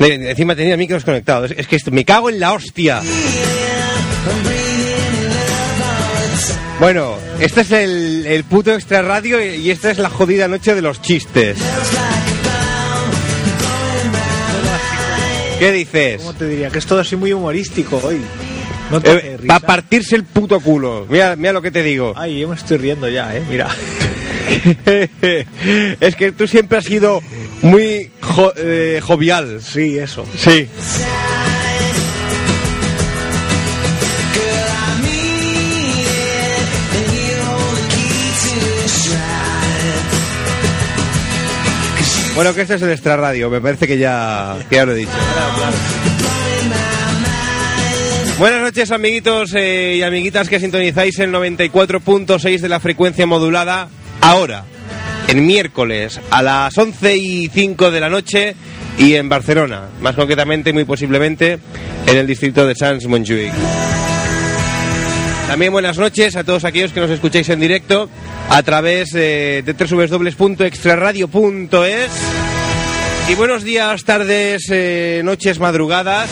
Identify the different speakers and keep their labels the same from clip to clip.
Speaker 1: Encima tenía micros conectados. Es que esto, me cago en la hostia. Bueno, este es el, el puto extra radio y esta es la jodida noche de los chistes. ¿Qué dices?
Speaker 2: ¿Cómo te diría? Que es todo así muy humorístico hoy. No te hace
Speaker 1: Eh,
Speaker 2: risa.
Speaker 1: Para partirse el puto culo. Mira, mira lo que te digo.
Speaker 2: Ay, yo me estoy riendo ya, eh. Mira.
Speaker 1: es que tú siempre has sido muy jo- eh, jovial.
Speaker 2: Sí, eso.
Speaker 1: Sí. Bueno, que este es el extra radio, me parece que ya, que ya lo he dicho. Buenas noches amiguitos eh, y amiguitas que sintonizáis el 94.6 de la frecuencia modulada ahora, en miércoles a las 11 y 5 de la noche y en Barcelona, más concretamente, muy posiblemente, en el distrito de Sans Montjuic. También buenas noches a todos aquellos que nos escucháis en directo a través eh, de www.extraradio.es y buenos días, tardes, eh, noches, madrugadas.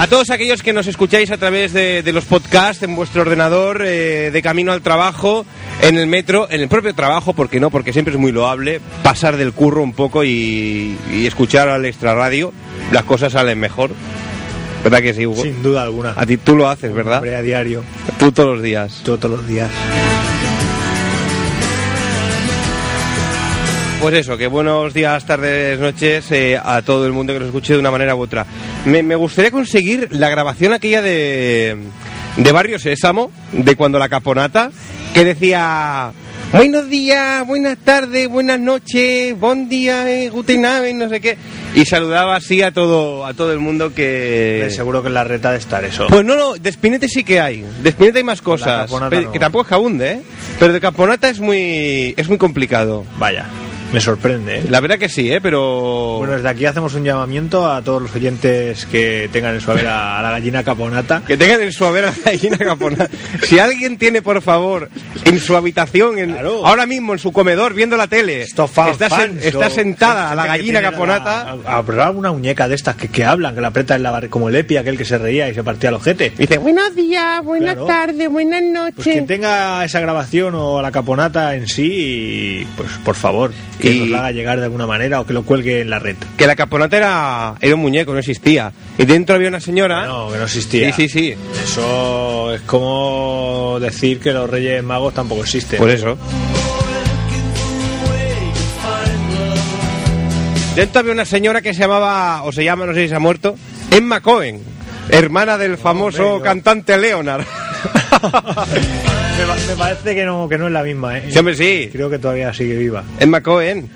Speaker 1: A todos aquellos que nos escucháis a través de, de los podcasts en vuestro ordenador, eh, de camino al trabajo, en el metro, en el propio trabajo, porque no, porque siempre es muy loable pasar del curro un poco y, y escuchar al extraradio, las cosas salen mejor. ¿Verdad que sí, Hugo?
Speaker 2: Sin duda alguna.
Speaker 1: A ti tú lo haces, ¿verdad?
Speaker 2: Hombre, a diario.
Speaker 1: Tú todos los días.
Speaker 2: Yo todos los días.
Speaker 1: Pues eso, que buenos días, tardes, noches eh, a todo el mundo que nos escuche de una manera u otra. Me, me gustaría conseguir la grabación aquella de, de Barrio Sésamo, de cuando la caponata, que decía... Buenos días, buenas tardes, buenas noches, buen día, eh, guten Abend", no sé qué. Y saludaba así a todo, a todo el mundo que...
Speaker 2: Eh, Seguro que en la reta de estar eso.
Speaker 1: Pues no, no, de Spinete sí que hay. De Spinete hay más cosas.
Speaker 2: Caponata
Speaker 1: pero-
Speaker 2: no.
Speaker 1: Que tampoco es cabunde, ¿eh? Pero de Caponata es muy, es muy complicado.
Speaker 2: Vaya. Me sorprende, eh.
Speaker 1: La verdad que sí, ¿eh? Pero...
Speaker 2: Bueno, desde aquí hacemos un llamamiento a todos los oyentes que tengan en su haber a, a la gallina caponata.
Speaker 1: Que tengan en su haber a la gallina caponata. Si alguien tiene, por favor, en su habitación, en-
Speaker 2: Claro.
Speaker 1: ahora mismo en su comedor, viendo la tele,
Speaker 2: Estos fan-
Speaker 1: está, sen-
Speaker 2: fans,
Speaker 1: está
Speaker 2: o-
Speaker 1: sentada a la
Speaker 2: gente que
Speaker 1: gallina
Speaker 2: tiene
Speaker 1: caponata,
Speaker 2: la- Habrá una muñeca de estas que, que hablan, que la aprieta en la barriga, como el Epi, aquel que se reía y se partía el ojete.
Speaker 1: y dice, buenos días, buenas
Speaker 2: Claro.
Speaker 1: tardes, buenas noches.
Speaker 2: Pues quien tenga esa grabación o a la caponata en sí, pues por favor, que
Speaker 1: Y-
Speaker 2: nos la haga llegar de alguna manera o que lo cuelgue en la red.
Speaker 1: Que la caponata era, era un muñeco, no existía. Y dentro había una señora...
Speaker 2: No, que no
Speaker 1: sí,
Speaker 2: existía.
Speaker 1: Ah. sí, sí.
Speaker 2: Eso es como decir que los Reyes Magos tampoco existen.
Speaker 1: Por eso. Dentro había una señora que se llamaba, o se llama, no sé si se ha muerto, Emma Cohen, hermana del famoso
Speaker 2: venga.
Speaker 1: cantante Leonard.
Speaker 2: me, pa- me parece que no, que no es la misma, ¿eh?
Speaker 1: Sí, hombre, sí.
Speaker 2: Creo que todavía sigue viva.
Speaker 1: Emma Cohen.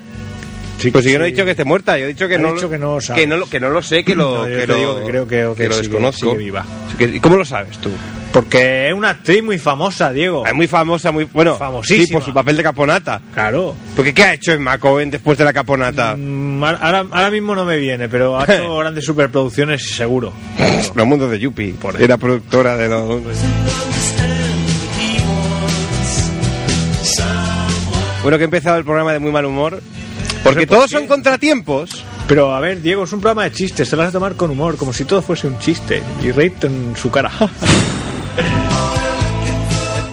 Speaker 1: pues si yo no he
Speaker 2: sí.
Speaker 1: dicho que esté muerta, yo he dicho que
Speaker 2: Ha
Speaker 1: no,
Speaker 2: dicho que no lo sabes.
Speaker 1: que no lo- que no lo sé, que lo,
Speaker 2: No, yo
Speaker 1: que
Speaker 2: te
Speaker 1: lo-
Speaker 2: digo que creo que- que
Speaker 1: lo
Speaker 2: sigue-
Speaker 1: desconozco.
Speaker 2: sigue viva.
Speaker 1: ¿Y ¿Cómo lo sabes tú?
Speaker 2: Porque es una actriz muy famosa, Diego.
Speaker 1: Es muy famosa, muy bueno,
Speaker 2: Famosísima.
Speaker 1: sí, por su papel de Caponata.
Speaker 2: Claro.
Speaker 1: Porque qué ha hecho Emma Cohen después de la Caponata?
Speaker 2: Mm, ahora, ahora mismo no me viene, pero ha hecho grandes superproducciones seguro.
Speaker 1: Los mundos de Yuppie.
Speaker 2: Por-
Speaker 1: Era productora de los. Bueno, que he empezado el programa de muy mal humor. Porque
Speaker 2: No sé por
Speaker 1: todos
Speaker 2: qué.
Speaker 1: son contratiempos.
Speaker 2: Pero a ver, Diego, es un programa de chistes, te lo vas a tomar con humor, como si todo fuese un chiste. Y reírte en su cara.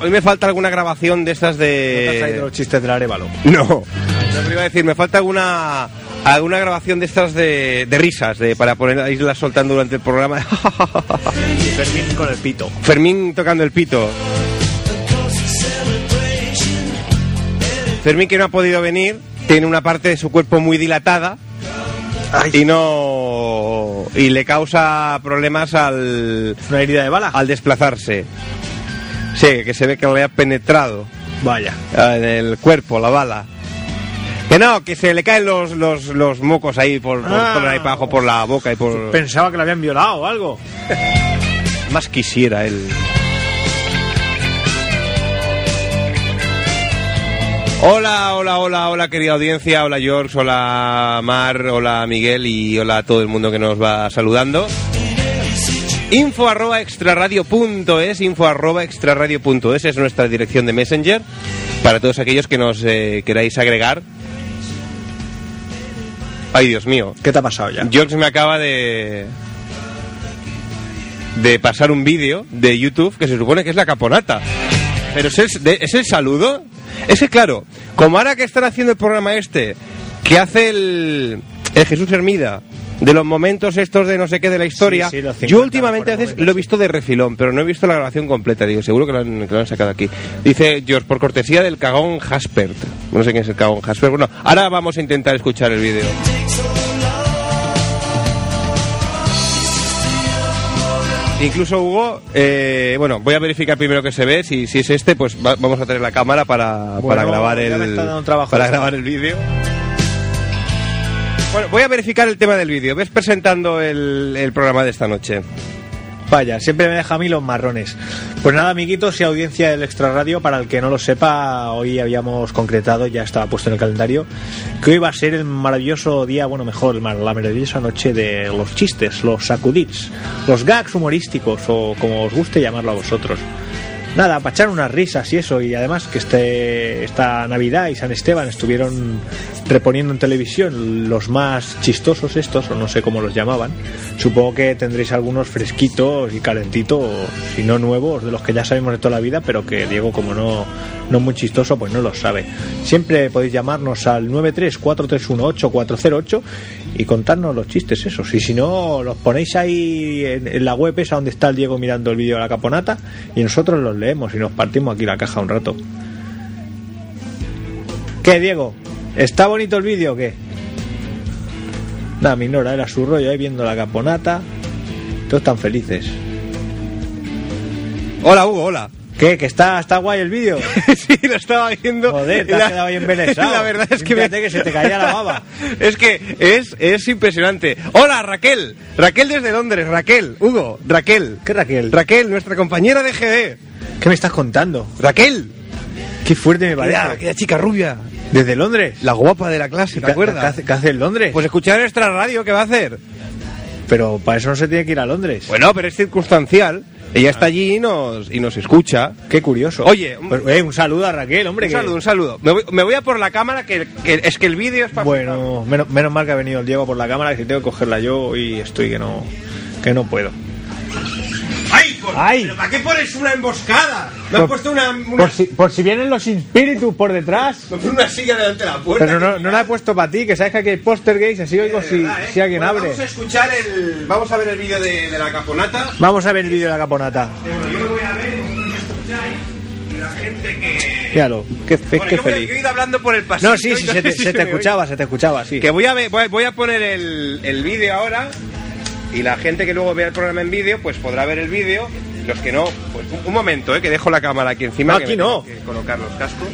Speaker 1: Hoy me falta alguna grabación de estas
Speaker 2: ¿No te has traído
Speaker 1: de.
Speaker 2: los chistes del Arevalo.
Speaker 1: No. Lo que iba a decir, me falta alguna alguna grabación de estas de, de risas, de para poner a irlas soltando durante el programa.
Speaker 2: Y Fermín con el pito.
Speaker 1: Fermín tocando el pito. Fermín que no ha podido venir, tiene una parte de su cuerpo muy dilatada y no y le causa problemas al
Speaker 2: ¿Una herida de bala?
Speaker 1: al desplazarse. Sí, que se ve que le ha penetrado eh,
Speaker 2: Vaya.
Speaker 1: en el cuerpo la bala. Que no, que se le caen los, los, los mocos ahí por, por,
Speaker 2: Ah.
Speaker 1: por ahí para abajo, por la boca y por...
Speaker 2: Pensaba que la habían violado o algo.
Speaker 1: Más quisiera él. Hola, hola, hola, hola querida audiencia, hola George, hola Mar, hola Miguel y hola a todo el mundo que nos va saludando. Info arroba extraradio.es, info arroba extraradio.es es nuestra dirección de Messenger para todos aquellos que nos eh, queráis agregar Ay, Dios mío.
Speaker 2: ¿Qué te ha pasado ya?
Speaker 1: Jox me acaba de. de pasar un vídeo de YouTube que se supone que es la caponata. Pero ¿es el, de- ¿es el saludo? Es que, claro, como ahora que están haciendo el programa este, que hace el, el Jesús Hermida, de los momentos estos de no sé qué de la historia,
Speaker 2: Sí, sí, los 50
Speaker 1: yo últimamente a
Speaker 2: mejores
Speaker 1: veces
Speaker 2: momentos,
Speaker 1: lo he visto de refilón, pero no he visto la grabación completa. Digo, seguro que lo han, que lo han sacado aquí. Dice George, por cortesía del cagón Haspert. No sé quién es el cagón Haspert. Bueno, ahora vamos a intentar escuchar el vídeo. Incluso Hugo, eh, bueno, voy a verificar primero que se ve. Si, si es este, pues va- vamos a tener la cámara para,
Speaker 2: Bueno,
Speaker 1: para grabar
Speaker 2: ya me
Speaker 1: el
Speaker 2: está dando trabajo.
Speaker 1: para grabar el vídeo. Bueno, voy a verificar el tema del vídeo. Ves presentando el, el programa de esta noche.
Speaker 2: Vaya, siempre me deja a mí los marrones. Pues nada, amiguitos y audiencia del Extra Radio, para el que no lo sepa, hoy habíamos concretado, ya estaba puesto en el calendario, que hoy va a ser el maravilloso día, bueno, mejor, el mar- la maravillosa noche de los chistes, los sacudits, los gags humorísticos, o como os guste llamarlo a vosotros. Nada, para echar unas risas y eso, y además que este, esta Navidad y San Esteban estuvieron reponiendo en televisión los más chistosos estos, o no sé cómo los llamaban. Supongo que tendréis algunos fresquitos y calentitos, si no nuevos, de los que ya sabemos de toda la vida, pero que Diego, como no, no es muy chistoso, pues no los sabe. Siempre podéis llamarnos al 934318408 y contarnos los chistes esos. Y si no, los ponéis ahí en, en la web esa donde está el Diego mirando el vídeo de la caponata y nosotros los leemos y nos partimos aquí la caja un rato. ¿Qué, Diego? ¿Está bonito el vídeo o qué? Nada, me ignora, era su rollo ahí viendo la caponata. Todos tan felices.
Speaker 1: Hola, Hugo, hola.
Speaker 2: ¿Qué? ¿Que está, está guay el vídeo?
Speaker 1: sí, lo estaba viendo.
Speaker 2: Joder, te has quedado bien venezado.
Speaker 1: La verdad es que,
Speaker 2: Límpiate que se te caía la baba.
Speaker 1: es que es, es impresionante. Hola, Raquel. Raquel desde Londres. Raquel, Hugo, Raquel.
Speaker 2: ¿Qué, Raquel?
Speaker 1: Raquel, nuestra compañera de GB.
Speaker 2: ¿Qué me estás contando?
Speaker 1: Raquel.
Speaker 2: Qué fuerte me
Speaker 1: Aquella,
Speaker 2: parece.
Speaker 1: aquella chica rubia.
Speaker 2: ¿Desde Londres?
Speaker 1: La guapa de la clase, ¿te
Speaker 2: ¿Qué- ¿Qué
Speaker 1: acuerdas?
Speaker 2: hace, qué hace en Londres?
Speaker 1: Pues escuchar nuestra radio, ¿qué va a hacer?
Speaker 2: pero para eso no se tiene que ir a Londres.
Speaker 1: Bueno, pero es circunstancial. Ella está allí y nos, y nos escucha.
Speaker 2: Qué curioso.
Speaker 1: Oye, un-
Speaker 2: Pues, eh, un saludo a Raquel, hombre.
Speaker 1: Un
Speaker 2: que-
Speaker 1: saludo, un saludo. Me voy, me voy a por la cámara, que, que es que el vídeo es para...
Speaker 2: Bueno, menos, menos mal que ha venido el Diego por la cámara, que si tengo que cogerla yo y estoy que no, que no puedo.
Speaker 1: ¡Ay! Por,
Speaker 2: ¡Ay!
Speaker 1: ¿pero ¿Para qué pones una emboscada? Me han
Speaker 2: Por-
Speaker 1: puesto una, una,
Speaker 2: Por si, por si vienen los espíritus por detrás.
Speaker 1: me han puesto una silla delante de la puerta.
Speaker 2: Pero no,
Speaker 1: que-
Speaker 2: no la he puesto para ti, que sabes que aquí hay poster gays, así
Speaker 1: de
Speaker 2: oigo si,
Speaker 1: verdad, ¿eh?
Speaker 2: si alguien
Speaker 1: Bueno,
Speaker 2: abre.
Speaker 1: Vamos a escuchar el... Vamos a ver el vídeo de, de la caponata.
Speaker 2: Vamos a ver el vídeo de la caponata.
Speaker 1: Bueno, yo lo voy a ver, vosotros escucháis, y la gente que...
Speaker 2: Míralo, qué, fe-
Speaker 1: Bueno,
Speaker 2: qué
Speaker 1: yo voy a- yo he
Speaker 2: feliz.
Speaker 1: ido hablando por el pasillo.
Speaker 2: No, sí, sí,
Speaker 1: y no
Speaker 2: se te,
Speaker 1: sé si
Speaker 2: se te
Speaker 1: me oye.
Speaker 2: escuchaba, se te escuchaba, sí.
Speaker 1: Que voy a, ver- voy, voy a poner el, el vídeo ahora y la gente que luego vea el programa en vídeo pues podrá ver el vídeo. Los que no, pues un, un momento, eh, que dejo la cámara aquí encima.
Speaker 2: No,
Speaker 1: que
Speaker 2: aquí
Speaker 1: me
Speaker 2: no.
Speaker 1: tengo que colocar los cascos.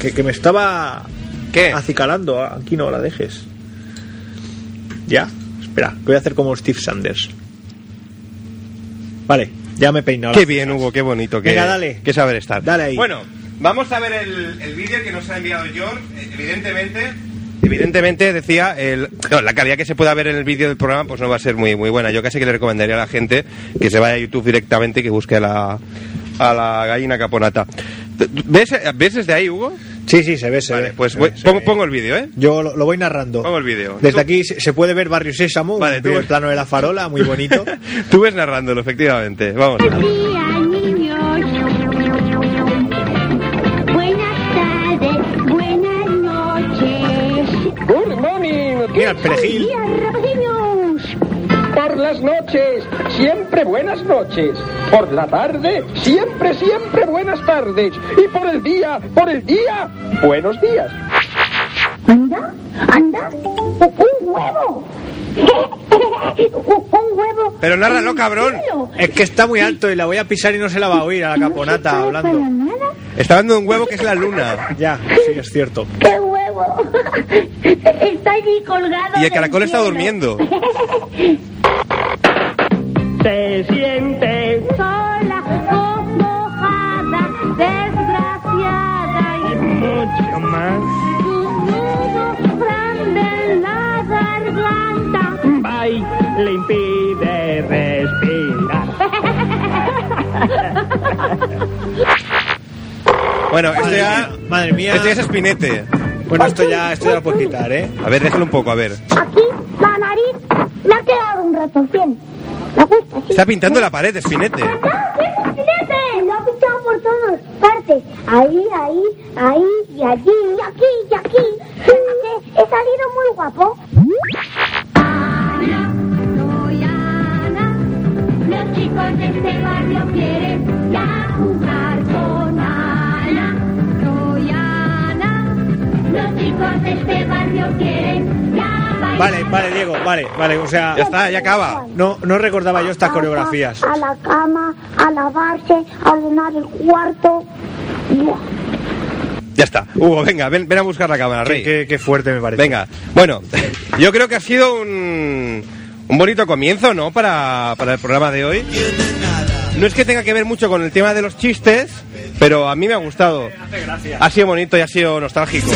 Speaker 2: Que, que me estaba
Speaker 1: ¿Qué?
Speaker 2: acicalando. ¿eh? Aquí no la dejes. Ya, espera, que voy a hacer como Steve Sanders. Vale, ya me he peinado.
Speaker 1: Qué bien, Hugo, qué bonito. Qué,
Speaker 2: Ah, Venga, dale.
Speaker 1: qué saber estar.
Speaker 2: Dale ahí.
Speaker 1: Bueno, vamos a ver el, el vídeo que nos ha enviado George. Eh, Evidentemente, evidentemente decía, el, no, la calidad que se pueda ver en el vídeo del programa pues no va a ser muy, muy buena. Yo casi que le recomendaría a la gente que se vaya a YouTube directamente y que busque a la, a la gallina caponata. ¿Ves, ¿Ves desde ahí, Hugo?
Speaker 2: Sí, sí, se ve, se
Speaker 1: Vale,
Speaker 2: ve.
Speaker 1: pues
Speaker 2: se
Speaker 1: voy-
Speaker 2: ve, se
Speaker 1: pongo,
Speaker 2: ve.
Speaker 1: pongo el vídeo, ¿eh?
Speaker 2: Yo lo, lo voy narrando.
Speaker 1: Pongo el vídeo.
Speaker 2: Desde
Speaker 1: Tú-
Speaker 2: aquí se, se puede ver Barrio Sésamo,
Speaker 1: Vale,
Speaker 2: en
Speaker 1: tú-
Speaker 2: primer plano de la farola, muy bonito.
Speaker 1: Tú ves narrándolo, efectivamente. Vamos.
Speaker 3: Buenos días, niños. Buenas tardes, buenas noches.
Speaker 4: Good morning.
Speaker 2: Mira el perejil.
Speaker 3: Buenos días, Rapaciños.
Speaker 4: Por las noches, siempre buenas noches. Por la tarde, siempre, siempre buenas tardes. Y por el día, por el día, buenos días.
Speaker 3: Anda, anda, un huevo. un huevo.
Speaker 1: Pero nárralo, cabrón.
Speaker 2: es que está muy alto y la voy a pisar y no se la va a oír a la caponata
Speaker 3: Para
Speaker 2: hablando.
Speaker 3: nada.
Speaker 1: Está dando un huevo que es la luna.
Speaker 2: Ya, sí, es cierto.
Speaker 3: ¡Qué huevo! Está allí colgado.
Speaker 1: Y el
Speaker 3: del
Speaker 1: caracol está
Speaker 3: cielo.
Speaker 1: durmiendo.
Speaker 4: Se siente.
Speaker 3: Sola, mojada, desgraciada y
Speaker 4: Mucho más.
Speaker 3: Sus nudos prenden la garganta.
Speaker 4: Bye, le impide respirar.
Speaker 1: Bueno, este
Speaker 2: Madre
Speaker 1: ya...
Speaker 2: mía, madre mía.
Speaker 1: Este ya es espinete.
Speaker 2: Bueno, esto ya, esto ya lo puedes quitar, ¿eh?
Speaker 1: A ver, déjalo un poco, a ver.
Speaker 3: Aquí la nariz le ha quedado un retorciente. ¿La gusta? Sí.
Speaker 1: Está pintando la pared, espinete.
Speaker 3: ¡Ah, qué fascinante! Lo ha pintado por todas partes. Ahí, ahí, ahí, y allí, y aquí, y aquí. Fíjate, he salido muy guapo.
Speaker 5: Soy Ana, los chicos de este barrio quieren ya jugar con Ana. Soy Ana, los chicos de este barrio quieren ya bailar.
Speaker 2: Vale, vale, Diego, vale, vale, o sea,
Speaker 1: Ya está, ya acaba.
Speaker 2: no, no recordaba yo estas coreografías.
Speaker 3: A la cama, a lavarse, a ordenar el cuarto. Buah.
Speaker 1: Ya está. Hugo, venga, ven, ven a buscar la cámara,
Speaker 2: Qué,
Speaker 1: Rey.
Speaker 2: qué- qué fuerte me parece.
Speaker 1: Venga, bueno, yo creo que ha sido un, un bonito comienzo, ¿no? Para, para el programa de hoy. No es que tenga que ver mucho con el tema de los chistes, pero a mí me ha gustado. Ha sido bonito y ha sido nostálgico.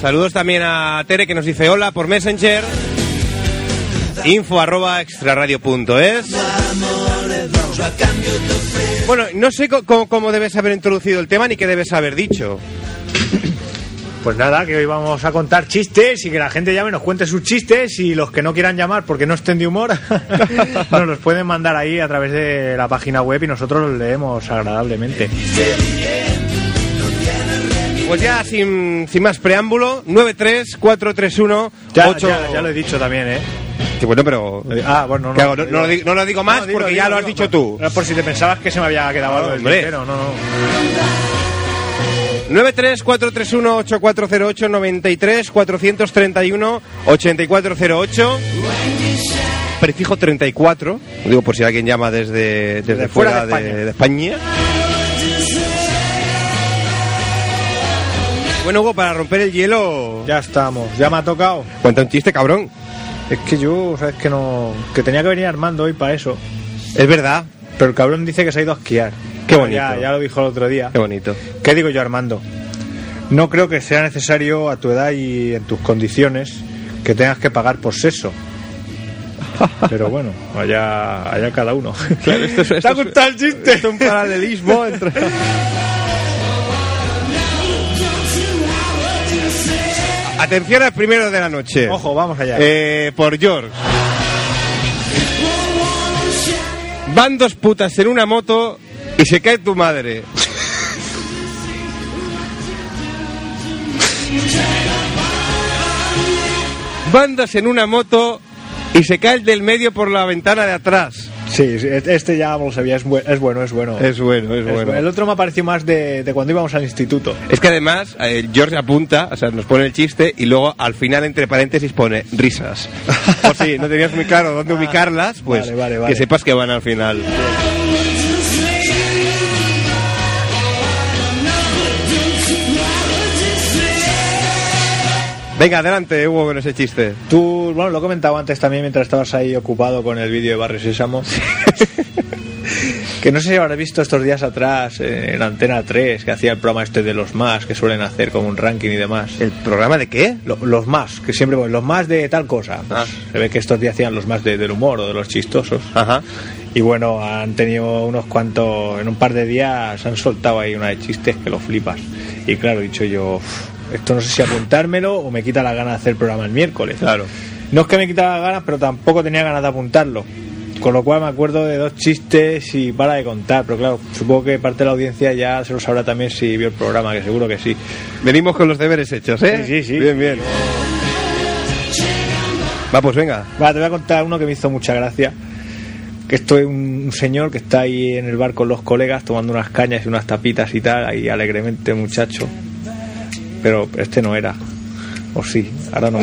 Speaker 1: Saludos también a Tere que nos dice hola por Messenger. Info arroba extraradio.es. Bueno, no sé co- cómo, cómo debes haber introducido el tema ni qué debes haber dicho.
Speaker 2: Pues nada, que hoy vamos a contar chistes y que la gente llame, nos cuente sus chistes y los que no quieran llamar porque no estén de humor, nos los pueden mandar ahí a través de la página web y nosotros los leemos agradablemente.
Speaker 1: Pues ya sin, sin más preámbulo, 93431
Speaker 2: Ya,
Speaker 1: 8
Speaker 2: ya, ya lo he dicho también, ¿eh?
Speaker 1: Sí, bueno, pero
Speaker 2: Ah, bueno, no,
Speaker 1: ¿Qué hago? No- no lo digo- no lo digo más porque ya lo has dicho tú.
Speaker 2: No, por si te pensabas que se me había quedado algo del
Speaker 1: Hombre.
Speaker 2: tintero, no, no.
Speaker 1: 93431-8408-93-431-8408. Prefijo 34. lo Digo, por si alguien llama desde, desde
Speaker 2: Desde
Speaker 1: fuera,
Speaker 2: fuera
Speaker 1: de,
Speaker 2: de
Speaker 1: de España. Bueno, Hugo, para romper el hielo,
Speaker 2: Ya estamos, ya me ha tocado.
Speaker 1: cuenta un chiste, cabrón.
Speaker 2: Es que yo, sabes que no... Que tenía que venir Armando hoy para eso.
Speaker 1: Es verdad.
Speaker 2: Pero el cabrón dice que se ha ido a esquiar.
Speaker 1: Qué bonito.
Speaker 2: Ya, ya lo dijo el otro día.
Speaker 1: Qué bonito.
Speaker 2: ¿Qué digo yo, Armando? No creo que sea necesario a tu edad y en tus condiciones que tengas que pagar por sexo. Pero bueno, allá, allá cada uno.
Speaker 1: Claro, esto es-
Speaker 2: ¿Te ha
Speaker 1: esto es-
Speaker 2: gustado el chiste?
Speaker 1: esto es un paralelismo entre- Atención al primero de la noche.
Speaker 2: Ojo, vamos allá.
Speaker 1: Eh, por George. Van dos putas en una moto y se cae tu madre. Van dos en una moto y se cae el del medio por la ventana de atrás.
Speaker 2: Sí, sí, este ya lo sabía, es, bu- es bueno, es bueno.
Speaker 1: Es bueno, es
Speaker 2: Es
Speaker 1: bueno.
Speaker 2: bu- El otro me ha parecido más de, de cuando íbamos al instituto.
Speaker 1: Es que además eh, George apunta, o sea, nos pone el chiste y luego al final, entre paréntesis, pone risas. Por si no tenías muy claro dónde
Speaker 2: Ah,
Speaker 1: ubicarlas, pues
Speaker 2: vale, vale, vale.
Speaker 1: que sepas que van al final. Venga, adelante, Hugo, con ese chiste.
Speaker 2: Tú, bueno, lo he comentado antes también mientras estabas ahí ocupado con el vídeo de Barrio Sésamo. que no sé si habrás visto estos días atrás eh, en Antena 3, que hacía el programa este de los más, que suelen hacer como un ranking y demás.
Speaker 1: ¿El programa de qué?
Speaker 2: Lo- los más, que siempre ponen los más de tal cosa. Pues,
Speaker 1: Ah.
Speaker 2: Se ve que estos días hacían los más de- del humor o de los chistosos.
Speaker 1: Ajá.
Speaker 2: Y bueno, han tenido unos cuantos, en un par de días han soltado ahí una de chistes que lo flipas. Y claro, he dicho yo, "Uf, esto no sé si apuntármelo o me quita la gana de hacer el programa el miércoles.
Speaker 1: Claro.
Speaker 2: No es que me quitaba ganas, pero tampoco tenía ganas de apuntarlo. Con lo cual me acuerdo de dos chistes y para de contar, pero claro, supongo que parte de la audiencia ya se lo sabrá también si vio el programa, que seguro que sí.
Speaker 1: Venimos con los deberes hechos, ¿eh?
Speaker 2: Sí, sí, sí.
Speaker 1: Bien, bien. Va, pues venga.
Speaker 2: Va, te voy a contar uno que me hizo mucha gracia. Que esto es un un señor que está ahí en el bar con los colegas tomando unas cañas y unas tapitas y tal, ahí alegremente, muchacho. Pero este no era. O sí, ahora no.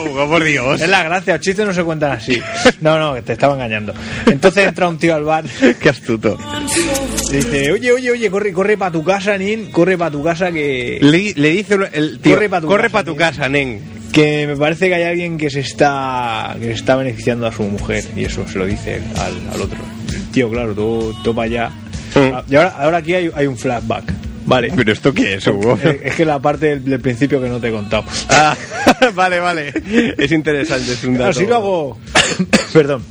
Speaker 1: Hugo, por Dios.
Speaker 2: es la gracia, los chistes no se cuentan así. No, no, que te estaba engañando. Entonces entra un tío al bar
Speaker 1: Qué astuto.
Speaker 2: Le dice, oye, oye, oye, corre, corre para tu casa, Nin, corre para tu casa que...
Speaker 1: Le, le dice el tío,
Speaker 2: Corre pa' tu casa,
Speaker 1: pa' tu
Speaker 2: tío".
Speaker 1: casa, nen.
Speaker 2: Que me parece que hay alguien que se está que se está beneficiando a su mujer y eso se lo dice él al, al otro. El tío, claro, tú toma allá. Ah,
Speaker 1: Mm.
Speaker 2: Y ahora, ahora aquí hay, hay un flashback. Vale.
Speaker 1: ¿Pero esto qué es, Hugo?
Speaker 2: Eh, Es que la parte del, del principio que no te he contado.
Speaker 1: Ah, vale, vale. Es interesante, es un dato.
Speaker 2: Así lo hago. Perdón.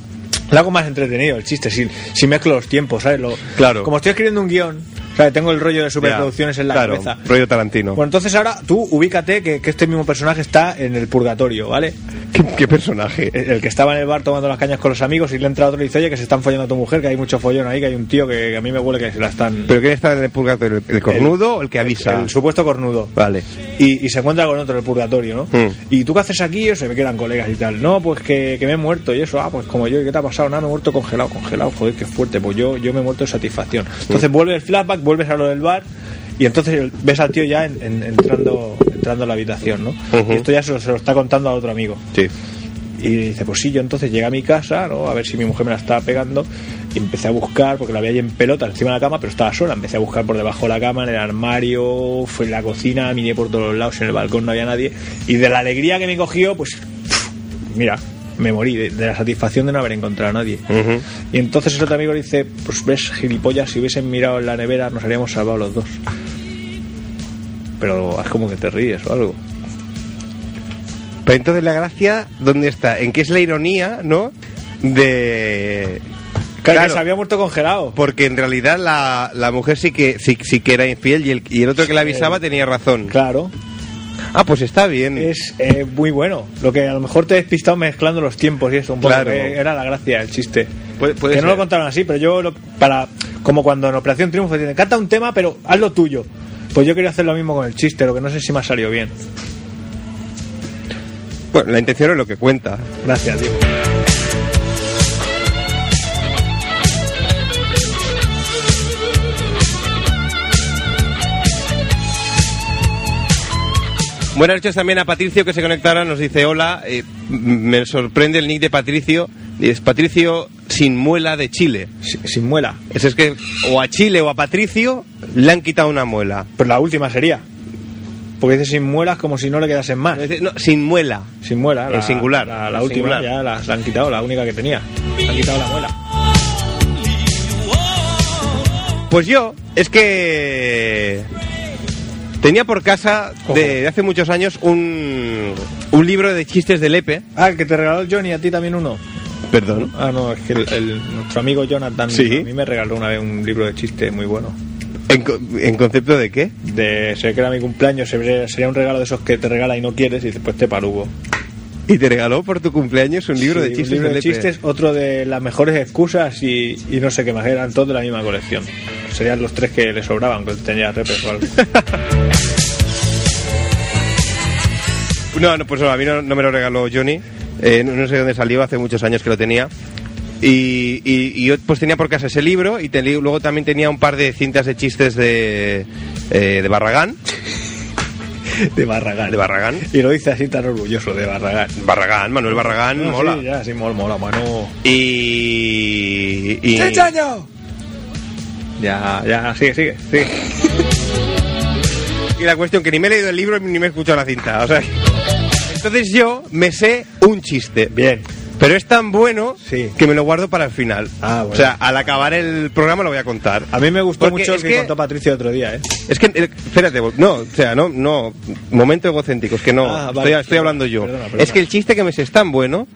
Speaker 2: Lo hago más entretenido el chiste, si, si mezclo los tiempos, ¿sabes? Lo-
Speaker 1: Claro.
Speaker 2: Como estoy escribiendo un guión, ¿sabes? Tengo el rollo de superproducciones
Speaker 1: Ya,
Speaker 2: en la
Speaker 1: claro,
Speaker 2: cabeza.
Speaker 1: rollo Tarantino.
Speaker 2: Bueno, entonces ahora tú ubícate que, que este mismo personaje está en el purgatorio, ¿vale?
Speaker 1: ¿Qué, qué personaje? Eh,
Speaker 2: Eh, El, el que estaba en el bar tomando las cañas con los amigos y le entra otro y le dice, oye, que se están follando a tu mujer, que hay mucho follón ahí, que hay un tío que, que a mí me huele que se la están...
Speaker 1: ¿Pero quién está en el purgatorio? ¿El, el cornudo o el que avisa?
Speaker 2: El supuesto cornudo.
Speaker 1: Vale.
Speaker 2: Y, y se encuentra con otro en el purgatorio, ¿no?
Speaker 1: Mm.
Speaker 2: ¿Y tú qué haces aquí? Yo se me quedan colegas y tal. No, pues que, que me he muerto y eso. Ah, pues como yo, ¿y qué te ha pasado? Nada, me he muerto congelado, congelado. Joder, qué fuerte. Pues yo, yo me he muerto de satisfacción.
Speaker 1: Mm.
Speaker 2: Entonces vuelve el flashback, vuelves a lo del bar y entonces el- ves al tío ya en- en- entrando, entrando a la habitación, ¿no?
Speaker 1: Ujú.
Speaker 2: Y esto ya se lo, se lo está contando a otro amigo.
Speaker 1: Sí.
Speaker 2: Y dice, pues sí, yo entonces llegué a mi casa, ¿no? A ver si mi mujer me la estaba pegando. Y empecé a buscar, porque la había ahí en pelota encima de la cama, pero estaba sola. Empecé a buscar por debajo de la cama, en el armario, fue en la cocina, miré por todos los lados, en el balcón no había nadie. Y de la alegría que me cogió, pues mira, me morí de, de la satisfacción de no haber encontrado a nadie.
Speaker 1: Ujú.
Speaker 2: Y entonces el otro amigo le dice, pues ves, gilipollas, si hubiesen mirado en la nevera nos habríamos salvado los dos. Pero es como que te ríes o algo.
Speaker 1: Pero entonces la gracia, ¿dónde está? ¿En qué es la ironía, no? De...
Speaker 2: Claro, que se había muerto congelado.
Speaker 1: porque en realidad la, la mujer sí que, sí, sí que era infiel y el, y el otro que la avisaba tenía razón.
Speaker 2: Claro,
Speaker 1: Ah, pues está bien.
Speaker 2: es eh, muy bueno. Lo que a lo mejor te he despistado mezclando los tiempos y eso, un poco
Speaker 1: Claro.
Speaker 2: que era la gracia, el chiste.
Speaker 1: Puede- puede
Speaker 2: que no
Speaker 1: ser.
Speaker 2: lo contaron así, pero yo lo- para como cuando en Operación Triunfo dicen, canta un tema, pero haz lo tuyo. Pues yo quería hacer lo mismo con el chiste, lo que no sé si me ha salido bien.
Speaker 1: Bueno, la intención es lo que cuenta.
Speaker 2: Gracias, Diego.
Speaker 1: Buenas noches también a Patricio que se conecta ahora, nos dice hola. eh, m- me sorprende el nick de Patricio. Es Patricio sin muela de Chile.
Speaker 2: Si- Sin muela.
Speaker 1: Es, es que o a Chile o a Patricio le han quitado una muela.
Speaker 2: Pues la última sería. Porque dice sin muelas como si no le quedasen más.
Speaker 1: Es decir, no, sin muela.
Speaker 2: Sin muela, la,
Speaker 1: El singular,
Speaker 2: La, la
Speaker 1: el
Speaker 2: última
Speaker 1: singular.
Speaker 2: ya la, la han quitado, la única que tenía. Le Han quitado la muela.
Speaker 1: Pues yo, es que tenía por casa
Speaker 2: Ojo.
Speaker 1: de, de hace muchos años un, un libro de chistes de Lepe.
Speaker 2: Ah, el que te regaló el Johnny, a ti también uno.
Speaker 1: Perdón.
Speaker 2: Ah, no, es que el- el- nuestro amigo Jonathan
Speaker 1: Sí.
Speaker 2: a mí me regaló una vez un libro de chistes muy bueno.
Speaker 1: ¿En, co- en concepto de qué?
Speaker 2: De, sé que era mi cumpleaños, sería sería un regalo de esos que te regala y no quieres y después te parugo.
Speaker 1: ¿Y te regaló por tu cumpleaños un libro
Speaker 2: Sí,
Speaker 1: de chistes
Speaker 2: un libro
Speaker 1: de
Speaker 2: de
Speaker 1: Lepe?
Speaker 2: chistes, otro de las mejores excusas y, y no sé qué más, eran todos de la misma colección. Serían los tres que le sobraban, que tenía repes o algo.
Speaker 1: No, no, pues no, a mí no, no me lo regaló Johnny. Eh, no, no sé dónde salió, hace muchos años que lo tenía. Y, y- y yo pues tenía por casa ese libro y teni- luego también tenía un par de cintas de chistes de, eh, de Barragán.
Speaker 2: De Barragán.
Speaker 1: De Barragán.
Speaker 2: Y lo dice así tan orgulloso, de Barragán.
Speaker 1: Barragán, Manuel Barragán,
Speaker 2: No,
Speaker 1: Mm, mola.
Speaker 2: Ah, Sí, ya, sí, mola, mola, mano.
Speaker 1: Y... y-
Speaker 2: Ya, ya, sigue, sigue, sigue.
Speaker 1: Y la cuestión que ni me he leído el libro ni me he escuchado la cinta. O sea, entonces yo me sé un chiste.
Speaker 2: Bien.
Speaker 1: Pero es tan bueno
Speaker 2: Sí.
Speaker 1: que me lo guardo para el final.
Speaker 2: Ah, bueno.
Speaker 1: O sea, al acabar el programa lo voy a contar.
Speaker 2: A mí me gustó
Speaker 1: Porque
Speaker 2: mucho el
Speaker 1: es
Speaker 2: que,
Speaker 1: que-
Speaker 2: contó Patricio otro día, ¿eh?
Speaker 1: Es que, eh, espérate, no, o sea, no, no, momento egocéntrico, es que no,
Speaker 2: Ah, vale,
Speaker 1: estoy, estoy
Speaker 2: perdona,
Speaker 1: hablando yo.
Speaker 2: perdona, perdona.
Speaker 1: Es que el chiste que me sé es tan bueno,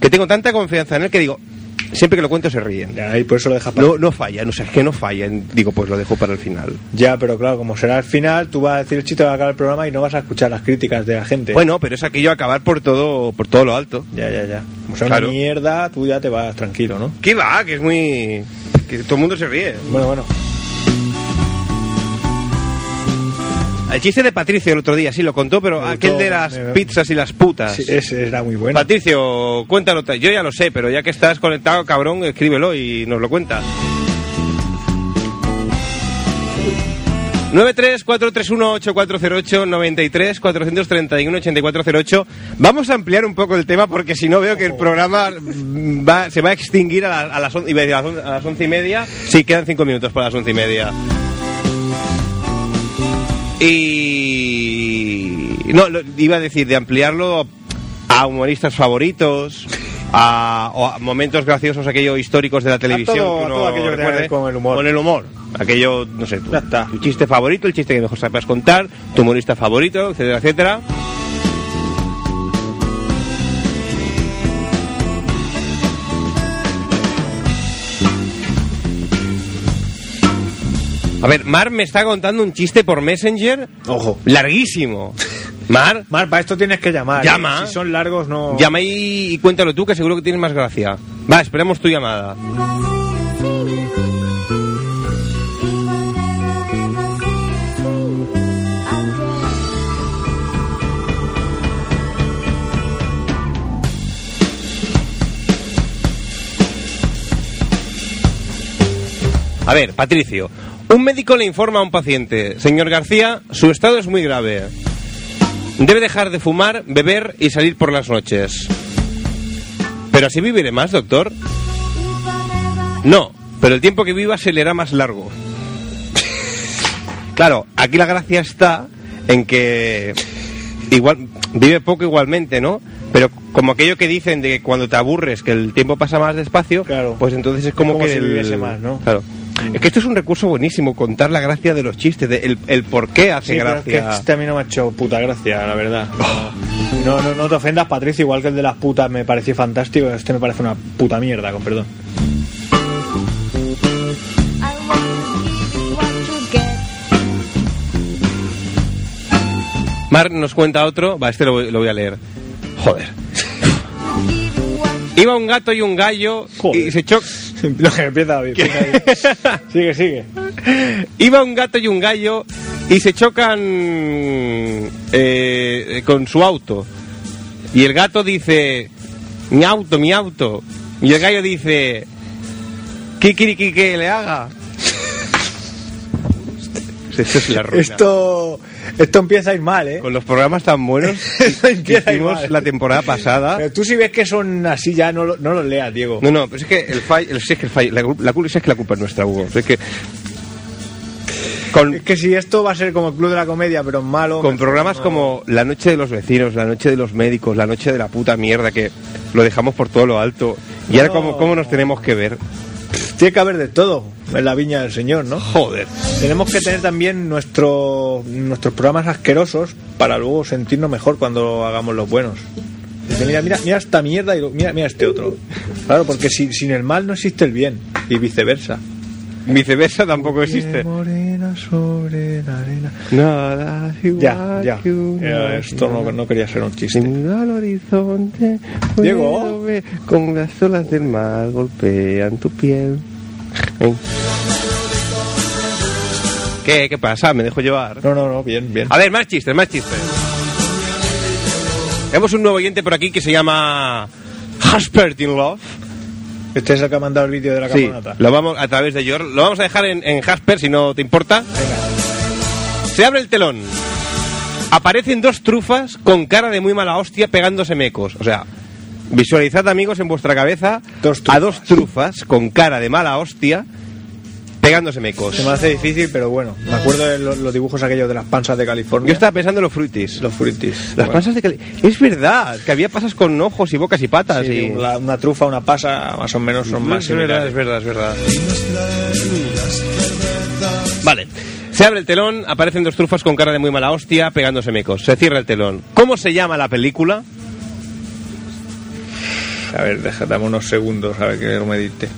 Speaker 1: que tengo tanta confianza en él que digo, siempre que lo cuento se ríen.
Speaker 2: Ya, y por eso lo dejas para...
Speaker 1: No, no falla, no, o sea, es que no falla. Digo, pues lo dejo para el final.
Speaker 2: Ya, pero claro, como será al final, tú vas a decir el chiste, va a acabar el programa y no vas a escuchar las críticas de la gente.
Speaker 1: Bueno, pero es aquello acabar por todo, por todo lo alto.
Speaker 2: Ya, ya, ya. Como sea
Speaker 1: Claro.
Speaker 2: una mierda, tú ya te vas tranquilo, ¿no?
Speaker 1: ¿Qué va? Que es muy... que todo el mundo se ríe.
Speaker 2: Bueno, bueno.
Speaker 1: El chiste de Patricio el otro día, sí lo contó, pero
Speaker 2: Me
Speaker 1: aquel
Speaker 2: gustó,
Speaker 1: de las
Speaker 2: me-
Speaker 1: pizzas y las putas.
Speaker 2: Sí, ese era muy bueno.
Speaker 1: Patricio, cuéntalo. t- Yo ya lo sé, pero ya que estás conectado, cabrón, escríbelo y nos lo cuentas. 934318408 93 431 8408. Vamos a ampliar un poco el tema porque si no veo que el programa mm, va- se va a extinguir a, la- a las on- iba a decir a las on- a las once y media. Sí, quedan cinco minutos para las once y media. Y no lo- iba a decir de ampliarlo a humoristas favoritos. A, o a momentos graciosos, aquellos históricos de la televisión.
Speaker 2: todo-
Speaker 1: que
Speaker 2: a
Speaker 1: uno
Speaker 2: todo aquello que tenga que ver
Speaker 1: recuerde.
Speaker 2: con el humor.
Speaker 1: Con el humor. Aquello, no sé, tú,
Speaker 2: Ya está.
Speaker 1: tu chiste favorito, el chiste que mejor sabes contar, tu humorista favorito, etcétera, etcétera. A ver, Mar me está contando un chiste por Messenger
Speaker 2: Ojo.
Speaker 1: larguísimo. Mar,
Speaker 2: Mar, para esto tienes que llamar. ¿eh?
Speaker 1: Llama.
Speaker 2: Si son largos, no.
Speaker 1: llama y, y cuéntalo tú, que seguro que tienes más gracia. Va, esperamos tu llamada. A ver, Patricio. Un médico le informa a un paciente, señor García, su estado es muy grave. Debe dejar de fumar, beber y salir por las noches. ¿Pero así viviré más, doctor? No, pero el tiempo que viva se le hará más largo. claro, aquí la gracia está en que igual vive poco igualmente, ¿no? Pero como aquello que dicen de que cuando te aburres que el tiempo pasa más despacio,
Speaker 2: Claro.
Speaker 1: pues entonces es como,
Speaker 2: Es como
Speaker 1: que
Speaker 2: si
Speaker 1: el-
Speaker 2: viviese más, ¿no?
Speaker 1: Claro. Es que esto es un recurso buenísimo, contar la gracia de los chistes, de el, el por qué hace
Speaker 2: Sí, pero es que
Speaker 1: gracia. Oh.
Speaker 2: este a mí no me ha hecho puta gracia, la verdad. No, no, no te ofendas, Patricio, igual que el de las putas me pareció fantástico, este me parece una puta mierda, con perdón.
Speaker 1: Mar nos cuenta otro. Va, este lo voy, lo voy a leer. Joder. Iba un gato y un gallo
Speaker 2: Joder.
Speaker 1: y se choc...
Speaker 2: Lo que empieza David. empieza David. Sigue, sigue.
Speaker 1: Iba un gato y un gallo y se chocan eh, con su auto. Y el gato dice, mi auto, mi auto. Y el gallo dice, ¿qué quiere que- que le haga? Esto es la ruina.
Speaker 2: Esto, esto empieza a ir mal, ¿eh?
Speaker 1: Con los programas tan buenos
Speaker 2: Esto
Speaker 1: que
Speaker 2: empieza a ir
Speaker 1: hicimos
Speaker 2: mal.
Speaker 1: la temporada pasada.
Speaker 2: Pero tú si ves que son así ya, no, lo- no los leas, Diego.
Speaker 1: Ah. No, no, pero es que el fallo, el, si es que el fallo, la, cul- la cul- si es que la culpa es nuestra, Hugo. si es que con,
Speaker 2: Es que si esto va a ser como el Club de la Comedia, pero en malo...
Speaker 1: con
Speaker 2: me-
Speaker 1: programas
Speaker 2: no.
Speaker 1: como La Noche de los Vecinos, La Noche de los Médicos, La Noche de la puta mierda, que lo dejamos por todo lo alto. Y ahora,
Speaker 2: No.
Speaker 1: ¿cómo, cómo nos tenemos que ver?
Speaker 2: Tiene que haber de todo en la viña del Señor, ¿no?
Speaker 1: Joder.
Speaker 2: Tenemos que tener también nuestro, nuestros programas asquerosos para luego sentirnos mejor cuando hagamos los buenos. Dice, mira, mira, mira esta mierda y lo- mira, mira este otro. Claro, porque sin, sin el mal no existe el bien y viceversa.
Speaker 1: Viceversa tampoco existe.
Speaker 2: Morena sobre la arena.
Speaker 1: Nada es
Speaker 2: Ya,
Speaker 1: igual
Speaker 2: ya.
Speaker 1: que una
Speaker 2: Eh, Esto no, no quería ser un chiste.
Speaker 1: Mira al horizonte.
Speaker 2: Diego.
Speaker 1: puedo ver Como las olas del mar golpean tu piel. ¿Qué? ¿Qué pasa? Me dejo llevar.
Speaker 2: No, no, no, bien, bien.
Speaker 1: A ver, más chistes, más chistes. Tenemos un nuevo oyente por aquí que se llama Hasper in Love.
Speaker 2: Este es el que ha mandado el vídeo de la
Speaker 1: Sí,
Speaker 2: camioneta.
Speaker 1: lo vamos a través de Yor. Lo vamos a dejar en, en Hasper si no te importa. Se abre el telón. Aparecen dos trufas con cara de muy mala hostia pegándose mecos. O sea, visualizad amigos en vuestra cabeza
Speaker 2: Dos
Speaker 1: a
Speaker 2: trufas.
Speaker 1: dos trufas con cara de mala hostia pegándose mecos.
Speaker 2: Se me hace difícil, pero bueno. Me acuerdo de lo- los, dibujos aquellos de las panzas de California.
Speaker 1: Yo estaba pensando en los frutis.
Speaker 2: Los fruitis.
Speaker 1: Las
Speaker 2: Bueno.
Speaker 1: pasas de Cali... Es verdad, que había pasas con ojos y bocas y patas.
Speaker 2: Sí,
Speaker 1: y... Mm,
Speaker 2: la- una trufa, una pasa, más o menos son más
Speaker 1: es verdad,
Speaker 2: similares.
Speaker 1: es verdad, es verdad. Vale. Se abre el telón, aparecen dos trufas con cara de muy mala hostia, pegándose mecos. Se cierra el telón. ¿Cómo se llama la película?
Speaker 2: A ver, déjame unos segundos, a ver que lo medite.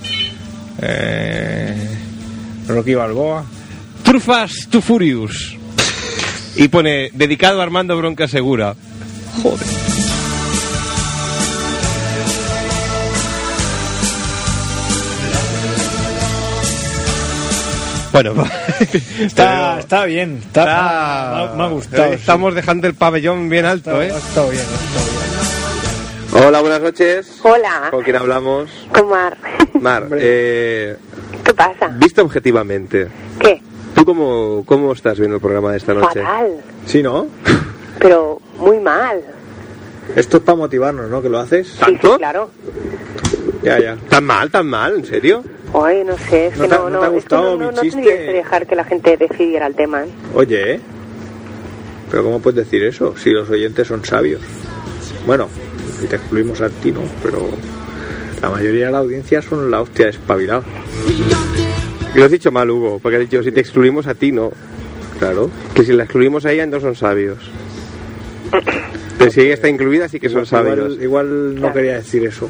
Speaker 2: Eh, Rocky Balboa.
Speaker 1: Trufas to Furious. Y pone, dedicado a Armando Bronca Segura.
Speaker 2: Joder.
Speaker 1: Bueno, va.
Speaker 2: Está, está bien, está,
Speaker 1: Está-
Speaker 2: me,
Speaker 1: eh,
Speaker 2: ha, me ha gustado.
Speaker 1: Estamos dejando el pabellón bien
Speaker 2: sí.
Speaker 1: alto,
Speaker 2: Ha
Speaker 1: ¿eh?
Speaker 2: estado bien, ha estado
Speaker 1: Hola, buenas noches.
Speaker 6: Hola,
Speaker 1: quién hablamos?
Speaker 6: Comar.
Speaker 1: Mar, eh,
Speaker 6: ¿Qué pasa?
Speaker 1: visto objetivamente,
Speaker 6: ¿Qué?
Speaker 1: ¿tú cómo, cómo estás viendo el programa de esta noche?
Speaker 6: Fatal,
Speaker 2: Sí, ¿no?
Speaker 6: pero muy mal.
Speaker 2: Esto es para motivarnos, ¿no? Que lo haces.
Speaker 6: Sí, Sí,
Speaker 1: ¿Tanto?
Speaker 6: claro.
Speaker 2: Ya, ya.
Speaker 1: ¿Tan mal, tan mal? ¿En serio?
Speaker 6: Ay, no sé, es
Speaker 2: ¿No
Speaker 6: que
Speaker 2: te-
Speaker 6: no,
Speaker 2: no
Speaker 6: no,
Speaker 2: te ha
Speaker 6: es que
Speaker 2: gustado
Speaker 6: no,
Speaker 2: mi
Speaker 6: no, no
Speaker 2: chiste?
Speaker 6: tendrías que dejar que la gente decidiera el tema. ¿eh?
Speaker 2: Oye, ¿eh? ¿Pero cómo puedes decir eso? Si los oyentes son sabios. Bueno, y te excluimos a ti, ¿no? Pero la mayoría de la audiencia son la hostia espabilada.
Speaker 1: Lo has dicho mal, Hugo, porque has dicho, si te excluimos a ti, no.
Speaker 2: Claro.
Speaker 1: Que si la excluimos a ella, no son sabios. Pero si ella está incluida, sí que son sabios.
Speaker 2: Igual, igual no
Speaker 6: Claro.
Speaker 2: quería decir eso.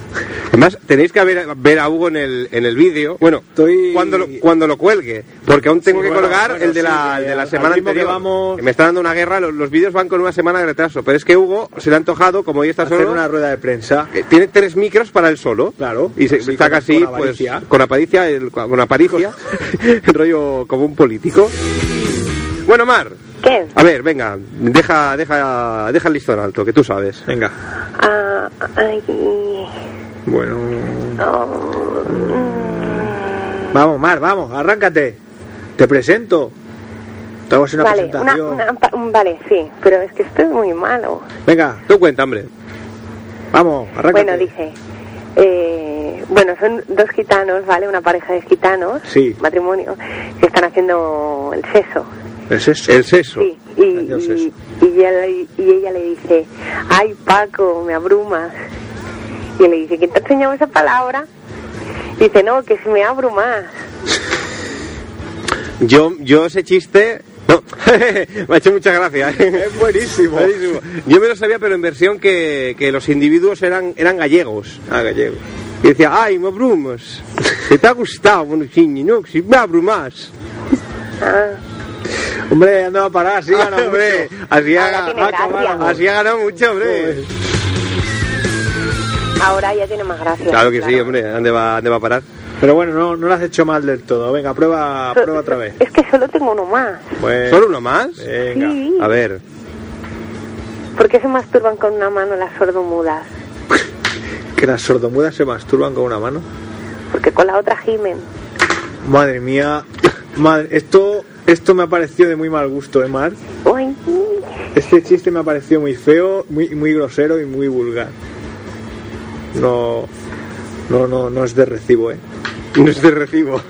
Speaker 1: Además, tenéis que ver, ver a Hugo en el, en el vídeo. Bueno,
Speaker 2: Estoy-
Speaker 1: cuando, lo, cuando lo cuelgue. Porque aún tengo
Speaker 2: Sí,
Speaker 1: que
Speaker 2: bueno,
Speaker 1: colgar
Speaker 2: bueno,
Speaker 1: el de
Speaker 2: sí,
Speaker 1: la,
Speaker 2: que
Speaker 1: el de la
Speaker 2: al
Speaker 1: semana
Speaker 2: ritmo que
Speaker 1: anterior.
Speaker 2: vamos-
Speaker 1: Que Me está dando una guerra. Los, los vídeos van con una semana de retraso. Pero es que Hugo se le ha antojado, como hoy está
Speaker 2: Hacer
Speaker 1: solo.
Speaker 2: una rueda de prensa.
Speaker 1: eh, Tiene tres micros para él solo.
Speaker 2: Claro.
Speaker 1: Y se
Speaker 2: Sí,
Speaker 1: saca
Speaker 2: con-
Speaker 1: así,
Speaker 2: con
Speaker 1: pues,
Speaker 2: avaricia.
Speaker 1: con aparicia, el- con aparicia, el rollo como un político. Bueno, Mar,
Speaker 6: ¿Qué?
Speaker 1: a ver, venga, deja, deja, deja el listón alto, que tú sabes.
Speaker 2: Venga.
Speaker 6: Ah, ay,
Speaker 2: Mm. Bueno.
Speaker 6: oh, mm.
Speaker 2: Vamos, Mar, vamos, arráncate. Te presento. Te hago así una
Speaker 6: mm, vale, una-
Speaker 2: presentación.
Speaker 6: una- pa- un- vale, sí, pero es que esto es muy malo.
Speaker 2: Venga,
Speaker 1: Tú cuenta, hombre.
Speaker 2: vamos, arráncate.
Speaker 6: Bueno, dice, eh, bueno, son dos gitanos, ¿vale? Una pareja de gitanos,
Speaker 2: Sí.
Speaker 6: matrimonio, que están haciendo el seso.
Speaker 2: ¿Es eso?
Speaker 1: El seso.
Speaker 6: Sí, y,
Speaker 2: Haciendo sexo.
Speaker 6: y, y ella, le- y ella le dice, ay Paco, me abrumas. Y él le dice, ¿quién te ha enseñado esa palabra? Y dice, no, que si me abrumas.
Speaker 1: Yo, yo ese chiste. No, me ha hecho mucha gracia. Es buenísimo. Yo me lo sabía, pero en versión que, que los individuos eran, eran gallegos.
Speaker 2: Ah, gallego.
Speaker 1: Y decía, ay, me abrumas. ¿Te, te ha gustado, bueno, chiñi, no? Si me abrumas.
Speaker 6: Ah,
Speaker 2: Hombre, anda a parar, sí,
Speaker 1: Ah,
Speaker 2: gana,
Speaker 1: hombre,
Speaker 2: hombre.
Speaker 1: así ha,
Speaker 6: Ahora tiene
Speaker 1: ha acabado.
Speaker 6: gracia.
Speaker 1: así ha ganado mucho, hombre.
Speaker 6: ahora ya tiene más gracia.
Speaker 1: Claro que sí, hombre. ¿Dónde va, dónde va a parar?
Speaker 2: Pero bueno, no, no lo has hecho mal del todo. Venga, prueba,
Speaker 6: So-
Speaker 2: prueba otra vez.
Speaker 6: Es que solo tengo uno más.
Speaker 2: Bueno,
Speaker 1: ¿Solo uno más?
Speaker 2: Venga.
Speaker 6: Sí.
Speaker 1: A ver.
Speaker 6: ¿Por qué se masturban con una mano las sordomudas?
Speaker 2: Que las sordomudas se masturban con una mano.
Speaker 6: Porque con la otra gimen.
Speaker 2: Madre mía. Madre, esto, esto me ha parecido de muy mal gusto, ¿eh, Mar?
Speaker 6: Uy,
Speaker 2: Este chiste me ha parecido muy feo, muy, muy grosero y muy vulgar. No, no, no, no es de recibo, ¿eh?
Speaker 1: No es de recibo.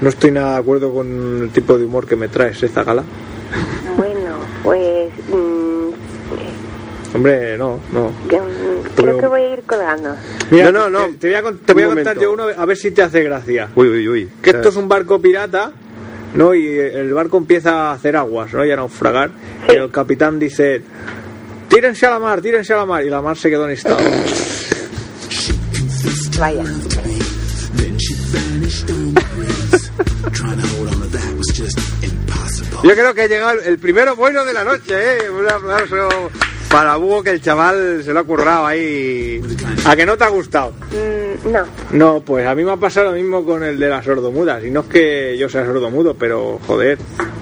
Speaker 2: No estoy nada de acuerdo con el tipo de humor que me traes ¿eh, esta gala.
Speaker 6: bueno, pues... mm,
Speaker 2: Hombre, no, no.
Speaker 6: que, mm,
Speaker 2: Pero-
Speaker 6: Creo que voy a ir colgando.
Speaker 2: Mira, eh,
Speaker 1: No, no, no.
Speaker 2: Te, te voy a, con- te voy a
Speaker 1: Un
Speaker 2: contar
Speaker 1: momento.
Speaker 2: yo uno a ver si te hace gracia.
Speaker 1: Uy, uy, uy.
Speaker 2: Que esto es un barco pirata, ¿no? Y eh, el barco empieza a hacer aguas, ¿no? Y a naufragar. Y el capitán dice: Tírense a la mar, tírense a la mar. Y la mar se quedó en estado.
Speaker 6: Vaya.
Speaker 1: Yo creo que ha llegado el primero bueno de la noche, ¿eh? Un aplauso para Hugo que el chaval se lo ha currado ahí.
Speaker 2: ¿A que no te ha gustado?
Speaker 6: Mm, no.
Speaker 2: No, pues a mí me ha pasado lo mismo con el de las sordomudas. Y no es que yo sea sordomudo, pero joder,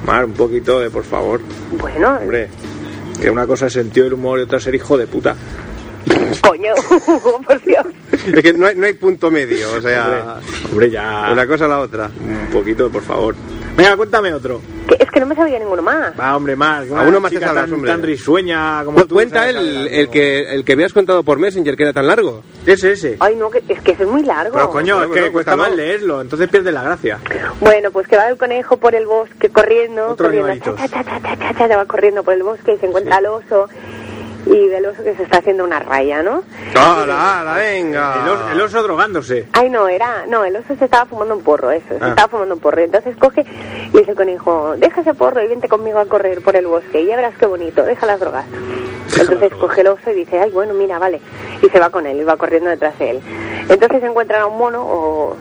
Speaker 2: Mar, un poquito de por favor,
Speaker 6: Bueno,
Speaker 2: hombre. Que una cosa es sentido del humor y otra es ser hijo de puta.
Speaker 6: coño, por Dios.
Speaker 1: Es que no hay, no hay punto medio, o sea,
Speaker 2: Hombre, Ah. hombre, ya.
Speaker 1: una cosa a la otra.
Speaker 2: Un poquito de por favor. Venga, cuéntame otro.
Speaker 6: Que- es que no me sabía ninguno más.
Speaker 2: Va, hombre, Mar.
Speaker 1: A uno más te
Speaker 2: chica
Speaker 1: sabrás,
Speaker 2: tan,
Speaker 1: hombre.
Speaker 2: tan risueña como
Speaker 1: Cu-
Speaker 2: tú,
Speaker 1: Cuenta
Speaker 2: ¿sabes?
Speaker 1: el, el que el que me has contado por Messenger que era tan largo.
Speaker 2: Ese, ese.
Speaker 6: Ay, no, que, es que eso es muy largo.
Speaker 2: Pero coño,
Speaker 1: Bueno,
Speaker 2: es que
Speaker 1: bueno,
Speaker 2: cuesta más
Speaker 1: cuéntalo.
Speaker 2: leerlo, entonces pierde la gracia.
Speaker 6: Bueno, pues que va el conejo por el bosque corriendo,
Speaker 2: Otro
Speaker 6: corriendo,
Speaker 2: animalitos.
Speaker 6: cha, cha, cha, cha, cha, cha, va corriendo por el bosque y se encuentra al oso y ve al oso que se está haciendo una raya, ¿no?
Speaker 1: ¡Hala, hala, venga!
Speaker 2: El, os- el oso drogándose.
Speaker 6: Ay, no, era, no, el oso se estaba fumando un porro, eso, se
Speaker 2: Ah.
Speaker 6: estaba fumando un porro. Entonces coge y dice el conejo, deja ese porro y vente conmigo a correr por el bosque y ya verás qué bonito, deja las drogas. Entonces coge el oso y dice, ay, bueno, mira, vale. Y se va con él, y va corriendo detrás de él. Entonces encuentran a un mono o,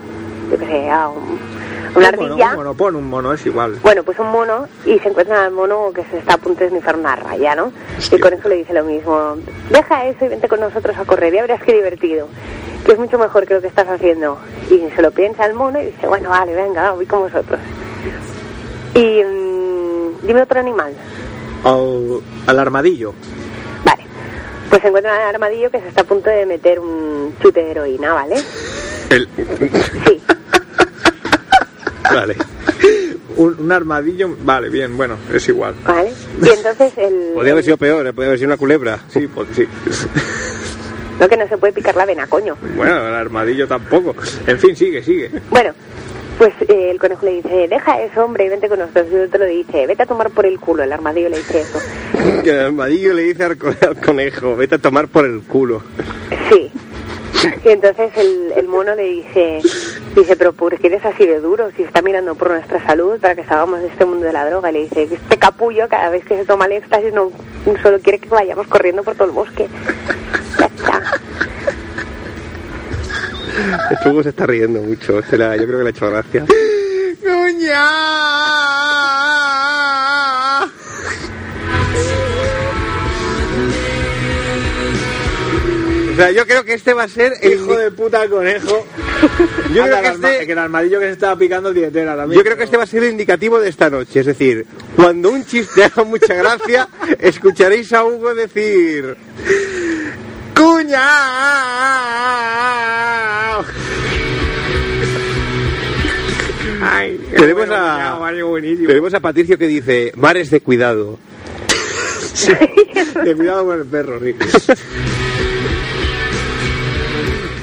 Speaker 6: yo qué sé, a un- a una
Speaker 2: Un mono,
Speaker 6: ardilla.
Speaker 2: un mono, pon un mono, es igual.
Speaker 6: Bueno, pues un mono y se encuentra al mono que se está a punto de esnifar una raya, ¿no? Y con eso le dice lo mismo, deja eso y vente con nosotros a correr, ya verás qué divertido, que es mucho mejor que lo que estás haciendo. Y se lo piensa el mono y dice, bueno, vale, venga, voy con vosotros. Y mm, dime otro animal.
Speaker 2: Al, al armadillo.
Speaker 6: Vale, pues se encuentra el armadillo que se está a punto de meter un chute de heroína, ¿vale?
Speaker 1: El-
Speaker 6: Sí.
Speaker 1: Vale.
Speaker 2: un, un armadillo. Vale, bien, bueno, es igual.
Speaker 6: ¿Vale? Y entonces el...
Speaker 1: Podría haber sido peor, eh, podría haber sido una culebra.
Speaker 2: Sí, pues sí.
Speaker 6: No que no se puede picar la vena, coño.
Speaker 2: Bueno, el armadillo tampoco. En fin, sigue, sigue.
Speaker 6: Bueno, pues eh, el conejo le dice, deja eso, hombre, y vente con nosotros. Y el otro le dice, vete a tomar por el culo. El armadillo le dice eso.
Speaker 1: Que el armadillo le dice al, co- al conejo, vete a tomar por el culo.
Speaker 6: Sí. Y entonces el, el mono le dice, dice, pero ¿por qué eres así de duro? Si está mirando por nuestra salud, para que salgamos de este mundo de la droga. Y le dice, este capullo cada vez que se toma el éxtasis no solo quiere que vayamos corriendo por todo el bosque. Ya está.
Speaker 1: El Chungo se está riendo mucho, se la- yo creo que le ha hecho gracia. O sea, yo creo que este va a ser el
Speaker 2: Hijo de puta conejo.
Speaker 1: Yo creo
Speaker 2: Anda, el
Speaker 1: que
Speaker 2: arma-
Speaker 1: este-
Speaker 2: que el armadillo que se estaba picando el dietera también.
Speaker 1: Yo creo que este va a ser el indicativo de esta noche, es decir, cuando un chiste haga mucha gracia, escucharéis a Hugo decir ¡Cuña!
Speaker 2: Ay, qué
Speaker 1: Tenemos
Speaker 2: bueno,
Speaker 1: a-
Speaker 2: cuñao, Mario, buenísimo.
Speaker 1: Tenemos a Patricio que dice, mares de cuidado.
Speaker 2: De cuidado con el perro, sí.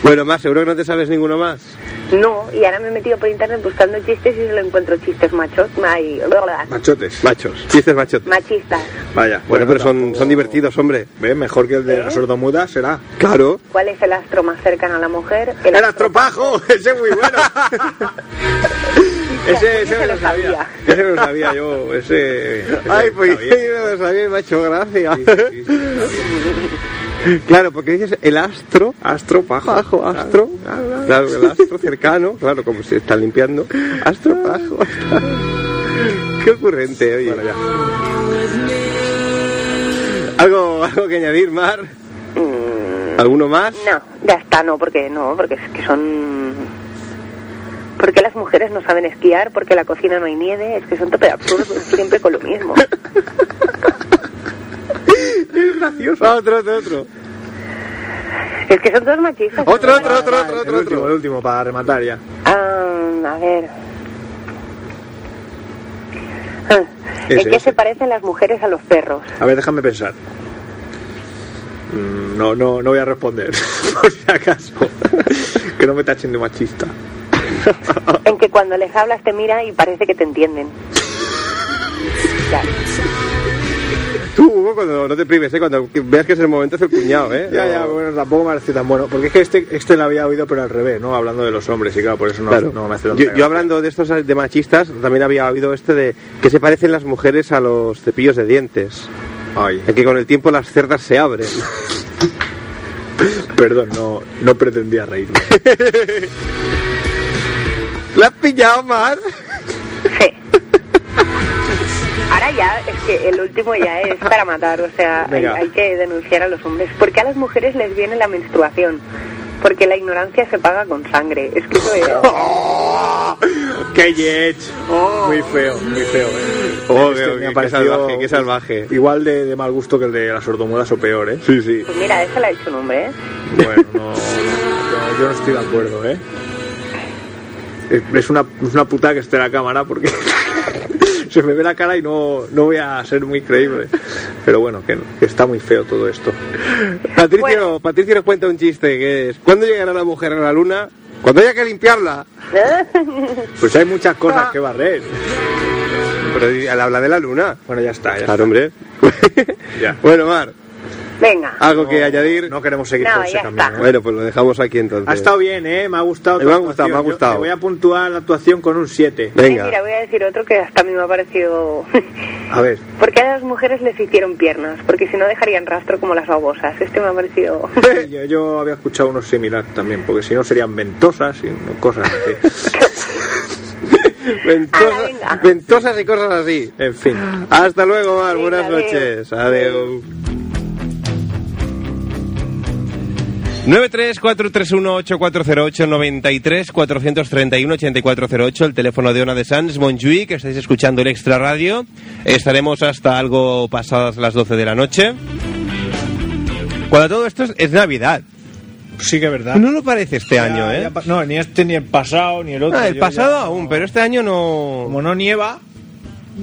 Speaker 1: Bueno, más, seguro que no te sabes ninguno más.
Speaker 6: No, y ahora me he metido por internet buscando chistes y solo encuentro chistes machos, ay, blablabla,
Speaker 2: Machotes.
Speaker 1: Machos, chistes machos.
Speaker 6: machistas.
Speaker 2: Vaya.
Speaker 1: Bueno, pero son,
Speaker 2: tampoco-
Speaker 1: son divertidos, hombre.
Speaker 2: Ve, Mejor que el de la sordomuda será.
Speaker 1: Claro.
Speaker 6: ¿Cuál es el astro más cercano a la mujer?
Speaker 2: ¡El astropajo! Ese es muy bueno. ese ese me lo sabía. Ese me lo sabía yo. Ese. ese
Speaker 1: Ay, pues
Speaker 2: está bien.
Speaker 1: yo no lo sabía y me ha hecho gracia.
Speaker 2: Sí, sí, sí, está bien.
Speaker 1: Claro, porque dices el astro,
Speaker 2: Astropajo.
Speaker 1: bajo, astro,
Speaker 2: Ah, ah, ah.
Speaker 1: claro, el astro cercano, claro, como se está limpiando, astro bajo. Qué ocurrente, oye.
Speaker 2: Bueno, ya.
Speaker 1: ¿Algo, algo que añadir, Mar? ¿Alguno más?
Speaker 6: No, ya está, no, porque no, porque es que son... Porque las mujeres no saben esquiar, porque en la cocina no hay nieve, es que son tope de absurdos, siempre con lo mismo.
Speaker 1: Gracioso. Otro, otro, otro.
Speaker 6: Es que son todos machistas.
Speaker 1: Otro,
Speaker 6: ¿no?
Speaker 1: otro, otro,
Speaker 2: Vale,
Speaker 1: otro,
Speaker 2: el
Speaker 1: otro,
Speaker 2: último, el
Speaker 1: otro.
Speaker 2: último, para rematar ya.
Speaker 6: Ah, a ver. Ah,
Speaker 2: Ese,
Speaker 6: ¿En qué
Speaker 2: ese.
Speaker 6: se parecen las mujeres a los perros?
Speaker 2: A ver, déjame pensar. Mm, No, no, no voy a responder, por si acaso. que no me tachen de machista. Ah.
Speaker 6: En que cuando les hablas te mira y parece que te entienden. Ya.
Speaker 1: Tú, Hugo, cuando, no te prives, ¿eh? cuando veas que es el momento, es el cuñado, ¿eh?
Speaker 2: Ya, ya,
Speaker 1: No.
Speaker 2: bueno, tampoco me parece tan bueno. Porque es que este, este lo había oído, pero al revés, ¿no? Hablando de los hombres, y claro, por eso no,
Speaker 1: Claro.
Speaker 2: no me hace tanta
Speaker 1: yo, yo
Speaker 2: gracia.
Speaker 1: hablando de estos de machistas, también había oído este de que se parecen las mujeres a los cepillos de dientes.
Speaker 2: Ay,
Speaker 1: Que con el tiempo las cerdas se abren.
Speaker 2: perdón, no, no pretendía reírme.
Speaker 1: ¿La has pillado, Mar?
Speaker 6: Sí. Ahora ya, es que el último ya es para matar, o sea, hay,
Speaker 2: Venga.
Speaker 6: hay que denunciar a los hombres. Porque a las mujeres les viene la menstruación? Porque la ignorancia se paga con sangre. Es que eso es...
Speaker 2: ¡Qué yech! Muy feo, muy feo. ¿eh?
Speaker 1: Oh,
Speaker 2: Este
Speaker 1: qué- qué salvaje, qué salvaje.
Speaker 2: Igual de, de mal gusto que el de las sordomudas o peor, ¿eh?
Speaker 1: Sí, sí.
Speaker 6: Pues mira, esa la ha hecho un hombre, ¿eh?
Speaker 2: Bueno, no, no, yo no estoy de acuerdo, ¿eh? Es- Es una, es una puta que esté la cámara porque se me ve la cara y no, no voy a ser muy creíble. Pero bueno, que, que está muy feo todo esto.
Speaker 1: Patricio,
Speaker 6: Bueno.
Speaker 1: Patricio nos cuenta un chiste que es ¿Cuándo llegará la mujer a la luna? Cuando haya que limpiarla.
Speaker 2: Pues hay muchas cosas que barrer.
Speaker 1: Pero y- al habla de la luna.
Speaker 2: Bueno, ya está, ya
Speaker 1: Claro, hombre.
Speaker 2: Ya.
Speaker 1: Bueno, Mar,
Speaker 6: Venga.
Speaker 1: algo
Speaker 2: está.
Speaker 1: que
Speaker 2: No-
Speaker 1: añadir.
Speaker 2: No queremos seguir
Speaker 6: No,
Speaker 2: por ese
Speaker 6: ya
Speaker 2: camino.
Speaker 6: está.
Speaker 2: ¿eh?
Speaker 1: Bueno, pues lo dejamos aquí entonces.
Speaker 2: Ha estado bien, ¿eh? Me ha gustado.
Speaker 1: Me
Speaker 2: tu
Speaker 1: ha gustado, me ha
Speaker 2: actuación. Yo
Speaker 1: gustado.
Speaker 2: te voy a puntuar la actuación con un 7.
Speaker 6: Eh,
Speaker 1: Venga.
Speaker 6: Mira, voy a decir otro que hasta a mí me ha parecido...
Speaker 2: A ver.
Speaker 6: ¿Por qué a las mujeres les hicieron piernas? Porque si no dejarían rastro como las babosas. Este me ha parecido...
Speaker 2: Yo, yo había escuchado uno similar también, porque si no serían ventosas y cosas así.
Speaker 1: Ventosa-
Speaker 6: Ala, venga. Ah.
Speaker 1: ventosas y cosas así.
Speaker 2: En fin.
Speaker 1: Hasta luego, Mar.
Speaker 6: Venga,
Speaker 1: Buenas
Speaker 6: adiós.
Speaker 1: noches. Adiós. 934318408-93-431-8408, el teléfono de Ona de Sanz, Montjuic, que estáis escuchando el Extra Radio. Estaremos hasta algo pasadas las 12 de la noche. Cuando todo esto es, es Navidad.
Speaker 7: Sí que es verdad.
Speaker 1: No lo parece este
Speaker 7: Ya-
Speaker 1: año,
Speaker 7: ya
Speaker 1: ¿eh?
Speaker 7: pa- no, ni este, ni el pasado, ni el otro.
Speaker 1: Ah, el
Speaker 7: Yo
Speaker 1: pasado
Speaker 7: ya-
Speaker 1: aún, pero este año no...
Speaker 7: Como no nieva,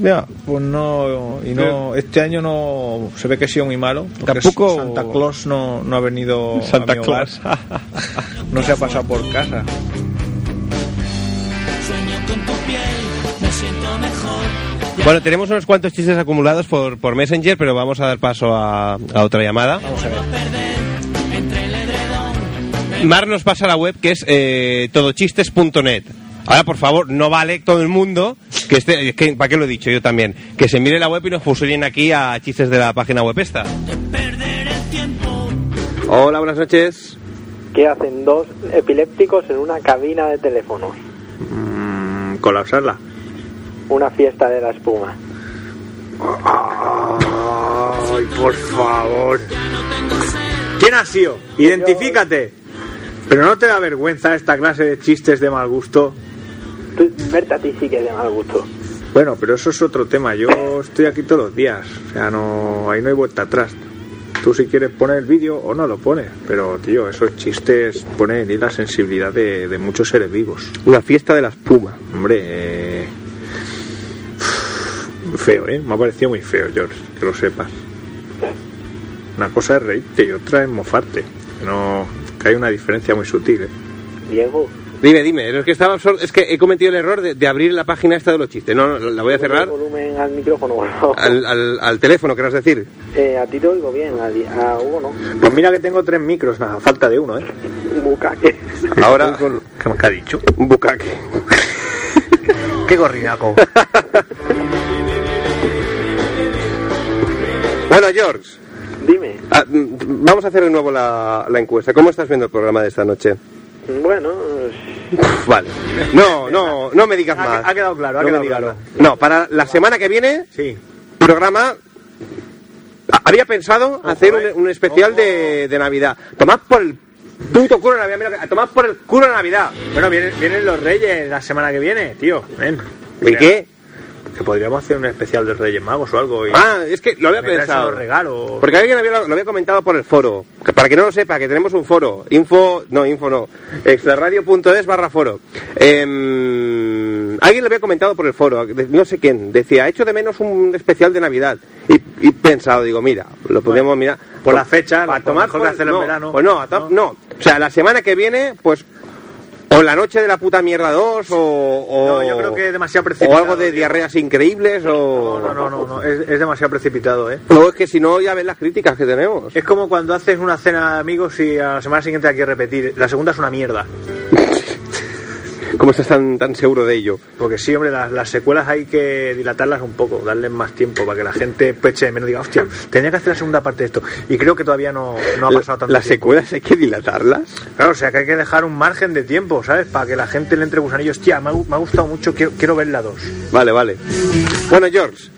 Speaker 1: Ya.
Speaker 8: Pues no, y no, este año no, se ve que ha sido muy malo. porque
Speaker 1: Tampoco-
Speaker 8: Santa Claus no, no ha venido. a
Speaker 1: Santa
Speaker 8: mi hogar.
Speaker 1: Claus.
Speaker 8: no se ha pasado por casa.
Speaker 1: Bueno, tenemos unos cuantos chistes acumulados por, por Messenger, pero vamos a dar paso a, a otra llamada.
Speaker 8: Vamos a ver.
Speaker 1: Mar nos pasa la web que es eh, todochistes.net. Ahora, por favor, no vale todo el mundo que esté. es que, ¿Para qué lo he dicho yo también? Que se mire la web y nos fusilen aquí a chistes de la página web esta.
Speaker 2: Hola, buenas noches.
Speaker 9: ¿Qué hacen dos epilépticos en una cabina de teléfono?
Speaker 2: Mm, colapsarla.
Speaker 9: Una fiesta de la espuma.
Speaker 2: Ay, por favor. ¿Quién ha sido? Identifícate. Pero no te da vergüenza esta clase de chistes de mal gusto.
Speaker 9: Tú, Berta, a ti sí que es de mal gusto.
Speaker 2: Bueno, pero eso es otro tema. Yo estoy aquí todos los días. O sea, no, ahí no hay vuelta atrás. Tú si quieres poner el vídeo o no lo pones. Pero, tío, esos chistes ponen en la sensibilidad de, de muchos seres vivos.
Speaker 1: Una fiesta de las pumas.
Speaker 2: Hombre, eh, feo, ¿eh? Me ha parecido muy feo, George, que lo sepas. Una cosa es reírte y otra es mofarte. No, que hay una diferencia muy sutil, ¿eh?
Speaker 9: Diego,
Speaker 1: Dime, dime. Es que, estaba absor- es que he cometido el error de, de abrir la página esta de los chistes. No, no, la voy a
Speaker 9: sube
Speaker 1: cerrar
Speaker 9: el volumen al micrófono, por favor.
Speaker 1: al, al, al teléfono, querrás decir.
Speaker 9: Eh, a ti te oigo bien, a, Di- a Hugo no.
Speaker 2: Pues mira que tengo tres micros, nada, falta de uno, ¿eh?
Speaker 9: Bucaque.
Speaker 1: Ahora-
Speaker 2: Con- ¿Qué me ha dicho?
Speaker 1: Un bucaque.
Speaker 2: ¡Qué gorrinaco!
Speaker 1: Bueno, George,
Speaker 9: Dime.
Speaker 1: ah, mm, vamos a hacer de nuevo la, la encuesta. ¿Cómo estás viendo el programa de esta noche?
Speaker 9: Bueno,
Speaker 1: Uf, vale. No, no, no me digas
Speaker 2: Ha-
Speaker 1: más.
Speaker 2: ha quedado claro, ha
Speaker 1: No me
Speaker 2: quedado
Speaker 1: digas
Speaker 2: claro.
Speaker 1: más. No, para la semana que viene,
Speaker 2: Sí.
Speaker 1: programa. a- Había pensado hacer un,
Speaker 2: eh.
Speaker 1: un especial de, de Navidad. Tomad por el puto culo de Navidad. mira, Tomad por el culo de Navidad.
Speaker 2: Bueno, vienen, vienen los Reyes la semana que viene, tío. Ven.
Speaker 1: ¿Y qué?
Speaker 2: Que podríamos hacer un especial de Reyes Magos o algo. Y
Speaker 1: Ah, es que lo había
Speaker 2: meterse
Speaker 1: pensado.
Speaker 2: los regalos.
Speaker 1: Porque alguien había- lo había comentado por el foro. Que para que no lo sepa, que tenemos un foro. Info, no, info no. Extraradio.es barra foro. Em, alguien lo había comentado por el foro, de- no sé quién. Decía, hecho de menos un especial de Navidad. Y, y pensado, digo, mira, lo podemos mirar.
Speaker 2: por la fecha,
Speaker 1: a
Speaker 2: por
Speaker 1: tomar
Speaker 2: mejor
Speaker 1: por-
Speaker 2: que hacerlo
Speaker 1: no,
Speaker 2: en verano.
Speaker 1: Pues no, a to-
Speaker 2: ¿No?
Speaker 1: no. O sea, la semana que viene, pues. O la noche de la puta mierda 2, o. o-
Speaker 2: No, yo creo que es demasiado
Speaker 1: O
Speaker 2: precipitado,
Speaker 1: algo de
Speaker 2: tío.
Speaker 1: diarreas increíbles, o.
Speaker 2: No, no, no, no, no, Es, es demasiado precipitado, ¿eh?
Speaker 1: Luego es que si no, ya ves las críticas que tenemos.
Speaker 2: Es como cuando haces una cena de amigos y a la semana siguiente hay que repetir. La segunda es una mierda.
Speaker 1: ¿Cómo estás tan, tan seguro de ello?
Speaker 2: Porque sí, hombre, las, las secuelas hay que dilatarlas un poco, darles más tiempo para que la gente peche de menos y diga, hostia, tenía que hacer la segunda parte de esto. Y creo que todavía no, no ha pasado tanto
Speaker 1: ¿Las
Speaker 2: tiempo.
Speaker 1: secuelas hay que dilatarlas?
Speaker 2: Claro, o sea que hay que dejar un margen de tiempo, ¿sabes? Para que la gente le entre gusanillo. Hostia, me ha, gu- me ha gustado mucho, quiero, quiero ver la 2.
Speaker 1: Vale, vale. Bueno, George,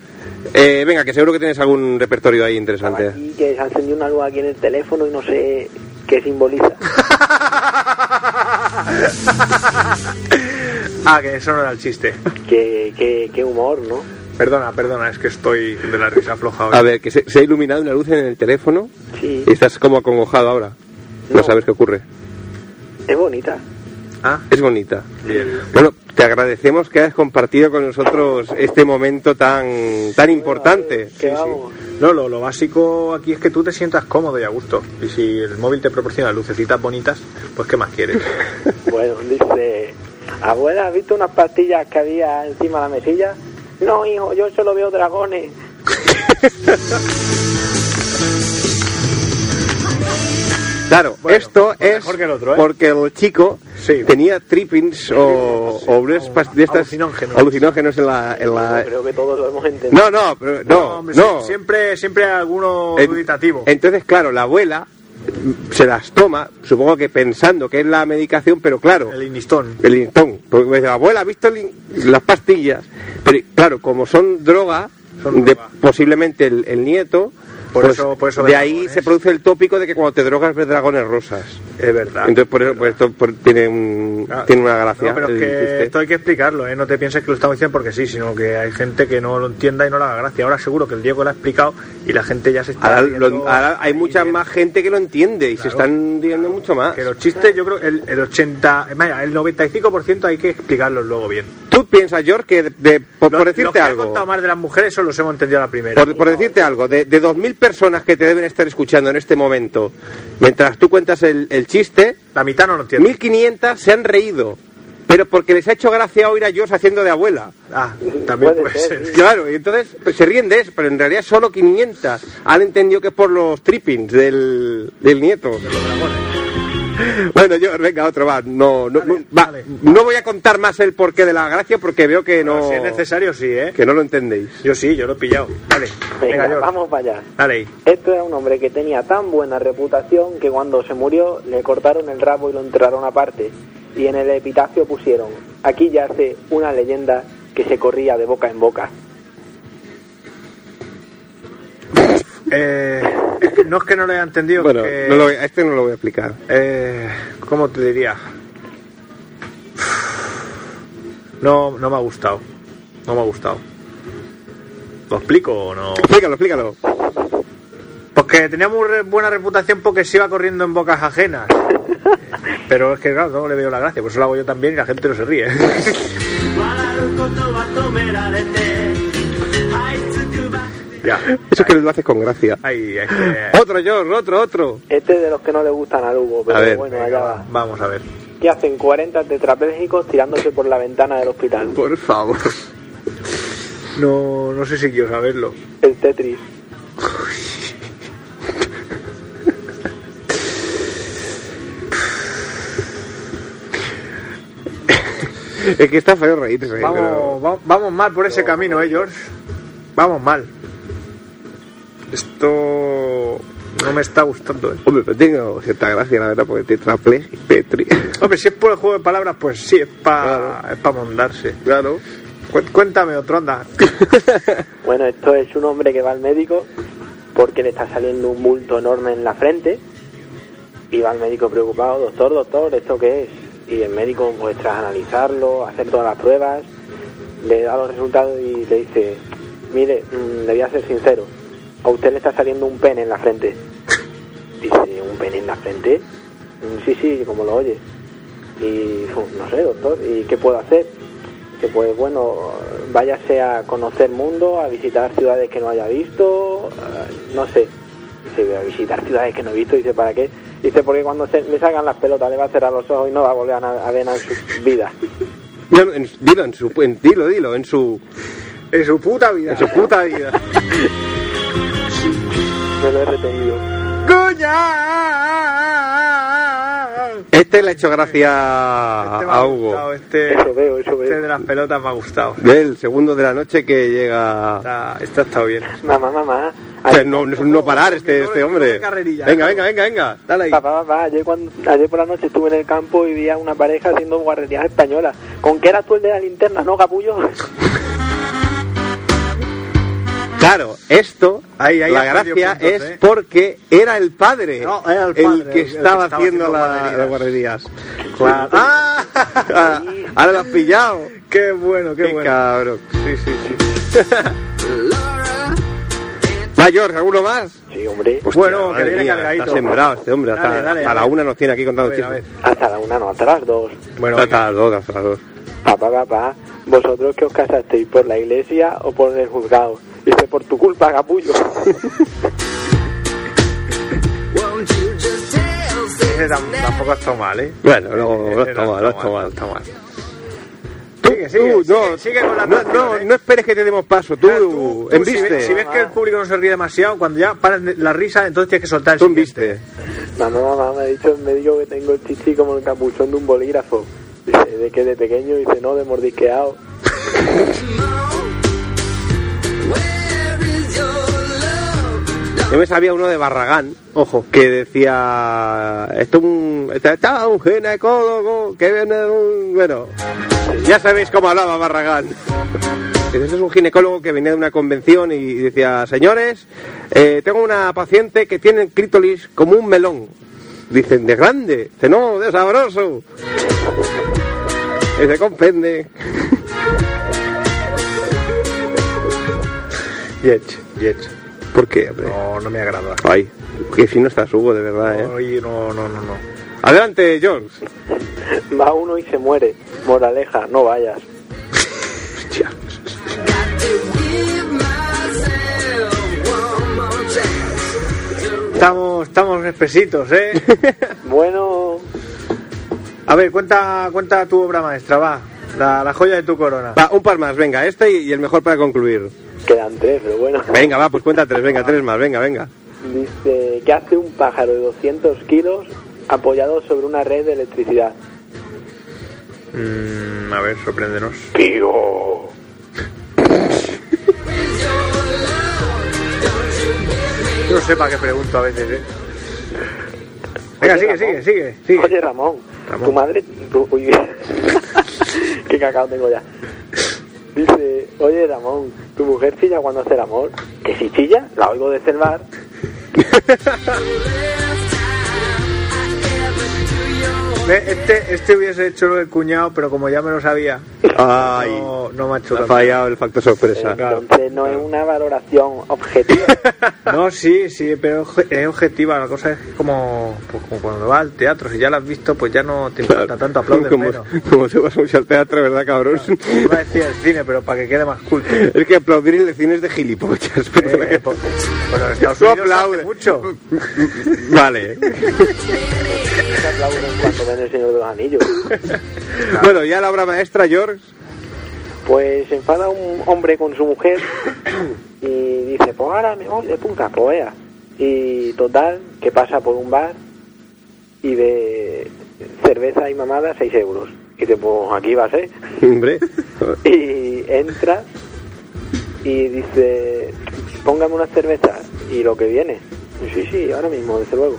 Speaker 1: eh, venga, que seguro que tienes algún repertorio ahí interesante.
Speaker 9: aquí que se ha encendido una luz aquí en el teléfono y no sé qué simboliza.
Speaker 2: Ah, que eso no era el chiste.
Speaker 9: qué, qué, qué humor, ¿no?
Speaker 2: Perdona, perdona, es que estoy de la risa floja hoy.
Speaker 1: A ver, que se, se ha iluminado una luz en el teléfono
Speaker 9: Sí,
Speaker 1: y estás como acongojado ahora. No,
Speaker 9: No.
Speaker 1: sabes qué ocurre.
Speaker 9: es bonita.
Speaker 2: Ah,
Speaker 1: Es bonita.
Speaker 2: bien.
Speaker 1: Bueno, te agradecemos que hayas compartido con nosotros este momento tan, tan importante.
Speaker 9: Que vamos.
Speaker 2: No, lo, lo básico aquí es que tú te sientas cómodo y a gusto. Y si el móvil te proporciona lucecitas bonitas, pues ¿qué más quieres?
Speaker 9: Bueno, Pues dice, abuela, ¿has visto unas pastillas que había encima de la mesilla? No, hijo, yo solo veo dragones.
Speaker 1: Claro,
Speaker 2: Bueno,
Speaker 1: esto
Speaker 2: pues
Speaker 1: es
Speaker 2: mejor que el otro, ¿eh?
Speaker 1: porque el chico
Speaker 2: Sí.
Speaker 1: tenía trippings o, o unas
Speaker 2: Au-
Speaker 1: pas- de estas
Speaker 2: alucinógenos.
Speaker 1: alucinógenos en la... en la-
Speaker 9: Yo Creo que todos lo hemos
Speaker 1: No,
Speaker 9: entendido.
Speaker 1: no, pero no,
Speaker 2: hombre,
Speaker 1: no.
Speaker 2: sie- Siempre, siempre hay alguno
Speaker 1: En-
Speaker 2: duditativo.
Speaker 1: Entonces, claro, la abuela mm, se las toma, supongo que pensando que es la medicación, pero claro,
Speaker 2: El inistón.
Speaker 1: el lintón. Porque me dice, abuela, ¿ha visto el lin- las pastillas? Pero claro, como son droga,
Speaker 2: Son
Speaker 1: de
Speaker 2: droga.
Speaker 1: posiblemente el, el nieto,
Speaker 2: Por
Speaker 1: pues,
Speaker 2: eso- ¿eh? por eso
Speaker 1: de
Speaker 2: ves
Speaker 1: ahí
Speaker 2: dragones.
Speaker 1: se produce el tópico de que cuando te drogas ves dragones rosas.
Speaker 2: Es verdad.
Speaker 1: Entonces, por eso, pues esto por- tiene, un,
Speaker 2: Ah,
Speaker 1: tiene una gracia.
Speaker 2: no, pero
Speaker 1: el
Speaker 2: es que
Speaker 1: chiste.
Speaker 2: esto hay que explicarlo, ¿eh? No te pienses que lo estamos diciendo porque sí, sino que hay gente que no lo entienda y no le haga gracia. Ahora seguro que el Diego lo ha explicado y la gente ya se está.
Speaker 1: Ahora,
Speaker 2: riendo
Speaker 1: lo- ahora hay
Speaker 2: ahí
Speaker 1: mucha
Speaker 2: de-
Speaker 1: más gente que lo entiende y se
Speaker 2: Claro.
Speaker 1: están riendo mucho más.
Speaker 2: Que los chistes, yo creo que el, el 80, vaya, el 95% hay que explicarlos luego bien.
Speaker 1: ¿Tú piensas, George, que de- de- por, por
Speaker 2: Los- los
Speaker 1: decirte
Speaker 2: que ha
Speaker 1: algo,
Speaker 2: contado más de las mujeres, eso los hemos entendido a la primera.
Speaker 1: por, por decirte algo, de, de 2.000 personas que te deben estar escuchando en este momento, mientras tú cuentas el, el chiste,
Speaker 2: La mitad no lo entiende.
Speaker 1: 1.500 se han reído, pero porque les ha hecho gracia oír a George haciendo de abuela.
Speaker 2: Ah, también
Speaker 9: Puede
Speaker 2: puede
Speaker 9: ser,
Speaker 2: ser.
Speaker 1: Claro, y entonces pues, se ríen de eso, pero en realidad solo 500 han entendido que es por los trippings del, del nieto. Bueno, yo, venga, otro va. No, no,
Speaker 2: Vale,
Speaker 1: va.
Speaker 2: vale.
Speaker 1: no voy a contar más el porqué de la gracia porque veo que no,
Speaker 2: Si es necesario, sí, ¿eh?
Speaker 1: que no lo entendéis.
Speaker 2: Yo sí, yo lo he pillado. Dale, venga,
Speaker 9: Venga,
Speaker 2: George.
Speaker 9: vamos para allá.
Speaker 2: Dale ahí.
Speaker 9: Esto era un hombre que tenía tan buena reputación que cuando se murió le cortaron el rabo y lo enterraron aparte. Y en el epitafio pusieron, aquí yace una leyenda que se corría de boca en boca.
Speaker 2: Eh, es que no es que no lo haya entendido.
Speaker 1: Bueno,
Speaker 2: que-
Speaker 1: no lo voy- a este no lo voy a explicar.
Speaker 2: Eh, ¿Cómo te diría? No, no me ha gustado. No me ha gustado. ¿Lo explico o no?
Speaker 1: Explícalo, explícalo.
Speaker 2: Porque tenía muy re- buena reputación porque se iba corriendo en bocas ajenas. Pero es que, claro, no le veo la gracia. Por eso lo hago yo también y la gente no se ríe. ya.
Speaker 1: Eso es que lo haces con gracia.
Speaker 2: Ahí, es que...
Speaker 1: Otro George, otro, otro.
Speaker 9: Este es de los que no le gustan al Hugo, pero
Speaker 1: A ver.
Speaker 9: bueno, allá va.
Speaker 2: Vamos a ver.
Speaker 9: ¿Qué hacen 40 tetraplégicos tirándose por la ventana del hospital?
Speaker 1: Por favor.
Speaker 2: No, no sé si quiero saberlo.
Speaker 9: El Tetris.
Speaker 1: Es que está feo reírse. pero-
Speaker 2: Vamos, va- vamos mal por ese camino, eh, George. Vamos mal. Esto no me está gustando, eh.
Speaker 1: Hombre, pero tengo cierta gracia, la verdad, porque tetraple, petri.
Speaker 2: Hombre, si es por el juego de palabras, pues sí, es para es pa mondarse.
Speaker 1: Claro.
Speaker 2: Cué- Cuéntame otro, anda.
Speaker 9: Bueno, esto es un hombre que va al médico porque le está saliendo un bulto enorme en la frente y va al médico preocupado, doctor, doctor, ¿esto qué es? Y el médico, pues tras analizarlo, hacer todas las pruebas, le da los resultados y le dice, mire, mm, le voy a ser sincero, a usted le está saliendo un pene en la frente. Dice, ¿un pene en la frente? "Mm, Sí, sí, como lo oye. Y fu, no sé, doctor, ¿y qué puedo hacer? Que pues bueno, váyase a conocer mundo, a visitar ciudades que no haya visto, ah, no sé. Dice, a visitar ciudades que no he visto, dice, ¿para qué? Dice, porque cuando se, me salgan las pelotas le va a cerrar los ojos y no va a volver a, na- a ver nada en su vida.
Speaker 1: No, no, en- dilo, en su, en- dilo, dilo, en su,
Speaker 2: En su puta vida.
Speaker 1: en su puta vida.
Speaker 9: Me lo he retenido.
Speaker 2: ¡Coña!
Speaker 1: Este le ha hecho gracia a,
Speaker 2: Este me ha
Speaker 1: a Hugo.
Speaker 2: gustado, este,
Speaker 9: Eso veo, eso
Speaker 2: este de
Speaker 9: veo.
Speaker 2: las pelotas me ha gustado.
Speaker 1: Del segundo de la noche que llega.
Speaker 2: Está, está, estado bien.
Speaker 9: Mamá, mamá.
Speaker 1: O sea, no, no es un no parar este, este hombre.
Speaker 2: Carrerilla.
Speaker 1: Venga, venga, venga, venga. Dale ahí.
Speaker 9: Papá, papá, ayer, cuando, ayer por la noche estuve en el campo y vi a una pareja haciendo guarrerías españolas. ¿Con qué eras tú el de la linterna, no, capullo?
Speaker 1: Claro, esto,
Speaker 2: Ahí, ahí
Speaker 1: la
Speaker 2: has perdido
Speaker 1: gracia
Speaker 2: puntos,
Speaker 1: es
Speaker 2: ¿eh?
Speaker 1: porque era el padre,
Speaker 2: No, era el
Speaker 1: que
Speaker 2: padre, el que
Speaker 1: estaba
Speaker 2: estaba
Speaker 1: haciendo
Speaker 2: haciendo
Speaker 1: la-
Speaker 2: guarderías.
Speaker 1: las guarderías.
Speaker 2: Claro. ¡Ah!
Speaker 1: Ah, Ahora lo has pillado.
Speaker 2: ¡Qué bueno, qué,
Speaker 1: Qué
Speaker 2: bueno!
Speaker 1: cabrón.
Speaker 2: Sí, sí, sí.
Speaker 1: Va, George, ¿alguno más?
Speaker 9: Sí, hombre.
Speaker 1: Hostia,
Speaker 2: Bueno, que
Speaker 1: madre
Speaker 2: viene
Speaker 1: mía,
Speaker 2: cargadito.
Speaker 1: Está sembrado este hombre. Hasta,
Speaker 2: Dale, dale,
Speaker 1: hasta la
Speaker 2: dale.
Speaker 1: una nos tiene aquí
Speaker 2: A
Speaker 1: contando
Speaker 2: ver, a ver.
Speaker 1: chistes.
Speaker 9: Hasta la una, no, hasta las dos.
Speaker 2: Bueno,
Speaker 1: Hasta las dos, hasta las dos.
Speaker 9: Papá, papá, vosotros que os casasteis por la iglesia o por el juzgado. Dice, por tu culpa, capullo.
Speaker 2: ese tam- tampoco ha estado mal, ¿eh?
Speaker 1: Bueno, no, no
Speaker 2: Ese
Speaker 1: está mal, no está mal.
Speaker 2: está mal.
Speaker 1: Tú,
Speaker 2: Sigue, sigue,
Speaker 1: tú,
Speaker 2: sigue,
Speaker 1: no,
Speaker 2: sigue con la
Speaker 1: no,
Speaker 2: canción,
Speaker 1: no,
Speaker 2: eh.
Speaker 1: no esperes que te demos paso.
Speaker 2: Claro,
Speaker 1: Tú,
Speaker 2: tú, si,
Speaker 1: enviste.
Speaker 2: ves, si ves que el público no se ríe demasiado, cuando ya paras de- la risa, entonces tienes que soltar el
Speaker 1: Ah, Tú
Speaker 2: siguiente.
Speaker 1: enviste.
Speaker 9: mamá, mamá, me ha dicho el médico que tengo el chichi como el capuchón de un bolígrafo. Dice, ¿de qué? ¿De pequeño? Dice, no, de mordisqueado.
Speaker 1: Yo me sabía uno de Barragán, ojo, que decía, esto es un, está- está un ginecólogo que viene de un, bueno, ya sabéis cómo hablaba Barragán. Ese es un ginecólogo que venía de una convención y decía, señores, eh, tengo una paciente que tiene el crítolis como un melón.
Speaker 10: Dicen, de grande. Dice, no, de sabroso. Dice, compende. Y hecho,
Speaker 2: Y hecho.
Speaker 10: ¿Por qué, hombre?
Speaker 2: No, no me agrada.
Speaker 10: Ay, qué fino estás, Hugo, de verdad, ¿eh?
Speaker 2: Oye, no, no, no, no.
Speaker 10: Adelante, Jones.
Speaker 9: Va uno y se muere. Moraleja, no vayas.
Speaker 10: Hostia.
Speaker 2: Estamos, estamos espesitos, ¿eh?
Speaker 9: Bueno,
Speaker 2: A ver, cuenta, cuenta tu obra maestra, va. La, la joya de tu corona.
Speaker 1: Va, un par más, venga, este y, y el mejor para concluir.
Speaker 9: quedan tres, pero bueno.
Speaker 1: Venga, va, pues cuenta tres, venga, tres más, venga, venga.
Speaker 9: Dice, ¿qué hace un pájaro de 200 kilos apoyado sobre una red de electricidad?
Speaker 2: Mm, a ver, sorpréndenos.
Speaker 9: Pigo.
Speaker 2: Yo no sé para qué pregunto a veces, ¿eh? Venga,
Speaker 9: Oye,
Speaker 2: sigue, sigue,
Speaker 9: Ramón.
Speaker 2: sigue, sigue.
Speaker 9: Oye, Ramón,
Speaker 2: Ramón.
Speaker 9: tu madre... tu- uy. qué cacao tengo ya. Dice, oye, Ramón, ¿tu mujer chilla cuando hace el amor? Que si chilla, la oigo desde el bar.
Speaker 2: Ve, Este, este hubiese hecho lo del cuñado, pero como ya me lo sabía,
Speaker 1: Ay,
Speaker 2: no, no me ha hecho
Speaker 1: ha
Speaker 2: tanto.
Speaker 1: fallado el factor sorpresa.
Speaker 9: Entonces no es una valoración objetiva.
Speaker 2: No, sí, sí, pero obje- es objetiva. La cosa es como, pues, como cuando vas al teatro, si ya la has visto, pues ya no te importa tanto aplaudir
Speaker 1: como,
Speaker 2: menos.
Speaker 1: como te vas mucho al teatro, ¿verdad, cabrón?
Speaker 2: Iba a decir el cine, pero para que quede más cool. Eh,
Speaker 1: Es que aplaudir en el cine es de gilipollas. perdona
Speaker 2: eh,
Speaker 1: que-
Speaker 2: por- bueno, en Estados
Speaker 1: Tú
Speaker 2: Unidos se hace
Speaker 1: aplaude.
Speaker 2: mucho.
Speaker 1: Vale.
Speaker 9: Se aplauden cuando ven el Señor de los Anillos.
Speaker 1: Bueno, ya la obra maestra, George.
Speaker 9: Pues se enfada un hombre con su mujer y dice, pues ahora me voy de puta, pues vea". Y total, que pasa por un bar y ve cerveza y mamada 6 euros. Y dice, pues aquí va a ser.
Speaker 1: Hombre.
Speaker 9: Y entra y dice, póngame una cerveza y lo que viene. Y, sí, sí, ahora mismo, desde luego.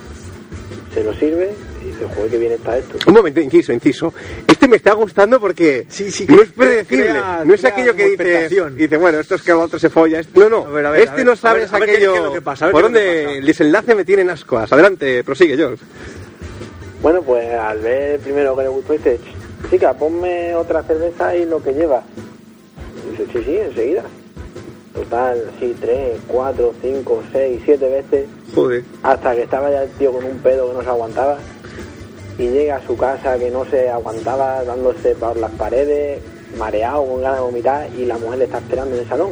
Speaker 9: Se lo sirve y dice, joder, qué bien está esto.
Speaker 1: Un momento, inciso, inciso. Este me está gustando porque
Speaker 2: Sí, sí,
Speaker 1: no es
Speaker 2: crea-
Speaker 1: predecible.
Speaker 2: crea-
Speaker 1: no es
Speaker 2: crea
Speaker 1: aquello que
Speaker 2: como
Speaker 1: dice,
Speaker 2: expectación.
Speaker 1: dice, bueno, esto es que el otro se folla. este- No, no.
Speaker 2: A ver, a ver,
Speaker 1: este
Speaker 2: a ver,
Speaker 1: no
Speaker 2: a
Speaker 1: sabes
Speaker 2: ver, a ver qué-
Speaker 1: aquello.
Speaker 2: qué es lo que pasa, a ver
Speaker 1: por
Speaker 2: qué es lo que
Speaker 1: dónde
Speaker 2: pasa.
Speaker 1: el desenlace me tienen ascuas. Adelante, prosigue, George.
Speaker 9: Bueno, pues al ver primero que le gustó, dice, "Ch, chica, ponme otra cerveza y lo que lleva. Dice, sí, sí, enseguida. Total, sí, tres, cuatro, cinco, seis, siete veces,
Speaker 1: Joder.
Speaker 9: hasta que estaba ya el tío con un pedo que no se aguantaba. Y llega a su casa que no se aguantaba, dándose por las paredes, mareado, con ganas de vomitar, y la mujer le está esperando en el salón.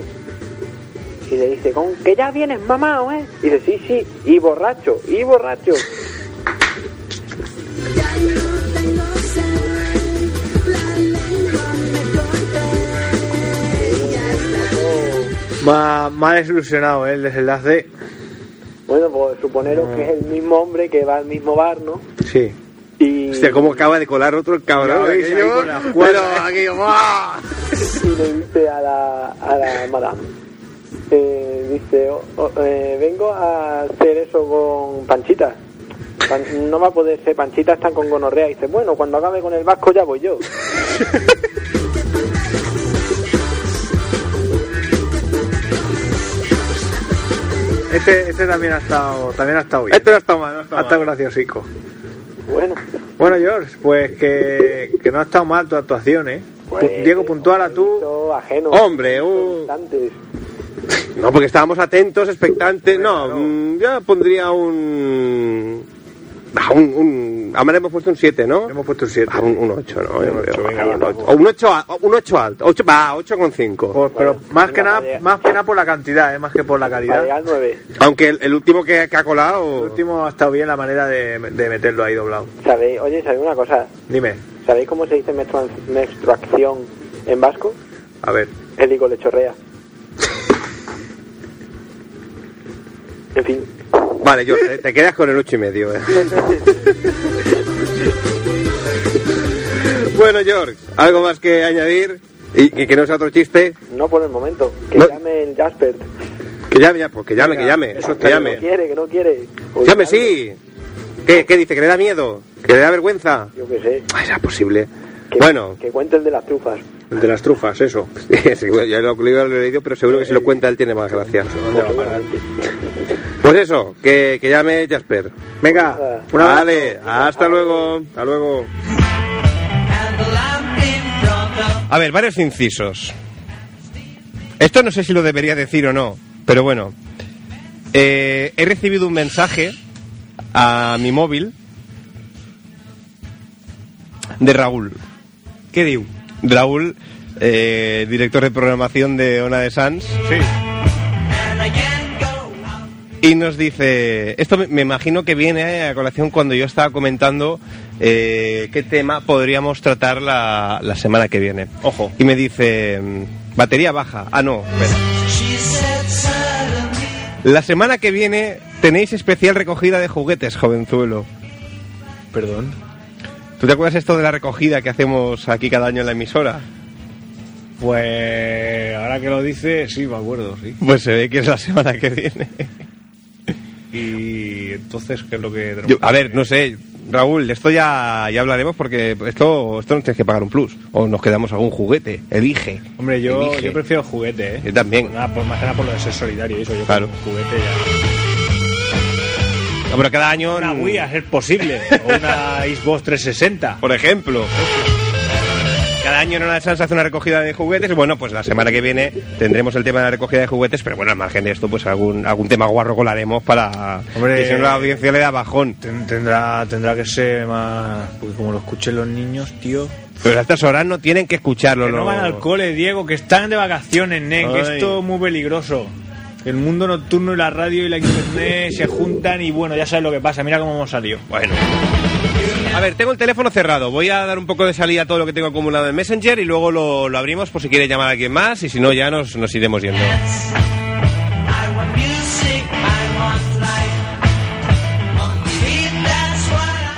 Speaker 9: Y le dice, con que ya vienes mamado, ¿eh? Y dice, sí, sí, y borracho, y borracho.
Speaker 2: Ma- Me ha desilusionado eh, el desenlace.
Speaker 9: Bueno, pues
Speaker 1: Ah.
Speaker 9: suponeros que es el mismo hombre que va al mismo bar, ¿no?
Speaker 2: Sí.
Speaker 9: Y,
Speaker 1: Hostia, cómo acaba de colar otro cabrón.
Speaker 2: Ya veis, ahí
Speaker 1: aquello.
Speaker 2: con las cuerdas.
Speaker 1: aquello, ¡buah!
Speaker 9: y le dice a la, a la madame, eh, dice, "O- o- eh, vengo a hacer eso con Panchita. Pan- no va a poder ser, Panchita están con gonorrea. Y dice, bueno, cuando acabe con el vasco ya voy yo.
Speaker 2: Este, este también ha estado, también ha estado bien.
Speaker 1: Este no está mal, no
Speaker 2: ha
Speaker 1: está
Speaker 2: estado
Speaker 1: mal.
Speaker 2: graciosico.
Speaker 9: Bueno,
Speaker 2: Bueno, George, pues que, que no ha estado mal tu actuación, ¿eh? Pu-
Speaker 9: pues,
Speaker 2: Diego, puntuala tú.
Speaker 9: momento Ajeno,
Speaker 1: Hombre, uh.
Speaker 9: Instantes.
Speaker 1: No, porque estábamos atentos, expectantes. No,
Speaker 2: Claro.
Speaker 1: mm, yo pondría un. Ah, un, un... Ahora le hemos puesto un 7, ¿no?
Speaker 2: Hemos puesto un 7.
Speaker 1: Ah, un, 8, ¿no? Yo
Speaker 2: Un
Speaker 1: creo.
Speaker 2: ocho, venga,
Speaker 1: Ah, un
Speaker 2: va,
Speaker 1: ocho. O un 8, un 8 alto. Ocho- va, 8,5.
Speaker 2: Por- pero
Speaker 9: Vale.
Speaker 2: más que
Speaker 9: Venga,
Speaker 2: nada,
Speaker 9: vale.
Speaker 2: más que nada por la cantidad, ¿eh? más que por la
Speaker 9: Para
Speaker 2: calidad.
Speaker 9: llegar al 9.
Speaker 1: Aunque el, el último que, que ha
Speaker 2: El
Speaker 1: colado.
Speaker 2: último ha estado bien la manera de, de meterlo ahí doblado.
Speaker 9: ¿Sabéis? Oye, ¿sabéis una cosa?
Speaker 2: Dime,
Speaker 9: ¿Sabéis cómo se dice menstrua- menstruación en vasco?
Speaker 2: a ver.
Speaker 9: El higo le chorrea. En fin.
Speaker 1: Vale, yo, te, te quedas con el 8 y medio. ¿eh? bueno, George, ¿algo más que añadir? Y, y que no sea otro chiste.
Speaker 9: No por el momento. Que
Speaker 1: No.
Speaker 9: llame el Jasper.
Speaker 1: Que llame, ya, pues que llame, que
Speaker 2: Venga,
Speaker 1: llame.
Speaker 2: eso
Speaker 1: que
Speaker 2: está
Speaker 1: llame.
Speaker 9: Que no quiere, que no quiere. O
Speaker 1: Llame,
Speaker 9: llame-
Speaker 1: sí. ¿Qué, ¿Qué dice? ¿Que le da miedo? ¿Que le da vergüenza?
Speaker 9: Yo qué sé.
Speaker 1: Ay, será posible.
Speaker 9: Que,
Speaker 1: Bueno,
Speaker 9: Que cuente el de las trufas.
Speaker 2: El de las trufas, eso.
Speaker 1: sí, bueno, ya lo, lo he leído, pero seguro que si lo cuenta él tiene más gracia.
Speaker 2: No te va a parar.
Speaker 1: Pues eso, que, que llame Jasper. Ah.
Speaker 10: Venga, un abrazo.
Speaker 1: Vale, hasta luego.
Speaker 10: Hasta luego.
Speaker 1: A ver, varios incisos. Esto no sé si lo debería decir o no, pero bueno. Eh, he recibido un mensaje a mi móvil de Raúl.
Speaker 2: ¿Qué diu?
Speaker 1: Raúl, eh, director de programación de Ona de Sans.
Speaker 10: Sí.
Speaker 1: Y nos dice, esto me- me imagino que viene eh, a colación cuando yo estaba comentando eh, qué tema podríamos tratar la, la semana que viene.
Speaker 2: Ojo.
Speaker 1: Y me dice, mm, batería baja. Ah, no, espera. La semana que viene tenéis especial recogida de juguetes, jovenzuelo.
Speaker 2: Perdón.
Speaker 1: ¿Tú te acuerdas esto de la recogida que hacemos aquí cada año en la emisora?
Speaker 2: Pues ahora que lo dice, sí, me acuerdo, sí.
Speaker 1: Pues se ve que es la semana que viene.
Speaker 2: Y entonces, ¿qué es lo que tenemos
Speaker 1: Yo-
Speaker 2: que
Speaker 1: a ver,
Speaker 2: hacer?
Speaker 1: no sé, Raúl, de esto ya, ya hablaremos porque esto, esto nos tienes que pagar un plus. O nos quedamos algún juguete, elige.
Speaker 2: Hombre, yo,
Speaker 1: elige.
Speaker 2: yo prefiero juguete, ¿eh?
Speaker 1: Yo también.
Speaker 2: Nada, por, más que nada por lo de ser solidario, y eso. Yo
Speaker 1: Claro.
Speaker 2: con juguete ya.
Speaker 1: No, pero cada año...
Speaker 2: Una
Speaker 1: mm,
Speaker 2: Wii, a ser posible. o una Xbox 360.
Speaker 1: Por ejemplo. Cada año en una chance hace una recogida de juguetes. Bueno, pues la semana que viene tendremos el tema de la recogida de juguetes, pero bueno, al margen de esto, pues algún, algún tema guarro colaremos para
Speaker 2: Hombre.
Speaker 1: que si no la audiencia le da bajón.
Speaker 2: Ten- Tendrá, tendrá que ser más. Porque como lo escuchen los niños, tío.
Speaker 1: Pero a estas horas no tienen que escucharlo.
Speaker 2: Que no van al cole, Diego, que están de vacaciones, nen, que
Speaker 1: Ay.
Speaker 2: esto es muy peligroso. El mundo nocturno y la radio y la internet se juntan y bueno, ya sabes lo que pasa, mira cómo hemos salido.
Speaker 1: Bueno. A ver, tengo el teléfono cerrado. Voy a dar un poco de salida a todo lo que tengo acumulado en Messenger y luego lo, lo abrimos por si quiere llamar a alguien más y si no, ya nos, nos iremos yendo.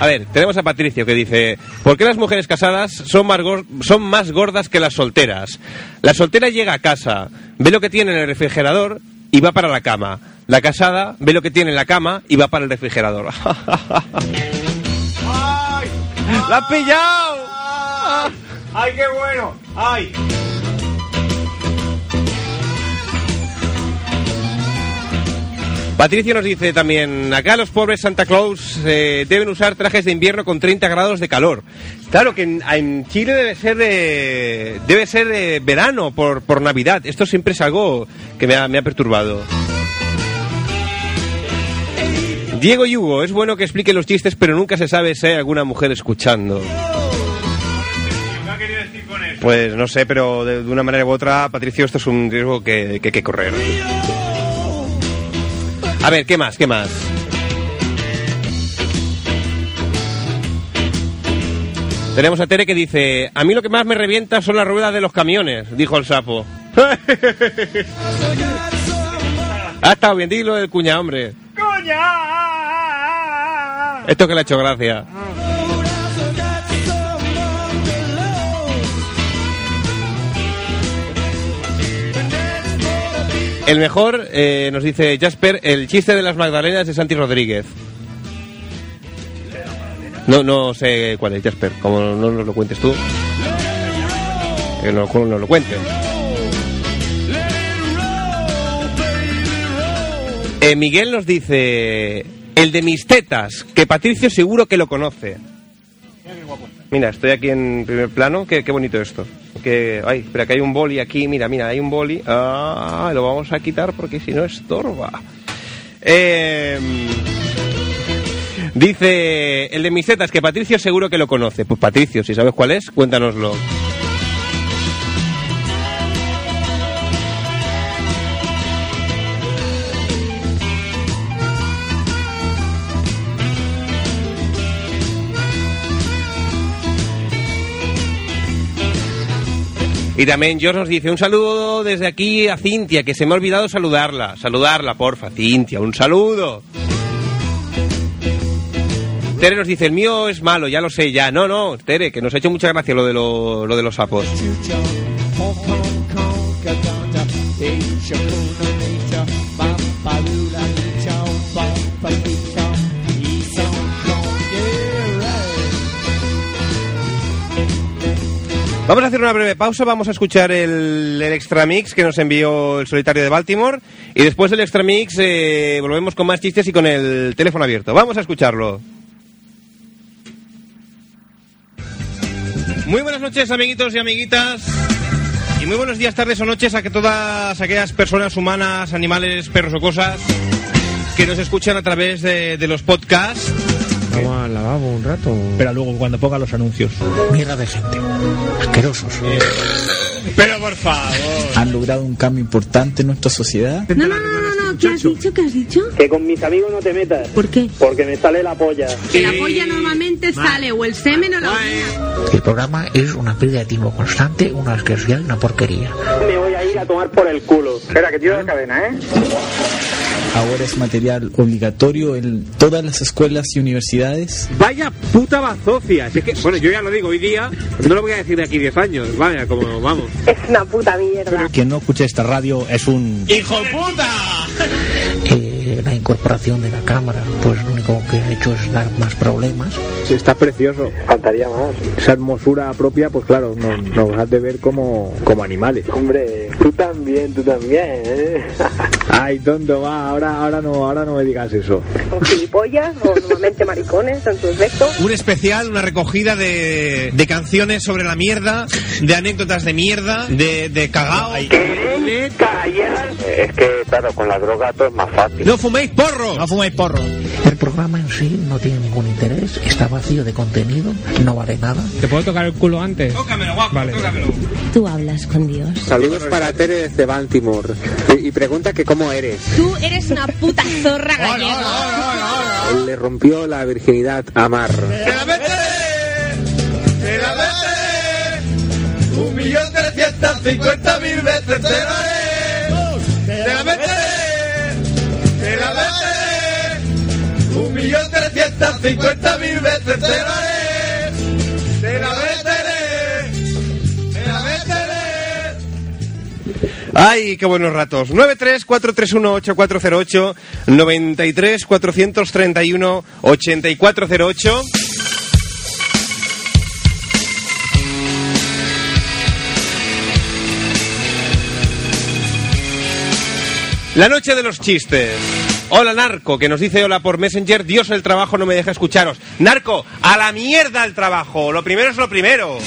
Speaker 1: A ver, tenemos a Patricio que dice, ¿por qué las mujeres casadas son más, gor- son más gordas que las solteras? La soltera llega a casa, ve lo que tiene en el refrigerador y va para la cama. La casada ve lo que tiene en la cama y va para el refrigerador. ¡La has pillado!
Speaker 2: Ah, ¡Ay, qué bueno! ¡Ay!
Speaker 1: Patricio nos dice también, acá los pobres Santa Claus eh, deben usar trajes de invierno con 30 grados de calor. Claro que en, en Chile debe ser de, debe ser de verano por, por Navidad. Esto siempre es algo que me ha, me ha perturbado. Diego y Hugo, es bueno que explique los chistes, pero nunca se sabe si hay alguna mujer escuchando. Pues no sé, pero de, de una manera u otra, Patricio, esto es un riesgo que- que hay que correr. A ver, ¿qué más? ¿Qué más? Tenemos a Tere que dice, a mí lo que más me revienta son las ruedas de los camiones, dijo el sapo. ha estado bien, dilo del cuña, hombre. Esto que le ha hecho gracia. El mejor, eh, nos dice Jasper, el chiste de las Magdalenas de Santi Rodríguez. No, no sé cuál es, Jasper. Como no nos lo cuentes tú, que no no nos lo cuentes. Eh, Miguel nos dice el de mis tetas, que Patricio seguro que lo conoce. Mira, estoy aquí en primer plano. Qué, qué bonito esto. Que, ay, espera, que hay un boli aquí. Mira, mira, hay un boli. Ah, lo vamos a quitar porque si no estorba. Eh, dice el de mis tetas que Patricio seguro que lo conoce. Pues Patricio, si sabes cuál es, cuéntanoslo. Y también George nos dice un saludo desde aquí a Cintia, que se me ha olvidado saludarla. Saludarla, porfa, Cintia, un saludo. Tere nos dice, el mío es malo, ya lo sé, ya. No, no, Tere, que nos ha hecho mucha gracia lo de, lo, lo de los sapos. Vamos a hacer una breve pausa, vamos a escuchar el, el extra mix que nos envió el solitario de Baltimore y después del extra mix eh, volvemos con más chistes y con el teléfono abierto. Vamos a escucharlo. Muy buenas noches amiguitos y amiguitas y muy buenos días, tardes o noches a que todas aquellas personas humanas, animales, perros o cosas que nos escuchan a través de, de los podcasts.
Speaker 11: Vamos al lavabo un rato.
Speaker 2: Pero luego cuando ponga los anuncios.
Speaker 11: Mierda de gente. Asquerosos.
Speaker 1: Pero por favor.
Speaker 11: Han logrado un cambio importante en nuestra sociedad.
Speaker 12: No, no, no, no, no. ¿Qué has dicho? ¿Qué has dicho?
Speaker 9: Que con mis amigos no te metas,
Speaker 12: ¿Por qué?
Speaker 9: porque me sale la polla.
Speaker 12: La polla normalmente sale o el semen o la orina.
Speaker 11: El programa es una pérdida de tiempo constante, una asquerosidad y una porquería.
Speaker 9: Me voy a ir a tomar por el culo. Espera, que tiro la cadena, ¿eh?
Speaker 11: Ahora es material obligatorio en todas las escuelas y universidades.
Speaker 10: Vaya puta bazofia. Si es que, bueno, yo ya lo digo hoy día, no lo voy a decir de aquí 10 años. Vaya, como vamos.
Speaker 6: Es una puta mierda.
Speaker 2: Quien no escuche esta radio es un...
Speaker 1: ¡Hijo puta!
Speaker 11: Eh, la incorporación de la cámara, pues lo único que ha hecho es dar más problemas.
Speaker 10: Sí, Está precioso.
Speaker 9: Faltaría más.
Speaker 10: Esa hermosura propia, pues claro, no- nos has de ver como, como animales.
Speaker 9: Hombre, tú también, tú también, ¿eh?
Speaker 10: Ay, tonto, va, ahora, ahora no, ahora no me digas eso.
Speaker 6: Son gilipollas o normalmente maricones en su aspecto.
Speaker 1: Un especial, una recogida de, de canciones sobre la mierda, de anécdotas de mierda, de, de cagao.
Speaker 9: Es que, claro, con la droga todo es más fácil.
Speaker 1: ¡No fuméis porro!
Speaker 2: No fumáis porro.
Speaker 11: El programa en sí no tiene ningún interés, está vacío de contenido, no vale nada.
Speaker 13: ¿Te puedo tocar el culo antes?
Speaker 1: Tócamelo, guapo,
Speaker 13: Vale.
Speaker 1: tócamelo.
Speaker 12: Tú hablas con Dios.
Speaker 10: Saludos para Tere desde Baltimore. Y, y pregunta que cómo eres.
Speaker 12: Tú eres una puta zorra gallega.
Speaker 10: Le rompió la virginidad a Mar.
Speaker 1: ¡Que la vete! ¡Que la vete! ¡Un millón trescientas cincuenta mil veces te la haré! ¡Que la vete! ¡Que la vete! ¡Un millón trescientas cincuenta mil veces te la haré! ¡Te la vete! ¡Te la vete! Ay, qué buenos ratos. 934318408, 93-431-8408. La noche de los chistes. Hola, Narco, que nos dice hola por Messenger. Dios, el trabajo no me deja escucharos. Narco, a la mierda el trabajo. Lo primero es lo primero.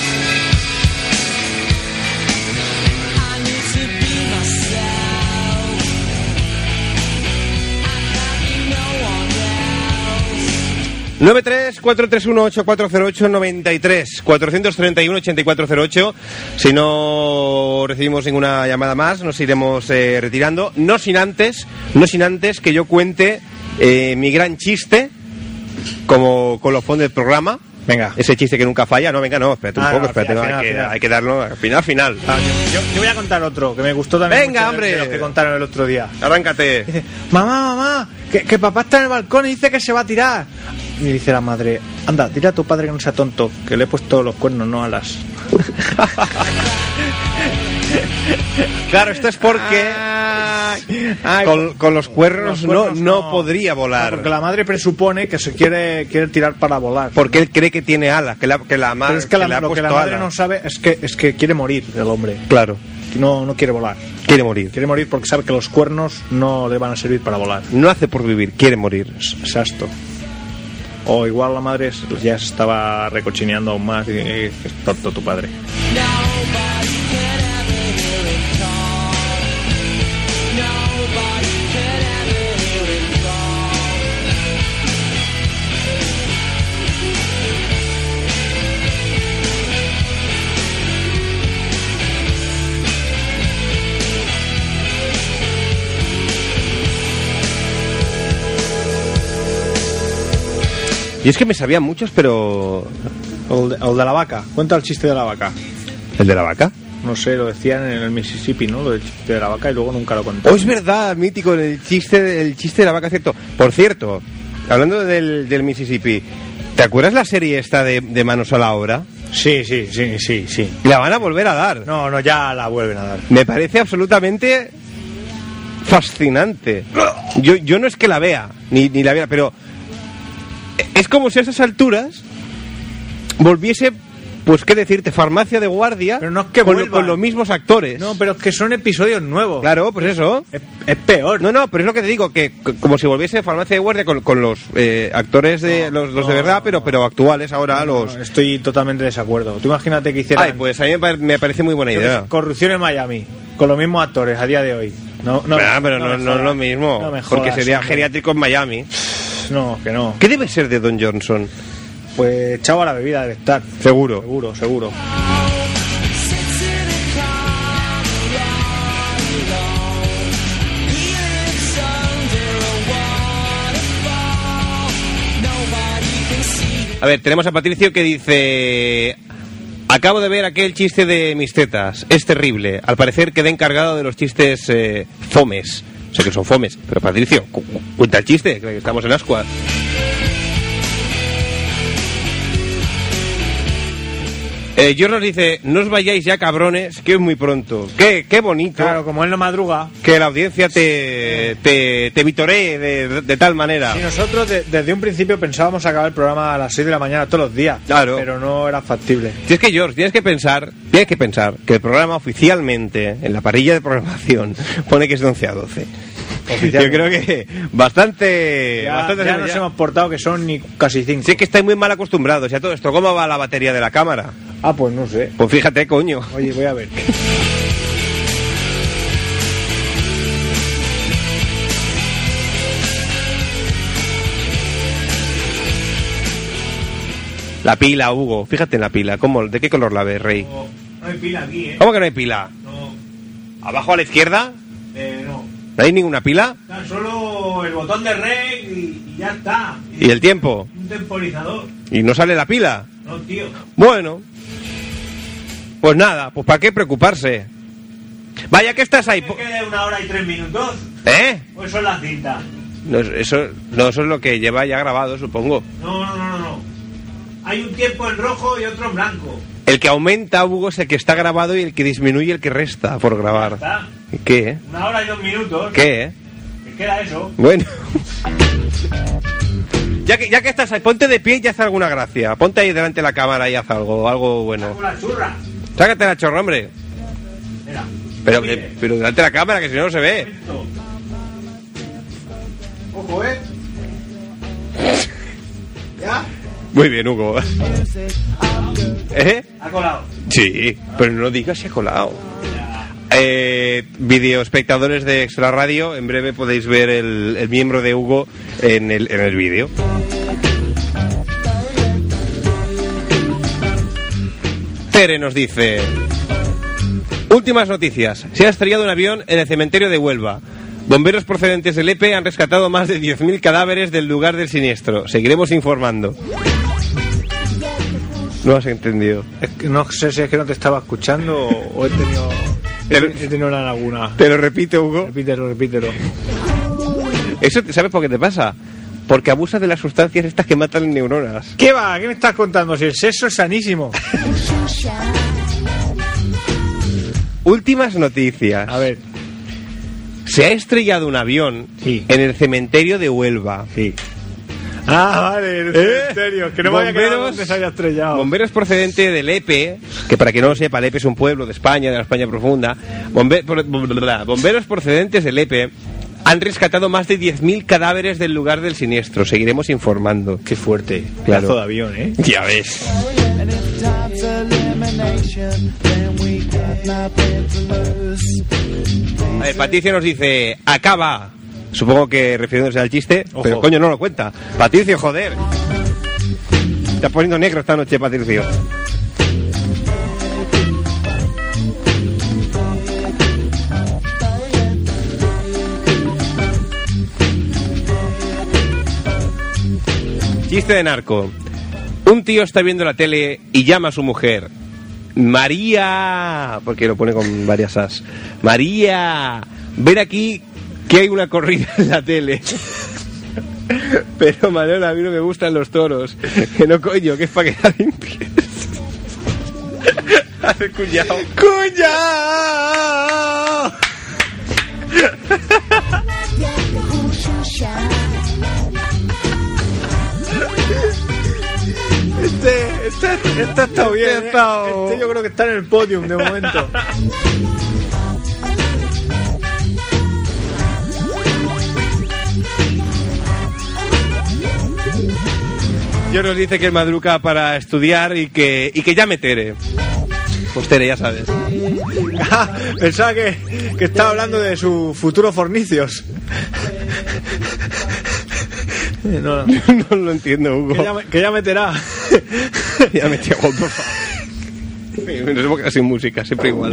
Speaker 1: tres cuatro tres uno ocho cuatro cero ocho noventa y tres cuatrocientos treinta y uno ochenta y cuatro cero ocho si no recibimos ninguna llamada más nos iremos eh, retirando no sin antes no sin antes que yo cuente eh, mi gran chiste como colofón del programa
Speaker 2: Venga.
Speaker 1: ese chiste que nunca falla no venga no espérate un
Speaker 2: Ah,
Speaker 1: poco
Speaker 2: no, al
Speaker 1: espérate
Speaker 2: final,
Speaker 1: no,
Speaker 2: al
Speaker 1: hay, que,
Speaker 2: final.
Speaker 1: hay que darlo al final final
Speaker 2: Ah, yo, yo- yo voy a contar otro que me gustó también.
Speaker 1: Venga,
Speaker 2: mucho de-
Speaker 1: hombre.
Speaker 2: de los que contaron el otro día.
Speaker 1: arráncate
Speaker 2: Dice, mamá, mamá, que, que papá está en el balcón y dice que se va a tirar. Y dice la madre, anda, dile a tu padre que no sea tonto, que le he puesto los cuernos, no alas.
Speaker 1: Claro, esto es porque con, con los cuernos,
Speaker 2: Los cuernos
Speaker 1: no, no, podría
Speaker 2: No,
Speaker 1: volar.
Speaker 2: porque la madre presupone que se quiere, quiere tirar para volar.
Speaker 1: Porque él cree que tiene alas, que la, que la madre
Speaker 2: Pero es que, la,
Speaker 1: le ha
Speaker 2: lo que la
Speaker 1: puesto
Speaker 2: madre no
Speaker 1: alas.
Speaker 2: sabe es que, es que quiere morir el hombre.
Speaker 1: Claro,
Speaker 2: No, no quiere volar.
Speaker 1: quiere morir.
Speaker 2: Quiere morir porque sabe que los cuernos no le van a servir para volar.
Speaker 1: No hace por vivir, quiere morir.
Speaker 2: Exacto. O igual la madre se- ya se estaba recochineando aún más y eh, es tonto tu padre.
Speaker 1: Y es que me sabía muchos, pero...
Speaker 2: O el de, o el de la vaca. Cuenta el chiste de la vaca.
Speaker 1: ¿El de la vaca?
Speaker 2: No sé, lo decían en el Mississippi, ¿no? Lo del chiste de la vaca y luego nunca lo contó.
Speaker 1: Oh, es verdad, mítico, el chiste, de- el chiste de la vaca, cierto. Por cierto, hablando del, del Mississippi, ¿te acuerdas la serie esta de, de Manos a la Obra?
Speaker 2: Sí, sí, sí, sí, sí.
Speaker 1: La van a volver a dar.
Speaker 2: No, no, ya la vuelven a dar.
Speaker 1: Me parece absolutamente fascinante. Yo, yo no es que la vea, ni, ni la vea, pero es como si a esas alturas volviese pues qué decirte, farmacia de guardia
Speaker 2: Pero no es que
Speaker 1: con, lo-
Speaker 2: vuelvan.
Speaker 1: con los mismos actores.
Speaker 2: No, pero es que son episodios nuevos.
Speaker 1: Claro, pues eso.
Speaker 2: Es, es peor.
Speaker 1: No, no, pero es lo que te digo, que c- como si volviese farmacia de guardia con, con los eh, actores de los, los de
Speaker 2: no,
Speaker 1: verdad,
Speaker 2: no.
Speaker 1: pero pero actuales ahora los.
Speaker 2: Estoy totalmente de desacuerdo. Tú imagínate que hicieran
Speaker 1: Ay, pues a mí me pare- me parece muy buena
Speaker 2: yo qué sé,
Speaker 1: idea.
Speaker 2: corrupción en Miami con los mismos actores a día de hoy. No, no,
Speaker 1: Ah, pero no,
Speaker 2: me
Speaker 1: no
Speaker 2: jodas.
Speaker 1: es lo mismo,
Speaker 2: No me
Speaker 1: porque
Speaker 2: jodas,
Speaker 1: sería
Speaker 2: hombre.
Speaker 1: geriátrico en Miami.
Speaker 2: No, que no.
Speaker 1: ¿Qué debe ser de Don Johnson?
Speaker 2: Pues chavo a la bebida debe estar.
Speaker 1: Seguro.
Speaker 2: Seguro, seguro.
Speaker 1: A ver, tenemos a Patricio que dice... Acabo de ver aquel chiste de mis tetas. Es terrible. Al parecer quedé encargado de los chistes eh, fomes. Sé que son fomes, pero Patricio, cu- cu- cuenta el chiste, que estamos en Ascuas. Eh, George nos dice, no os vayáis ya cabrones, que es muy pronto. Qué, qué bonito
Speaker 2: Claro, como él no madruga.
Speaker 1: que la audiencia te, te, te vitoree de, de tal manera.
Speaker 2: Y nosotros de- desde un principio pensábamos acabar el programa a las 6 de la mañana todos los días.
Speaker 1: Claro.
Speaker 2: Pero no era factible.
Speaker 1: Si es que George, tienes que pensar, tienes que pensar que el programa oficialmente, en la parrilla de programación, pone que es de 11 a 12. Yo creo que bastante...
Speaker 2: Ya,
Speaker 1: bastante
Speaker 2: ya
Speaker 1: se-
Speaker 2: nos
Speaker 1: ya-
Speaker 2: hemos portado que son ni casi 5.
Speaker 1: Si es que estáis muy mal acostumbrados ya todo esto. ¿Cómo va la batería de la cámara?
Speaker 2: Ah, pues no sé.
Speaker 1: Pues fíjate, coño.
Speaker 2: Oye, voy a ver.
Speaker 1: La pila, Hugo. Fíjate en la pila. ¿Cómo, ¿De qué color la ves, Rey?
Speaker 2: No hay pila aquí, ¿eh?
Speaker 1: ¿Cómo que no hay pila?
Speaker 2: No,
Speaker 1: ¿Abajo a la izquierda?
Speaker 2: eh, no.
Speaker 1: ¿No hay ninguna pila?
Speaker 2: Tan solo el botón de rec y, y ya está.
Speaker 1: ¿Y el tiempo?
Speaker 2: Un temporizador.
Speaker 1: ¿Y no sale la pila?
Speaker 2: No, tío.
Speaker 1: Bueno, pues nada, pues ¿para qué preocuparse? Vaya que estás ahí. po-
Speaker 2: de una hora y tres minutos.
Speaker 1: ¿Eh?
Speaker 2: Pues son las cintas.
Speaker 1: No, eso, no, eso es lo que lleva ya grabado, supongo.
Speaker 2: No, no, no, no. Hay un tiempo en rojo y otro en blanco.
Speaker 1: El que aumenta, Hugo, es el que está grabado y el que disminuye, el que resta por grabar.
Speaker 2: Está.
Speaker 1: ¿Qué? eh?
Speaker 2: Una hora y dos minutos.
Speaker 1: ¿Qué? eh?
Speaker 2: Queda eso.
Speaker 1: Bueno. Ya que, ya que estás ahí, ponte de pie y haz alguna gracia. Ponte ahí delante de la cámara y haz algo, algo bueno.
Speaker 2: Una churra.
Speaker 1: Sácate la chorra, hombre.
Speaker 2: Mira.
Speaker 1: Pero, pero delante de la cámara, que si no, no se ve.
Speaker 2: Ojo, eh. ¿Ya?
Speaker 1: Muy bien, Hugo. ¿Eh?
Speaker 2: Ha colado.
Speaker 1: Sí, pero no digas si ha colado. Eh, videoespectadores de Extra Radio, en breve podéis ver el, el miembro de Hugo en el, en el vídeo. Tere nos dice: Últimas noticias. Se ha estrellado un avión en el cementerio de Huelva. Bomberos procedentes del EPE han rescatado más de 10.000 cadáveres del lugar del siniestro. Seguiremos informando. No has entendido.
Speaker 2: no sé si es que no te estaba escuchando o, o he tenido.
Speaker 1: El-
Speaker 2: He tenido una laguna.
Speaker 1: Te lo repito, Hugo.
Speaker 2: Repítelo, repítelo.
Speaker 1: Eso, te- ¿sabes por qué te pasa? Porque abusas de las sustancias estas que matan neuronas.
Speaker 2: ¿Qué va? ¿Qué me estás contando? Si el sexo es sanísimo.
Speaker 1: Últimas noticias.
Speaker 2: A ver.
Speaker 1: Se ha estrellado un avión
Speaker 2: Sí.
Speaker 1: en el cementerio de Huelva.
Speaker 2: Sí. Ah, vale, el
Speaker 1: ¿Eh?
Speaker 2: cementerio, Que no me había quedado
Speaker 1: Bomberos-
Speaker 2: donde se había estrellado.
Speaker 1: Bomberos procedente del EPE, que para que no lo sepa, el EPE es un pueblo de España, de la España profunda. Bombe- por- bomberos procedentes del EPE han rescatado más de 10.000 cadáveres del lugar del siniestro. Seguiremos informando.
Speaker 2: Qué fuerte.
Speaker 1: Claro.
Speaker 2: Pedazo de avión, ¿eh?
Speaker 1: Ya ves. A ver, Patricio nos dice, acaba. Supongo que refiriéndose al chiste,
Speaker 2: Ojo.
Speaker 1: pero coño no lo cuenta. Patricio, joder. Estás poniendo negro esta noche, Patricio. Chiste de narco. Un tío está viendo la tele y llama a su mujer. María, porque lo pone con varias as. María, ver aquí que hay una corrida en la tele. Pero Manuel, a mí no me gustan los toros. Que no coño, que es para que la limpies. Hace cuñado. ¡Cuñado!
Speaker 2: Este, este, este ha estado bien.
Speaker 1: Este ha
Speaker 2: ¿eh?
Speaker 1: estado-
Speaker 2: Este yo creo que está en el podium de momento.
Speaker 1: Yo nos dice que es madruca para estudiar y que, y que llame Tere. Pues Tere, ya sabes.
Speaker 2: Ah, Pensaba que, que estaba hablando de sus futuros fornicios. No, no.
Speaker 1: no lo entiendo, Hugo.
Speaker 2: Que ya, me- que ya meterá.
Speaker 1: Ya me llegó, por favor. Nos hemos quedado sin música, siempre igual.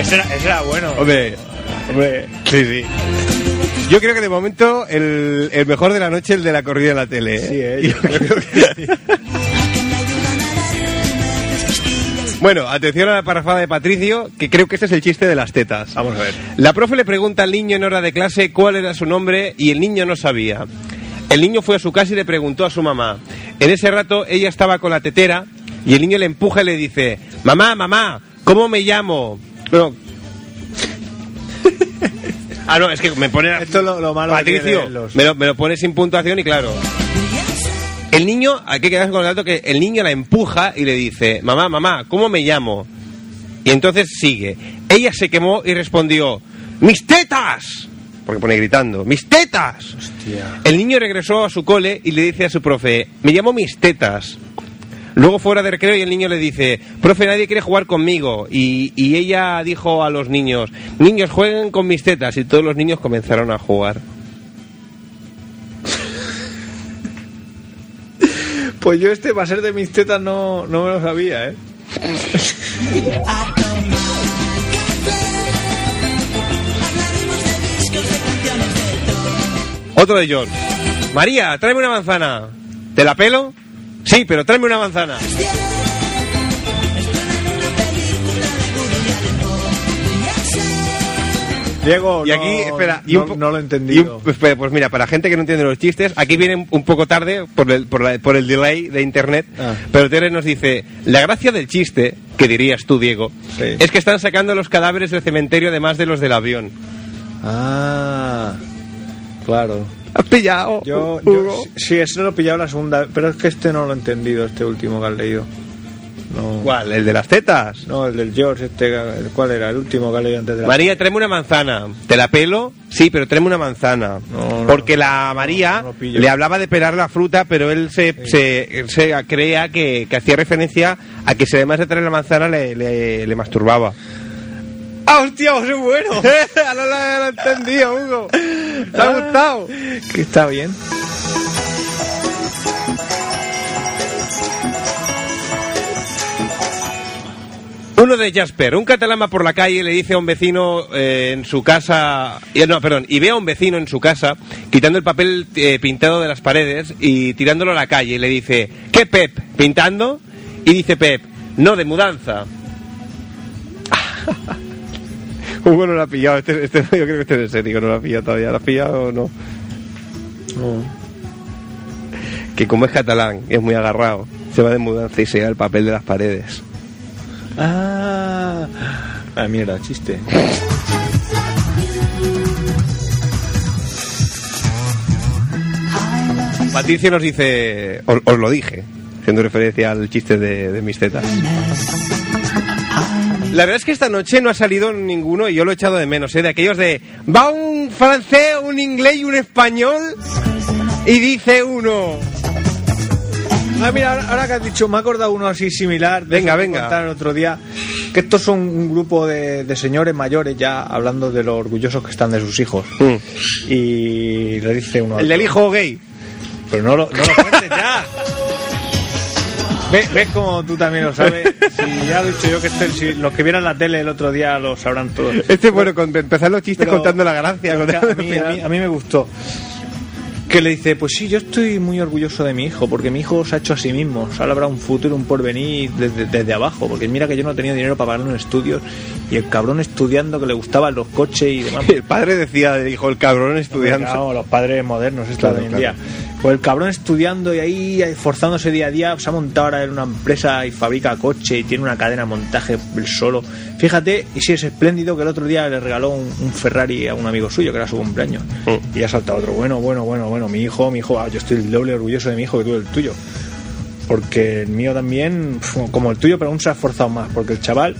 Speaker 2: Ese era, ese era bueno.
Speaker 1: Hombre,
Speaker 2: Hombre.
Speaker 1: sí, sí. Yo creo que de momento el, el mejor de la noche es el de la corrida de la tele. ¿eh?
Speaker 2: Sí, eh,
Speaker 1: Yo
Speaker 2: yo creo
Speaker 1: creo que sí. Bueno, atención a la parrafada de Patricio, que creo que este es el chiste de las tetas.
Speaker 2: Vamos a ver.
Speaker 1: La profe le pregunta al niño en hora de clase cuál era su nombre y el niño no sabía. El niño fue a su casa y le preguntó a su mamá. En ese rato ella estaba con la tetera y el niño le empuja y le dice, mamá, mamá, ¿cómo me llamo? Bueno... ah, no, es que me pone...
Speaker 2: Esto es lo, lo malo que tiene
Speaker 1: Patricio,
Speaker 2: leerlos.
Speaker 1: me lo, me lo pone sin puntuación y claro. El niño, aquí quedas con el dato que el niño la empuja y le dice, mamá, mamá, ¿cómo me llamo? Y entonces sigue. Ella se quemó y respondió, ¡Mis tetas! Porque pone gritando, ¡Mis tetas! El niño regresó a su cole y le dice a su profe, me llamo Mis tetas. Luego fuera de recreo y el niño le dice, profe, nadie quiere jugar conmigo. Y, y ella dijo a los niños, niños, jueguen con mis tetas. Y todos los niños comenzaron a jugar.
Speaker 2: Pues yo este va a ser de mis tetas, no, no me lo sabía, ¿eh?
Speaker 1: Otro de John. María, tráeme una manzana. ¿Te la pelo? Sí, pero tráeme una manzana.
Speaker 2: Diego,
Speaker 1: Y aquí,
Speaker 2: no,
Speaker 1: espera, y
Speaker 2: no,
Speaker 1: un po-
Speaker 2: no lo he
Speaker 1: y
Speaker 2: entendido.
Speaker 1: un- pues, espera, pues mira, para gente que no entiende los chistes, aquí vienen un poco tarde por el, por la- por el delay de internet,
Speaker 2: Ah.
Speaker 1: pero Tere nos dice, la gracia del chiste, que dirías tú, Diego,
Speaker 2: Sí.
Speaker 1: es que están sacando los cadáveres del cementerio además de los del avión.
Speaker 2: Ah, claro.
Speaker 1: ¿Has pillado?
Speaker 2: Yo,
Speaker 1: Hugo?
Speaker 2: yo sí, eso lo he pillado la segunda, pero es que este no lo he entendido, este último que has leído. No.
Speaker 1: ¿Cuál? ¿El de las tetas?
Speaker 2: No, el del George, este, el- ¿cuál era? El último que has leído antes de la...
Speaker 1: María, tráeme una manzana. ¿Te la pelo? Sí, pero tráeme una manzana.
Speaker 2: No, no,
Speaker 1: Porque
Speaker 2: no.
Speaker 1: la María
Speaker 2: No, no lo pillo.
Speaker 1: le hablaba de pelar la fruta, pero él se, se, él se creía que, que hacía referencia a que si además de traer la manzana le, le- le masturbaba. Ah,
Speaker 2: ¡Ah, hostia, es bueno!
Speaker 1: no lo he entendido, Hugo. ¿Te ha gustado?
Speaker 2: que está bien.
Speaker 1: Uno de Jasper, un catalán va por la calle y le dice a un vecino eh, en su casa, y- no, perdón, y ve a un vecino en su casa quitando el papel eh, pintado de las paredes y tirándolo a la calle y le dice, ¿qué Pep? ¿Pintando? Y dice Pep, no, de mudanza. Hugo no lo ha pillado, este, este- yo creo que este es el serio, no lo ha pillado todavía, ¿lo ha pillado o no? Que como es catalán, es muy agarrado, se va de mudanza y se lleva el papel de las paredes.
Speaker 2: Ah, ah, mierda, chiste.
Speaker 1: Patricio nos dice, os, os lo dije, haciendo referencia al chiste de, de mis tetas. La verdad es que esta noche no ha salido ninguno y yo lo he echado de menos, ¿eh? de aquellos de, va un francés, un inglés y un español y dice uno,
Speaker 2: Ah, mira, ahora, ahora que has dicho, me ha acordado uno así similar. de
Speaker 1: Venga,
Speaker 2: eso que
Speaker 1: venga.
Speaker 2: contaron el otro día que estos son un grupo de, de señores mayores ya hablando de lo orgullosos que están de sus hijos. Y le dice uno... al
Speaker 1: el del hijo gay.
Speaker 2: Pero no lo, no lo cuentes ya. ¿Ves, ¿Ves como tú también lo sabes? Si ya lo he dicho yo que este- si los que vieran la tele el otro día lo sabrán todos.
Speaker 1: Este, bueno, con, empezar los chistes
Speaker 2: Pero-
Speaker 1: contando la gracia.
Speaker 2: O sea,
Speaker 1: contando
Speaker 2: a,
Speaker 1: el
Speaker 2: mí, a
Speaker 1: final.
Speaker 2: mí- a mí me gustó. Que le dice, pues sí, yo estoy muy orgulloso de mi hijo, porque mi hijo se ha hecho a sí mismo, se ha labrado un futuro, un porvenir desde, desde abajo, porque mira que yo no tenía dinero para pagar unos estudios, y el cabrón estudiando que le gustaban los coches y demás.
Speaker 1: El padre decía del hijo, el cabrón estudiando.
Speaker 2: Claro, los padres modernos, esto
Speaker 1: Claro,
Speaker 2: de hoy en
Speaker 1: claro.
Speaker 2: día. Pues el cabrón estudiando y ahí esforzándose día a día, se ha montado ahora en una empresa y fabrica coche y tiene una cadena de montaje él solo. Fíjate, y si es espléndido que el otro día le regaló un, un Ferrari a un amigo suyo, que era su cumpleaños.
Speaker 1: Mm.
Speaker 2: Y ha saltado otro, bueno, bueno, bueno, bueno, mi hijo, mi hijo, ah, yo estoy el doble orgulloso de mi hijo que tú del tuyo. Porque el mío también, pf, como el tuyo, pero aún se ha esforzado más, porque el chaval...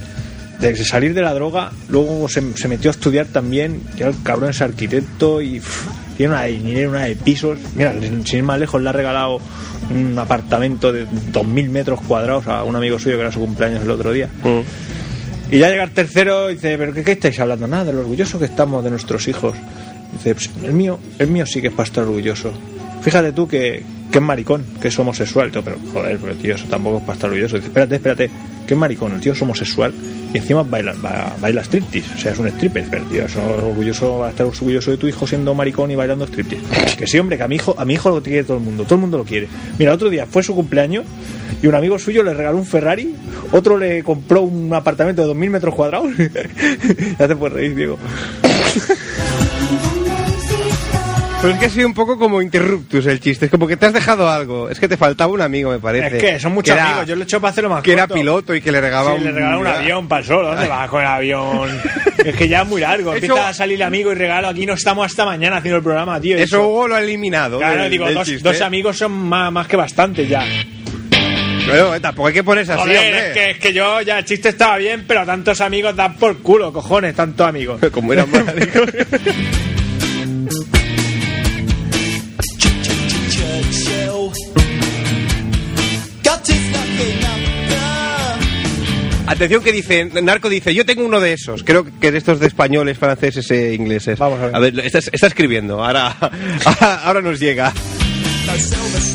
Speaker 2: Desde salir de la droga, luego se, se metió a estudiar también, que el cabrón es arquitecto y pf, tiene una de dinero, una de pisos. Mira, sin ir más lejos, le ha regalado un apartamento de 2.000 metros cuadrados a un amigo suyo que era su cumpleaños el otro día. Y ya llega el tercero y dice, ¿pero qué, qué estáis hablando? Nada, de lo orgulloso que estamos de nuestros hijos. Dice, "Pues, el mío, el mío sí que es pastor orgulloso. Fíjate tú que, que es maricón, que es homosexual. Y todo, pero joder, pero tío, eso tampoco es pastor orgulloso. Dice, espérate, espérate, que es maricón, el tío es homosexual y encima baila, ba- baila striptease. O sea, es un stripper, pero tío, eso orgulloso, va a estar orgulloso de tu hijo siendo maricón y bailando striptease. Que sí, hombre, que a mi hijo, a mi hijo lo quiere todo el mundo, todo el mundo lo quiere. Mira, otro día fue su cumpleaños y un amigo suyo le regaló un Ferrari, otro le compró un apartamento de 2.000 metros cuadrados. ya te puedes reír, Diego.
Speaker 1: Pero es que ha sido un poco como interruptus el chiste. Es como que te has dejado algo. Es que te faltaba un amigo, me parece.
Speaker 2: Es que son muchos
Speaker 1: Que era-
Speaker 2: amigos, yo lo he hecho para hacerlo más
Speaker 1: Que era
Speaker 2: corto.
Speaker 1: piloto y que le regalaba
Speaker 2: Sí, le regalaba un avión para el sol. ¿Dónde vas con el avión? es que ya es muy largo.
Speaker 1: Eso-
Speaker 2: Empieza a salir el amigo y regalo. Aquí no estamos hasta mañana haciendo el programa, tío. Y
Speaker 1: Eso Hugo lo ha eliminado.
Speaker 2: Claro,
Speaker 1: del-
Speaker 2: digo,
Speaker 1: del
Speaker 2: dos,
Speaker 1: chiste.
Speaker 2: dos amigos son más, más que bastantes ya.
Speaker 1: Pero, eh, tampoco hay que ponerse así,
Speaker 2: Joder,
Speaker 1: hombre.
Speaker 2: es, que, es que yo ya el chiste estaba bien, pero tantos amigos dan por culo, cojones, tantos amigos.
Speaker 1: Como era más. Atención que dice, Narco dice, yo tengo uno de esos. Creo que de estos de españoles, franceses e ingleses.
Speaker 2: Vamos a ver.
Speaker 1: A ver, está, está escribiendo, ahora, ahora nos llega.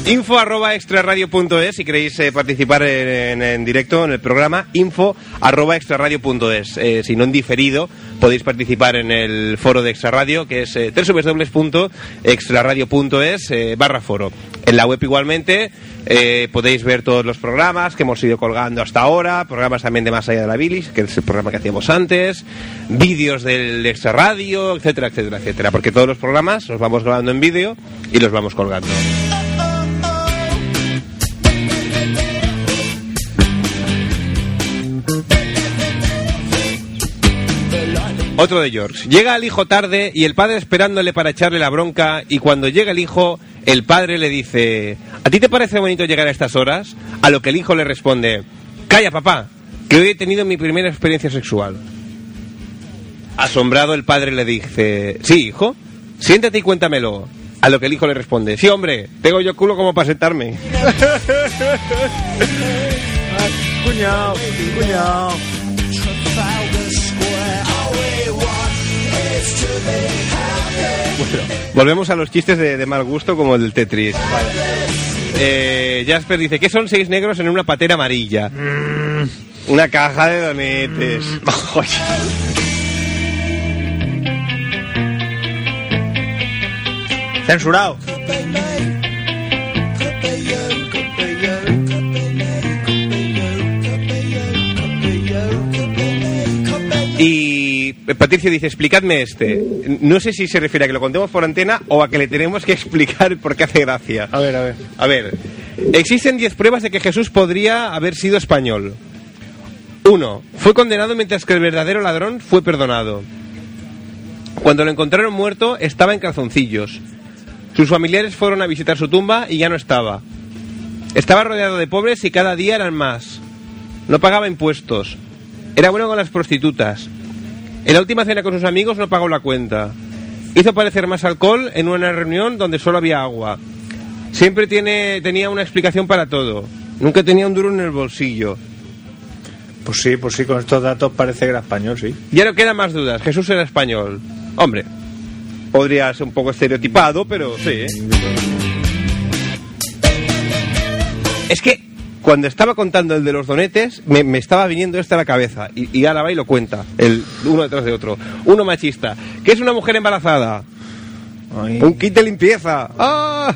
Speaker 1: Info arroba extraradio.es si queréis eh, participar en, en- en directo en el programa. Info arroba extraradio.es. Eh, si no en diferido, podéis participar en el foro de Extraradio, que es eh, www.extraradio.es eh, barra foro. En la web igualmente eh, podéis ver todos los programas que hemos ido colgando hasta ahora, programas también de Más Allá de la Bilis, que es el programa que hacíamos antes, vídeos del Extraradio, etcétera, etcétera, etcétera. Porque todos los programas los vamos grabando en vídeo y los vamos colgando. Otro de Yorks. Llega el hijo tarde y el padre esperándole para echarle la bronca y cuando llega el hijo, el padre le dice, ¿a ti te parece bonito llegar a estas horas? A lo que el hijo le responde, calla papá, que hoy he tenido mi primera experiencia sexual. Asombrado el padre le dice, sí hijo, siéntate y cuéntamelo. A lo que el hijo le responde, sí hombre, tengo yo culo como para sentarme.
Speaker 2: Cuñao, cuñao.
Speaker 1: Volvemos a los chistes de, de mal gusto como el del Tetris. Eh, Jasper dice que son seis negros en una patera amarilla. Una caja de donetes.
Speaker 2: Censurado.
Speaker 1: Y eh, Patricio dice, explicadme este. No sé si se refiere a que lo contemos por antena o a que le tenemos que explicar por qué hace gracia.
Speaker 2: A ver, a ver.
Speaker 1: A ver, existen 10 pruebas de que Jesús podría haber sido español. 1. Fue condenado mientras que el verdadero ladrón fue perdonado. Cuando lo encontraron muerto, estaba en calzoncillos. Sus familiares fueron a visitar su tumba y ya no estaba. Estaba rodeado de pobres y cada día eran más. No pagaba impuestos. Era bueno con las prostitutas. En la última cena con sus amigos no pagó la cuenta. Hizo parecer más alcohol en una reunión donde solo había agua. Siempre tiene, tenía una explicación para todo. Nunca tenía un duro en el bolsillo.
Speaker 2: Pues sí, pues sí, con estos datos parece que era español, sí.
Speaker 1: Ya no quedan más dudas. Jesús era español. Hombre, podría ser un poco estereotipado, pero sí. ¿eh? Es que cuando estaba contando el de los donetes, me, me estaba viniendo esta a la cabeza. Y, y ahora va y lo cuenta, el uno detrás de otro. Uno machista. ¿Qué es una mujer embarazada?
Speaker 2: Ay.
Speaker 1: Un kit de limpieza. ¡Ah!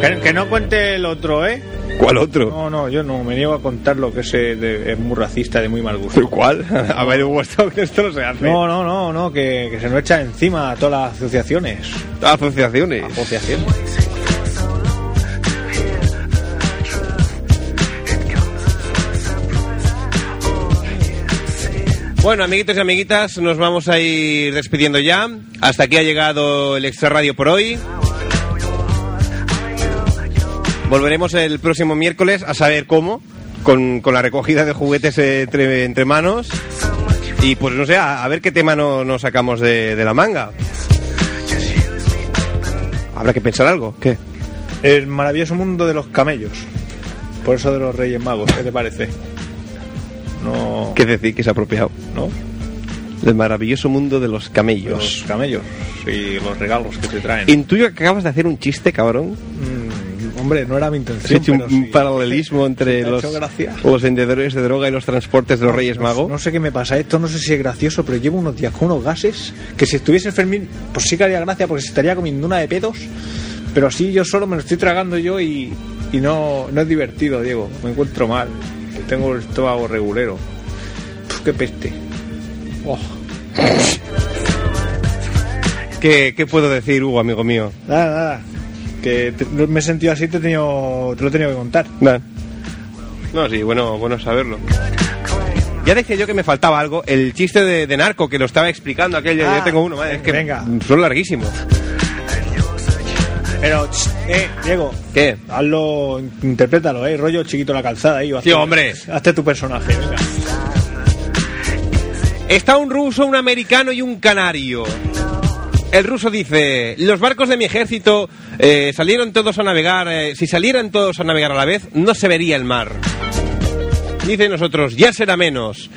Speaker 2: Que, que no cuente el otro, ¿eh?
Speaker 1: ¿Cuál otro?
Speaker 2: No, no, yo no, me niego a contar lo que es, eh, de- es muy racista, de muy mal gusto.
Speaker 1: ¿Cuál? A ver, vuestro, que esto no se hace.
Speaker 2: No, no, no, no, que, que se nos echa encima a todas las asociaciones.
Speaker 1: Asociaciones.
Speaker 2: Asociaciones.
Speaker 1: Bueno, amiguitos y amiguitas, nos vamos a ir despidiendo ya. Hasta aquí ha llegado el Extra Radio por hoy. Volveremos el próximo miércoles a saber cómo, con, con la recogida de juguetes eh, entre, entre manos. Y pues no sé, a, a ver qué tema no- nos sacamos de, de la manga. Habrá que pensar algo, ¿qué?
Speaker 2: El maravilloso mundo de los camellos. Por eso de los Reyes Magos, ¿qué te parece? No.
Speaker 1: ¿Qué decir que es apropiado?
Speaker 2: ¿No?
Speaker 1: El maravilloso mundo de los
Speaker 2: De Los
Speaker 1: camellos.
Speaker 2: camellos y los regalos que te traen.
Speaker 1: Intuyo que acabas de hacer un chiste, cabrón.
Speaker 2: Mm, hombre, no era mi
Speaker 1: Has
Speaker 2: intención.
Speaker 1: hecho un,
Speaker 2: pero sí.
Speaker 1: un paralelismo entre
Speaker 2: Sí, me ha
Speaker 1: los,
Speaker 2: hecho gracia.
Speaker 1: los vendedores de droga y los transportes de los Reyes Magos.
Speaker 2: No sé qué me pasa esto, no sé si es gracioso, pero llevo unos días con unos gases que si estuviese Fermín, pues sí que haría gracia porque se estaría comiendo una de pedos, pero así yo solo me lo estoy tragando yo y, y no, no es divertido, Diego. Me encuentro mal. Tengo el estómago regulero. Puf, qué peste. Oh.
Speaker 1: ¿Qué, qué puedo decir, Hugo, amigo mío?
Speaker 2: Nada, nada. Que te- me he sentido así, te, he tenido, te lo he tenido que contar.
Speaker 1: Nada. No, sí, bueno, bueno saberlo. Ya dije yo que me faltaba algo, el chiste de, de narco que lo estaba explicando aquel día.
Speaker 2: Ah,
Speaker 1: yo tengo uno, madre, es que
Speaker 2: venga.
Speaker 1: son larguísimos.
Speaker 2: Pero, ch, eh, Diego,
Speaker 1: ¿Qué?
Speaker 2: hazlo, interprétalo, eh, rollo chiquito la calzada ahí. o hazte-
Speaker 1: hombre.
Speaker 2: Hazte tu personaje, venga.
Speaker 1: Está un ruso, un americano y un canario. El ruso dice, los barcos de mi ejército eh, salieron todos a navegar, eh, si salieran todos a navegar a la vez, no se vería el mar. Dice nosotros, ya será menos.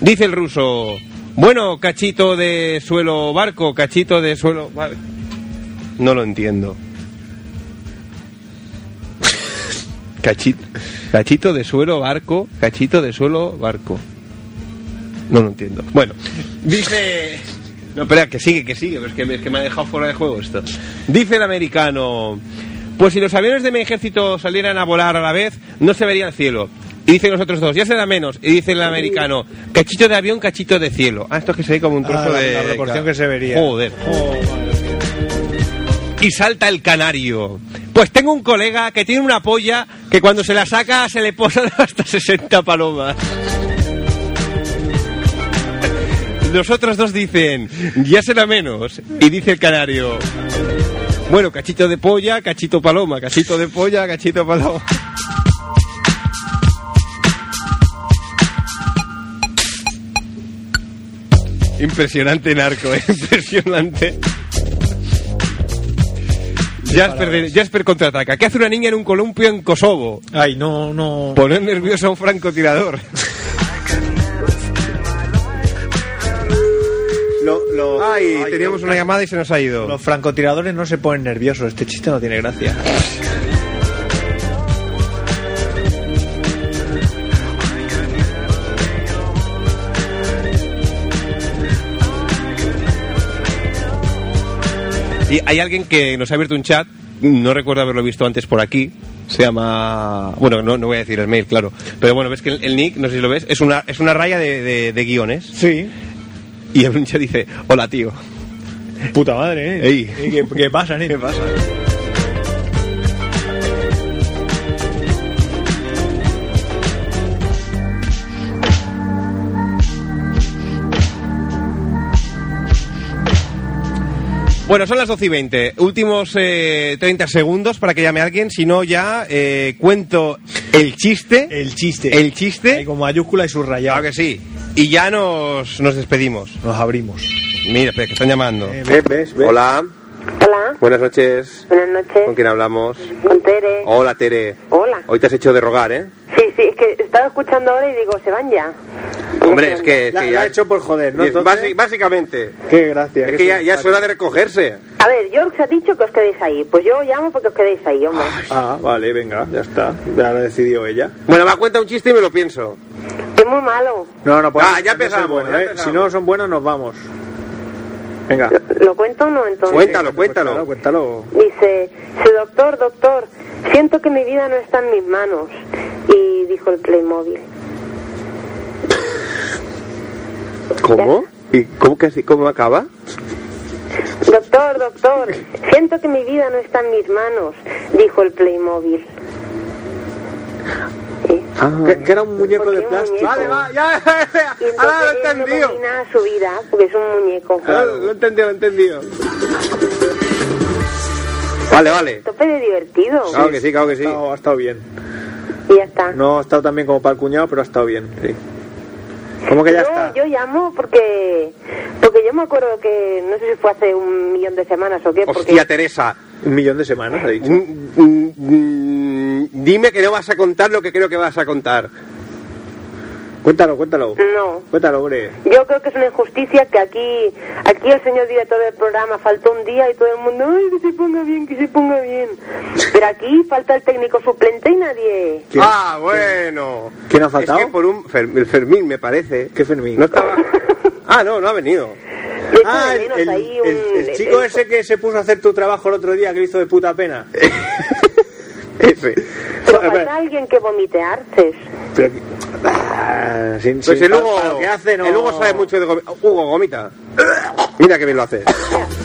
Speaker 1: Dice el ruso, bueno, cachito de suelo barco, cachito de suelo barco. No lo entiendo. Cachito, cachito de suelo barco, cachito de suelo barco. No lo entiendo. Bueno, dice. No, espera, que sigue, que sigue, pero es que, me- es que me ha dejado fuera de juego esto. Dice el americano: Pues si los aviones de mi ejército salieran a volar a la vez, no se vería el cielo. Y dicen los otros dos: Ya será menos. Y dice el americano: Cachito de avión, cachito de cielo. Ah, esto es que se ve como un trozo
Speaker 2: Ah, la-
Speaker 1: de.
Speaker 2: la proporción que se vería.
Speaker 1: Joder.
Speaker 2: Oh,
Speaker 1: Y salta el canario. Pues tengo un colega que tiene una polla que cuando se la saca se le posan hasta 60 palomas. Los otros dos dicen, ya será menos. Y dice el canario, bueno, cachito de polla, cachito paloma, cachito de polla, cachito paloma. Impresionante narco, ¿eh? impresionante. Jasper, Jasper contraataca. ¿Qué hace una niña en un columpio en Kosovo?
Speaker 2: Ay, no, no.
Speaker 1: Poner nervioso a un francotirador. Ay, teníamos una llamada y se nos ha ido.
Speaker 2: eh, Los francotiradores no se ponen nerviosos. Este chiste no tiene gracia.
Speaker 1: Y hay alguien que nos ha abierto un chat, no recuerdo haberlo visto antes por aquí. Se llama. Bueno, no, no voy a decir el mail, claro. Pero bueno, ves que el, el nick, no sé si lo ves, es una, es una raya de, de- de guiones.
Speaker 2: Sí.
Speaker 1: Y el chat dice: Hola, tío.
Speaker 2: Puta madre, ¿eh?
Speaker 1: Ey.
Speaker 2: Eh, ¿Qué, qué pasa, ¿Qué pasa?
Speaker 1: Bueno, son las 12 y 20. Últimos eh, 30 segundos para que llame alguien. Si no, ya eh, cuento el chiste.
Speaker 2: El chiste. Ah,
Speaker 1: El chiste.
Speaker 2: Ahí con mayúscula y subrayado.
Speaker 1: Claro que sí. Y ya nos, nos despedimos.
Speaker 2: Nos abrimos.
Speaker 1: Mira, espera, que están llamando.
Speaker 2: Eh,
Speaker 1: Hola,
Speaker 6: Hola,
Speaker 1: buenas noches.
Speaker 6: buenas noches.
Speaker 1: ¿Con quién hablamos?
Speaker 6: Con Tere.
Speaker 1: Hola, Tere.
Speaker 6: Hola.
Speaker 1: Hoy te has hecho de rogar, ¿eh?
Speaker 6: Sí, sí, es que estaba escuchando ahora y digo, se van ya.
Speaker 1: Hombre, es que... es
Speaker 2: La-
Speaker 1: que
Speaker 2: la ha hecho ¿eh? por joder, ¿no?
Speaker 1: es
Speaker 2: Entonces-
Speaker 1: bási- básicamente.
Speaker 2: Qué gracia.
Speaker 1: Es
Speaker 2: qué
Speaker 1: que ya, ya es
Speaker 2: simpático.
Speaker 1: hora de recogerse.
Speaker 6: A ver, yo os he dicho que os quedéis ahí. Pues yo llamo porque os quedéis ahí, hombre.
Speaker 2: Ah, vale, venga, ya está. Ya lo ha decidido ella.
Speaker 1: Bueno, va, cuenta un chiste y me lo pienso.
Speaker 6: Es muy malo.
Speaker 2: No, pues, no,
Speaker 1: Ah, ya
Speaker 2: no es el
Speaker 1: empezamos,
Speaker 2: bueno,
Speaker 1: ya
Speaker 2: ¿eh?
Speaker 1: empezamos.
Speaker 2: Si no son buenos, nos vamos. Venga.
Speaker 6: ¿Lo cuento o no entonces?
Speaker 1: Cuéntalo, cuéntalo.
Speaker 2: Cuéntalo.
Speaker 6: Dice, sí, doctor, doctor, siento siento que mi vida no está en mis manos. Y dijo el Playmobil.
Speaker 2: ¿Cómo? ¿Y cómo, que, así- cómo acaba?
Speaker 6: Doctor, doctor, siento que mi vida no está en mis manos, dijo el Playmobil.
Speaker 2: Que, que era un muñeco de
Speaker 6: un
Speaker 2: plástico.
Speaker 6: muñeco.
Speaker 2: Vale, Ah, va, ya,
Speaker 6: Y entonces
Speaker 2: ahora lo he
Speaker 6: él no
Speaker 2: entendido.
Speaker 6: domina su vida porque es un muñeco.
Speaker 2: Ahora Lo he entendido, lo he entendido. Vale, vale.
Speaker 6: Tope de divertido.
Speaker 2: Claro que sí, claro que sí. ha estado bien.
Speaker 6: Y ya está.
Speaker 2: No ha estado tan bien como para el cuñado, pero ha estado bien, sí. ¿Cómo que Pues ya
Speaker 6: yo,
Speaker 2: está?
Speaker 6: yo llamo porque porque yo me acuerdo que no sé si fue hace un millón de semanas o qué. Porque
Speaker 2: Hostia, Teresa. Un millón de semanas, ha dicho.
Speaker 1: Mm, mm, mm, Dime que no vas a contar lo que creo que vas a contar.
Speaker 2: Cuéntalo, cuéntalo.
Speaker 6: No,
Speaker 2: Cuéntalo, hombre.
Speaker 6: yo creo que es una injusticia que aquí aquí el señor director del programa faltó un día y todo el mundo, ay, que se ponga bien, que se ponga bien. Pero aquí falta el técnico suplente y nadie.
Speaker 2: ¿Quién?
Speaker 1: Ah, bueno.
Speaker 2: ¿Quién ha faltado?
Speaker 1: Es que por un Fer- el Fermín, me parece.
Speaker 2: ¿Qué Fermín?
Speaker 1: No estaba. Ah, no, no ha venido.
Speaker 6: Le echo
Speaker 2: Ah,
Speaker 6: de
Speaker 2: el,
Speaker 6: menos
Speaker 2: el-
Speaker 6: ahí un-
Speaker 2: el- el chico
Speaker 6: el-
Speaker 2: ese que se puso a hacer tu trabajo el otro día que lo hizo de puta pena.
Speaker 1: Ese.
Speaker 6: Pero falta alguien que vomite artes.
Speaker 2: Pero- Ah, sin-
Speaker 1: Pues
Speaker 2: sin
Speaker 1: el Hugo,
Speaker 2: pa- pa- lo que hace, no.
Speaker 1: el Hugo sabe mucho de gomi- Hugo, gomita. Mira que bien lo hace.
Speaker 6: Mira,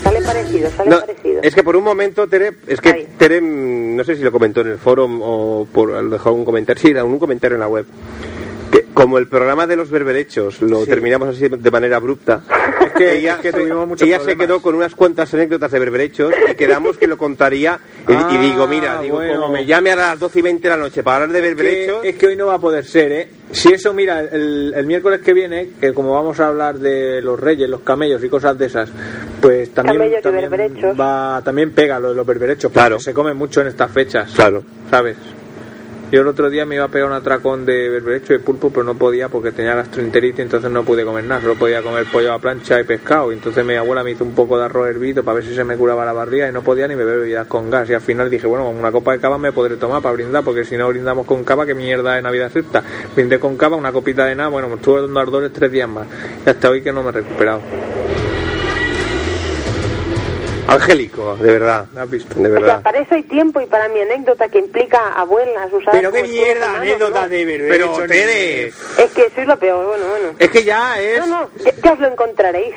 Speaker 6: sale parecido, sale
Speaker 1: No,
Speaker 6: parecido.
Speaker 1: es que por un momento Tere, es que
Speaker 6: Ahí.
Speaker 1: Tere, mm, no sé si lo comentó en el foro o por al dejar un comentario, sí, era un comentario en la web. Que como el programa de los berberechos lo terminamos así de manera abrupta,
Speaker 2: Es que-
Speaker 1: ella,
Speaker 2: es que tuvimos muchos
Speaker 1: ella se
Speaker 2: problemas.
Speaker 1: quedó con unas cuantas anécdotas de berberechos y quedamos que lo contaría. Y, y digo, mira,
Speaker 2: Ah,
Speaker 1: digo,
Speaker 2: bueno.
Speaker 1: como me llame a las 12 y 20 de la noche para hablar de
Speaker 2: que-
Speaker 1: berberechos,
Speaker 2: es que hoy no va a poder ser, ¿eh? Si eso, mira, el, el miércoles que viene, que como vamos a hablar de los reyes, los camellos y cosas de esas, pues también,
Speaker 6: Camellos y
Speaker 2: también
Speaker 6: berberechos.
Speaker 2: va, también pega lo de los berberechos, porque
Speaker 1: Claro.
Speaker 2: se come mucho en estas fechas,
Speaker 1: Claro.
Speaker 2: ¿sabes? Yo el otro día me iba a pegar un atracón de berberecho y pulpo, pero no podía porque tenía gastroenteritis, entonces no pude comer nada, solo podía comer pollo a la plancha y pescado. Y entonces mi abuela me hizo un poco de arroz hervido para ver si se me curaba la barriga y no podía ni beber bebidas con gas. Y al final dije, bueno, con una copa de cava me podré tomar para brindar, porque si no brindamos con cava, ¿qué mierda de Navidad es esta? Brindé con cava, una copita de nada, bueno, me estuve dando ardores tres días más. Y hasta hoy que no me he recuperado.
Speaker 1: Angélico, de verdad,
Speaker 2: ¿Has visto?
Speaker 1: de
Speaker 6: O sea,
Speaker 1: verdad.
Speaker 6: para eso hay tiempo y para mi anécdota que implica abuelas usadas
Speaker 2: Pero qué
Speaker 6: como
Speaker 2: mierda
Speaker 6: escudos de
Speaker 2: anécdota
Speaker 6: manos,
Speaker 2: de berberecho,
Speaker 1: Pero
Speaker 2: ni-
Speaker 1: Tere,
Speaker 6: ¿no? Es que soy lo peor, bueno, bueno.
Speaker 1: es que ya es...
Speaker 6: No, no, ya, ya os lo encontraréis.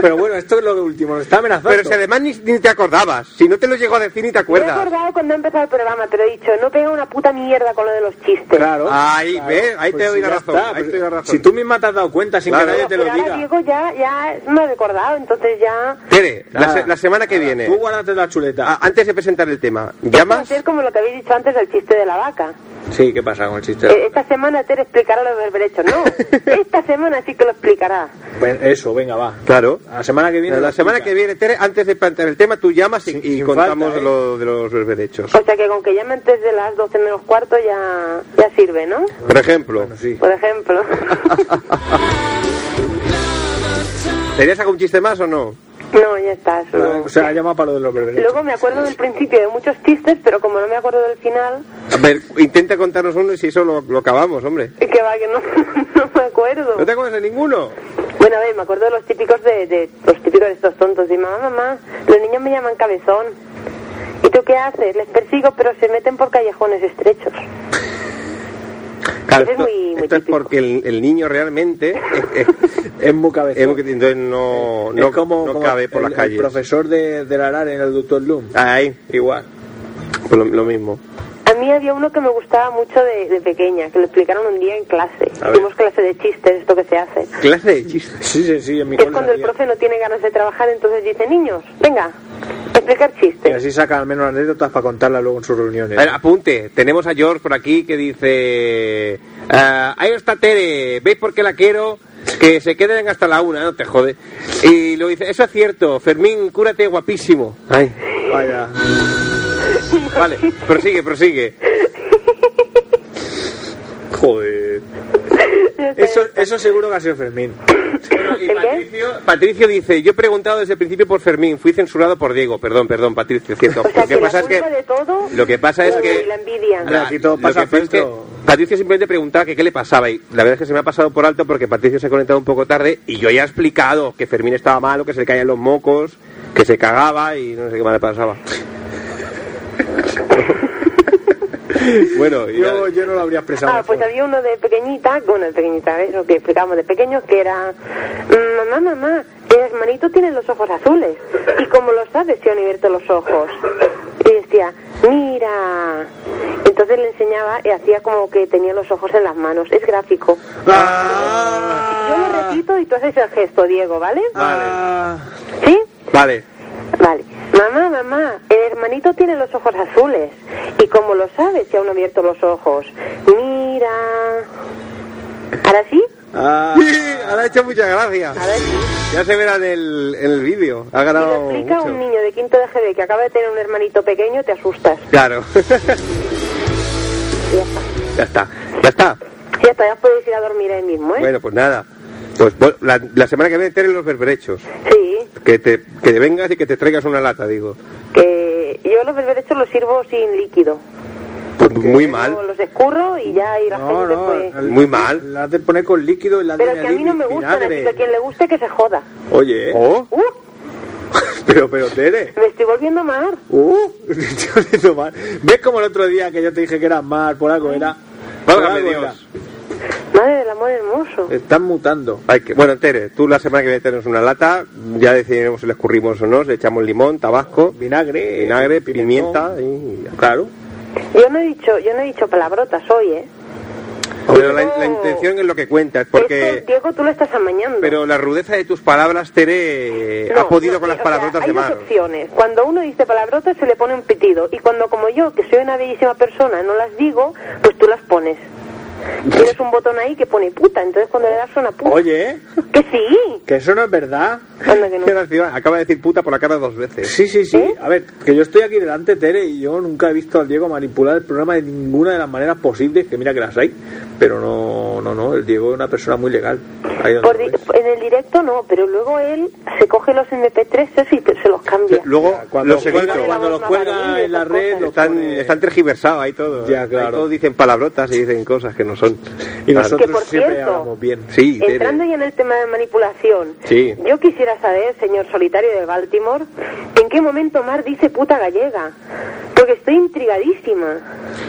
Speaker 2: Pero bueno, esto es lo último, nos está amenazando.
Speaker 1: Pero si además ni, ni te acordabas, si no te lo llegó a decir ni te
Speaker 6: Me he
Speaker 1: acuerdas.
Speaker 6: acordado cuando he empezado el programa, pero he dicho, no pega una puta mierda con lo de los chistes.
Speaker 2: Claro.
Speaker 1: Ahí,
Speaker 2: claro.
Speaker 1: ve, ahí te
Speaker 2: si
Speaker 1: doy la
Speaker 2: ya
Speaker 1: razón, ahí
Speaker 2: Ah, pero
Speaker 1: te doy la razón.
Speaker 2: Si tú misma te has dado cuenta sin
Speaker 1: Claro.
Speaker 2: que nadie te
Speaker 6: Pero
Speaker 2: lo
Speaker 6: ahora
Speaker 2: diga.
Speaker 6: Diego ya, ya me he recordado, entonces ya...
Speaker 1: Tere, la,
Speaker 2: Nada,
Speaker 1: se- la semana que
Speaker 2: nada,
Speaker 1: viene,
Speaker 2: Tú guárdate la chuleta.
Speaker 1: a- antes de presentar el tema,
Speaker 6: Va a
Speaker 1: ¿llamas?
Speaker 6: ser como lo que habéis dicho antes del chiste de la vaca.
Speaker 2: Sí, ¿qué pasa con el chiste?
Speaker 6: Eh, Esta semana Ter explicará los berberechos. No, esta semana sí que lo explicará.
Speaker 2: Ven- eso, venga, va.
Speaker 1: Claro.
Speaker 2: A La semana que eh, viene.
Speaker 1: La,
Speaker 2: lo
Speaker 1: la semana
Speaker 2: explica.
Speaker 1: que viene, Tere, antes de plantear el tema, tú llamas y,
Speaker 2: Sin-
Speaker 1: y
Speaker 2: sin
Speaker 1: contamos
Speaker 2: falta, ¿eh?
Speaker 1: lo de los berberechos.
Speaker 6: O sea que con que llame antes de las 12 menos cuarto ya, ya sirve, ¿no?
Speaker 1: Por ejemplo,
Speaker 2: Bueno, sí.
Speaker 6: Por ejemplo.
Speaker 1: ¿tenías algún chiste más o no?
Speaker 6: No, ya está. eso no.
Speaker 2: O sea, llama para lo de los berberechos.
Speaker 6: Luego me acuerdo del principio de muchos chistes, pero como no me acuerdo del final,
Speaker 1: A ver, intenta contarnos uno y si eso lo, lo acabamos, hombre.
Speaker 6: que va, que no, no me acuerdo.
Speaker 1: ¿No te acuerdas de ninguno?
Speaker 6: Bueno, a ver, me acuerdo de los típicos de, de los típicos de estos tontos. Y mamá, mamá, los niños me llaman cabezón. ¿Y tú qué haces? Les persigo, pero se meten por callejones estrechos.
Speaker 1: Claro,
Speaker 6: Ese es
Speaker 1: esto,
Speaker 6: muy- muy
Speaker 1: esto es
Speaker 6: típico.
Speaker 1: porque el, el niño realmente es,
Speaker 2: Es muy cabezón.
Speaker 1: entonces no,
Speaker 2: Es
Speaker 1: no,
Speaker 2: como,
Speaker 1: no
Speaker 2: como
Speaker 1: cabe por
Speaker 2: el,
Speaker 1: las calles.
Speaker 2: El profesor de, de la LAR en el Doctor Loom.
Speaker 1: Ahí,
Speaker 2: Igual.
Speaker 1: pues lo- lo mismo.
Speaker 6: A mí había uno que me gustaba mucho de, de pequeña, que lo explicaron un día en clase.
Speaker 1: A ver.
Speaker 6: Tuvimos clase de chistes, esto que se hace.
Speaker 1: Clase de chistes.
Speaker 2: Sí, sí, sí, en mi
Speaker 6: Que es
Speaker 2: cole
Speaker 6: cuando el
Speaker 2: había.
Speaker 6: profe no tiene ganas de trabajar, entonces dice, niños, venga, explicar
Speaker 2: Y
Speaker 6: chistes.
Speaker 2: así saca al menos anécdotas para contarla luego en sus reuniones.
Speaker 1: A ver, apunte. Tenemos a George por aquí que dice... ah, ahí está Tere, ¿veis por qué la quiero? Que se queden hasta la una, no te jode. Y lo dice, eso es cierto, Fermín, cúrate guapísimo. Ay,
Speaker 2: Vaya.
Speaker 1: vale, prosigue, prosigue.
Speaker 2: Joder. Eso, eso seguro que ha sido Fermín.
Speaker 1: Bueno, y Patricio, Patricio dice, yo he preguntado desde el principio por Fermín, fui censurado por Diego. Perdón, perdón, Patricio, cierto.
Speaker 6: O sea,
Speaker 1: Lo que
Speaker 6: que
Speaker 1: pasa
Speaker 6: la
Speaker 1: es que...
Speaker 6: culpa de todo
Speaker 1: Lo que pasa es
Speaker 6: la-
Speaker 1: que- Ah,
Speaker 6: La envidia.
Speaker 2: Hombre, aquí todo
Speaker 1: lo
Speaker 2: pasa
Speaker 1: que pasa es que
Speaker 2: filtro.
Speaker 1: Patricio simplemente preguntaba que qué le pasaba y la verdad es que se me ha pasado por alto porque Patricio se ha conectado un poco tarde y yo ya he explicado que Fermín estaba malo, que se le caían los mocos, que se cagaba y no sé qué más le pasaba.
Speaker 10: Bueno, y
Speaker 9: Yo- yo
Speaker 10: no lo habría expresado.
Speaker 6: Ah, pues había uno de pequeñita, bueno, de pequeñita, ¿ves? Lo que explicábamos de pequeños, que era, "Mm, mamá, mamá, el hermanito tiene los ojos azules. ¿Y cómo lo sabes si han abierto los ojos? Y decía, mira. Entonces le enseñaba y hacía como que tenía los ojos en las manos. Es gráfico. Yo lo repito y tú haces el gesto, Diego, ¿vale?
Speaker 10: Vale.
Speaker 6: ¿Sí?
Speaker 10: Vale.
Speaker 6: Vale. Mamá, mamá, el hermanito tiene los ojos azules. ¿Y cómo lo sabes si aún no ha abierto los ojos? Mira. ¿Ahora sí?
Speaker 10: ahora ha hecho muchas gracias.
Speaker 6: A ver si
Speaker 10: Ya se verá en el, en el vídeo. Ha
Speaker 6: si lo
Speaker 10: ganado
Speaker 6: explica
Speaker 10: mucho.
Speaker 6: un niño de quinto de GB que acaba de tener un hermanito pequeño, te asustas.
Speaker 10: Claro.
Speaker 6: Y ya está.
Speaker 10: ya está. Ya está.
Speaker 6: Sí, hasta ya podéis ir a dormir ahí mismo, ¿eh?
Speaker 10: Bueno, pues nada. Pues vol- la, la semana que viene tienen los berberechos.
Speaker 6: Sí,
Speaker 10: Que te, que te vengas y que te traigas una lata, digo.
Speaker 6: que yo los berberechos los sirvo sin líquido.
Speaker 10: Pues muy mal.
Speaker 6: Yo los escurro y ya y la
Speaker 2: No,
Speaker 6: gente
Speaker 2: no,
Speaker 6: pues...
Speaker 2: el-
Speaker 10: Muy mal.
Speaker 2: La has de poner con líquido y la has de
Speaker 6: Pero que a mí
Speaker 2: añadir
Speaker 6: no me gustan, así
Speaker 2: vinagre.
Speaker 6: que a quien le guste que se joda.
Speaker 10: Oye. Oh.
Speaker 6: ¡Uh!
Speaker 10: Pero, pero, Tere.
Speaker 6: Me estoy volviendo mal.
Speaker 10: Uh.
Speaker 2: Yo le digo mal. ¿Ves como el otro día que yo te dije que era mal por algo? Era. por
Speaker 10: Válgame
Speaker 2: algo
Speaker 10: Dios.
Speaker 2: era.
Speaker 6: Madre del amor hermoso.
Speaker 2: Están mutando.
Speaker 10: Hay que- bueno, Tere, tú la semana que viene tenemos una lata, ya decidiremos si la escurrimos o no, si le echamos limón, tabasco,
Speaker 2: Vinagre,
Speaker 10: vinagre,
Speaker 2: pimentón.
Speaker 10: pimienta, y- claro.
Speaker 6: Yo no he dicho, yo no he dicho palabrotas hoy, ¿eh?
Speaker 10: Pero la, la intención es lo que cuenta, es
Speaker 6: Esto,
Speaker 10: porque...
Speaker 6: Diego, tú lo estás amañando.
Speaker 10: Pero la rudeza de tus palabras, Tere,
Speaker 1: eh,
Speaker 6: No,
Speaker 10: ha podido
Speaker 6: no,
Speaker 10: con
Speaker 6: sí,
Speaker 10: las
Speaker 6: o
Speaker 10: palabrotas
Speaker 6: sea,
Speaker 10: de
Speaker 6: hay dos
Speaker 10: mano.
Speaker 6: opciones. Cuando uno dice palabrotas se le pone un pitido. Y cuando como yo, que soy una bellísima persona, no las digo, pues tú las pones. Tienes un botón ahí que pone puta, entonces cuando le das suena puta.
Speaker 2: Oye,
Speaker 6: Que sí.
Speaker 2: que eso no es verdad.
Speaker 6: Anda que no.
Speaker 10: Qué graciosa, Acaba de decir puta por la cara dos veces.
Speaker 2: Sí, sí, sí.
Speaker 6: ¿Eh?
Speaker 2: A ver, que yo estoy aquí delante, Tere, y yo nunca he visto al Diego manipular el programa de ninguna de las maneras posibles, que mira que las hay, pero no, no, no, el Diego es una persona muy legal. Ahí donde
Speaker 6: Por
Speaker 2: lo
Speaker 6: di-
Speaker 2: ves.
Speaker 6: en el directo no, pero luego él se coge los MP3 y te- se los cambia.
Speaker 10: Luego,
Speaker 2: Cuando
Speaker 10: los
Speaker 2: los cuelga,
Speaker 10: seguidos
Speaker 2: cuando los cuelga en la red, los
Speaker 10: están,
Speaker 2: pone-
Speaker 1: eh,
Speaker 10: están tergiversados ahí todo.
Speaker 2: Ya,
Speaker 10: Ahí
Speaker 2: claro.
Speaker 10: todos dicen palabrotas y dicen cosas que no son.
Speaker 2: y
Speaker 10: Claro.
Speaker 2: nosotros
Speaker 6: Que, por
Speaker 2: siempre
Speaker 6: cierto,
Speaker 2: hablamos bien.
Speaker 10: Sí, Tere.
Speaker 6: Entrando ya en el tema de manipulación,
Speaker 10: Sí.
Speaker 6: yo quisiera saber, señor solitario de Baltimore, ¿en qué momento Mar dice puta gallega? Porque estoy intrigadísima.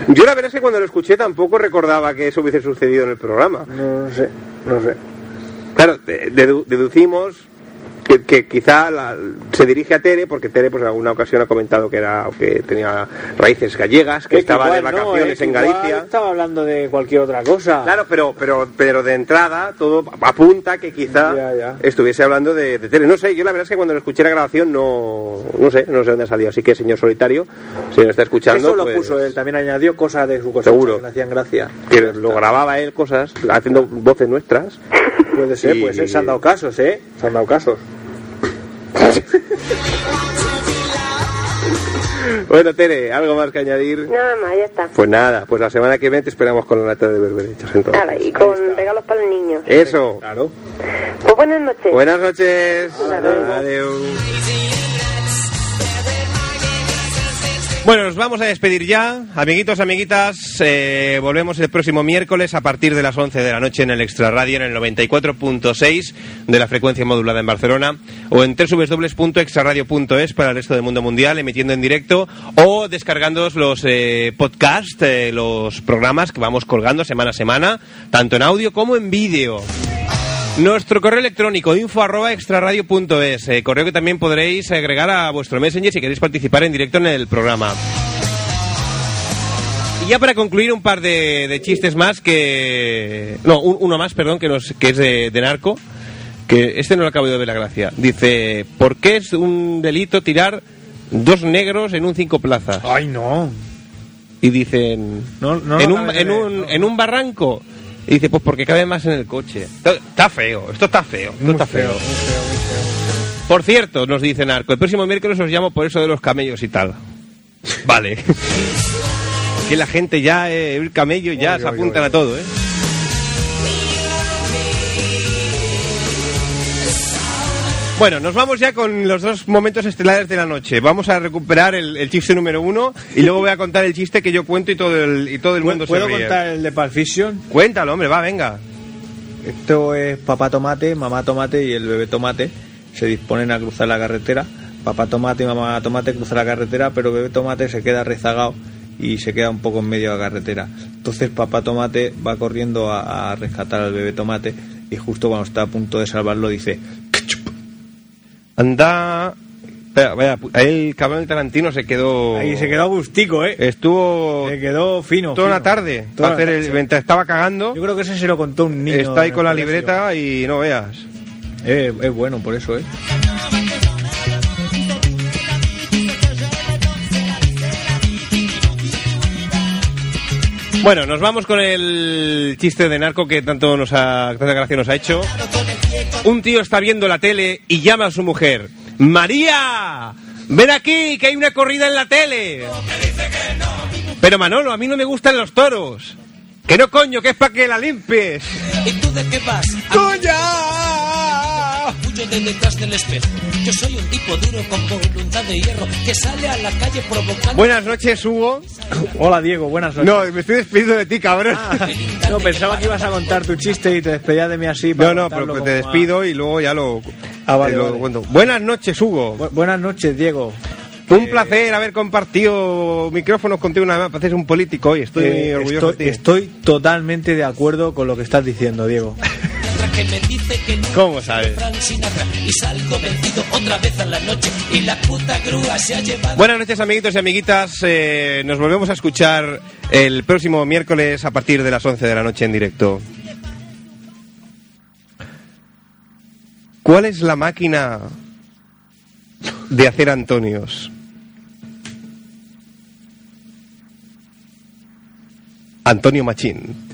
Speaker 10: Yo la verdad es que cuando lo escuché tampoco recordaba que eso hubiese sucedido en el programa.
Speaker 2: No sé, no sé.
Speaker 10: Claro, de- dedu- deducimos que, que quizá la- se dirige a Tere, porque Tere pues en alguna ocasión ha comentado que era que tenía raíces gallegas, que
Speaker 2: Es
Speaker 10: estaba de
Speaker 2: igual no,
Speaker 10: vacaciones
Speaker 2: es
Speaker 10: en
Speaker 2: igual
Speaker 10: Galicia.
Speaker 2: Estaba hablando de cualquier otra cosa.
Speaker 10: Claro, pero, pero, pero de entrada todo apunta que quizá
Speaker 2: Ya, ya.
Speaker 10: estuviese hablando de, de tele. No sé, yo la verdad es que cuando lo escuché la grabación no, no sé, no sé dónde ha salido. Así que, señor solitario, si nos está escuchando,
Speaker 2: Eso lo
Speaker 10: pues,
Speaker 2: puso él, también añadió cosas de su cosa
Speaker 10: Seguro.
Speaker 2: que le hacían gracia.
Speaker 10: que lo grababa él cosas, haciendo voces nuestras.
Speaker 2: Puede ser,
Speaker 10: Y-
Speaker 2: pues se han dado casos, ¿eh? Se han dado casos.
Speaker 10: Bueno, Tere, ¿algo más que añadir?
Speaker 6: Nada más, ya está.
Speaker 10: Pues nada, pues la semana que viene te esperamos con la lata de berberechos entonces.
Speaker 6: Nada, y con regalos para el niño.
Speaker 10: Eso.
Speaker 2: Claro.
Speaker 6: Pues buenas noches.
Speaker 10: Buenas noches.
Speaker 6: Adiós.
Speaker 10: Adiós.
Speaker 1: Bueno, nos vamos a despedir ya. Amiguitos, amiguitas, eh, volvemos el próximo miércoles a partir de las 11 de la noche en el Extra Radio en el 94.6 de la frecuencia modulada en Barcelona o en www.extraradio.es para el resto del mundo mundial, emitiendo en directo o descargando los eh, podcasts, eh, los programas que vamos colgando semana a semana, tanto en audio como en vídeo. Nuestro correo electrónico info arroba extraradio.es, eh, correo que también podréis agregar a vuestro messenger si queréis participar en directo en el programa. Y ya para concluir un par de, de chistes más que... No, un- uno más, perdón, que, nos, que es de, de narco, que este no lo acabo de ver la gracia. Dice, ¿por qué es un delito tirar dos negros en un cinco plazas?
Speaker 2: Ay, no.
Speaker 1: Y dicen,
Speaker 2: No, no
Speaker 1: en,
Speaker 2: lo
Speaker 1: un,
Speaker 2: acabé de
Speaker 1: en,
Speaker 2: ver,
Speaker 1: un,
Speaker 2: no.
Speaker 1: en un barranco. Y dice, pues porque cabe más en el coche. Está, está feo, esto está feo, esto está feo. Por cierto, nos dice Narco, el próximo miércoles os llamo por eso de los camellos y tal. Vale. que la gente ya, eh, el camello ya se apuntan a todo, ¿eh? Bueno, nos vamos ya con los dos momentos estelares de la noche. Vamos a recuperar el, el chiste número uno y luego voy a contar el chiste que yo cuento y todo el, y todo el mundo
Speaker 2: ¿Puedo
Speaker 1: se ríe.
Speaker 2: contar el de Pulp Fiction?
Speaker 1: Cuéntalo, hombre, va, venga.
Speaker 2: Esto es papá tomate, mamá tomate y el bebé tomate. Se disponen a cruzar la carretera. Papá tomate y mamá tomate cruzan la carretera, pero bebé tomate se queda rezagado. Y y se queda un poco en medio de la carretera. Entonces papá tomate va corriendo a, a rescatar al bebé tomate y justo cuando está a punto de salvarlo dice,
Speaker 1: Anda. Espera, vaya, pu- ahí el cabrón del Tarantino se quedó.
Speaker 4: Ahí se quedó a gustico, ¿eh?
Speaker 1: Estuvo
Speaker 4: Se quedó fino.
Speaker 1: toda
Speaker 4: fino.
Speaker 1: la tarde. para
Speaker 4: Toda la
Speaker 1: hacer
Speaker 4: tarde,
Speaker 1: el-
Speaker 4: sí.
Speaker 1: mientras estaba cagando,
Speaker 4: Yo creo que ese se lo contó un niño.
Speaker 1: está ahí
Speaker 4: en
Speaker 1: con la
Speaker 4: el colegio.
Speaker 1: libreta y no veas.
Speaker 2: eh, es bueno por eso, ¿eh?
Speaker 1: Bueno, nos vamos con el chiste de narco que tanto nos ha, tanta gracia nos ha hecho. Un tío está viendo la tele y llama a su mujer. María, ven aquí, que hay una corrida en la tele. Pero Manolo, a mí no me gustan los toros. Que no coño, que es para que la limpies.
Speaker 11: ¿Y tú de qué vas?
Speaker 1: ¡Coña!
Speaker 11: Huyo de detrás del espejo. Yo soy un tipo duro con voluntad de hierro que sale a la calle provocando.
Speaker 1: Buenas noches, Hugo.
Speaker 4: Hola Diego, buenas noches.
Speaker 1: No, me estoy despidiendo de ti, cabrón.
Speaker 4: No, pensaba que ibas a contar tu chiste y te despedías de mí así. para
Speaker 1: No, no,
Speaker 4: contarlo
Speaker 1: pero te
Speaker 4: como a-
Speaker 1: despido y luego ya lo,
Speaker 4: Ah, vale,
Speaker 1: te lo
Speaker 4: vale.
Speaker 1: cuento. Buenas noches, Hugo.
Speaker 4: Bu- buenas noches, Diego.
Speaker 1: Un placer haber compartido micrófonos contigo una vez. más. Pareces un político hoy, estoy
Speaker 4: Eh,
Speaker 1: orgulloso
Speaker 4: estoy,
Speaker 1: de ti.
Speaker 4: estoy totalmente de acuerdo con lo que estás diciendo, Diego.
Speaker 11: que me dice que no
Speaker 1: ¿Cómo sabes?
Speaker 11: Frank Sinatra y salgo vencido otra vez a la noche y la puta grúa se ha llevado
Speaker 1: Buenas noches, amiguitos y amiguitas. Eh, nos volvemos a escuchar el próximo miércoles a partir de las 11 de la noche en directo. ¿Cuál es la máquina de hacer Antonios? Antonio Machín.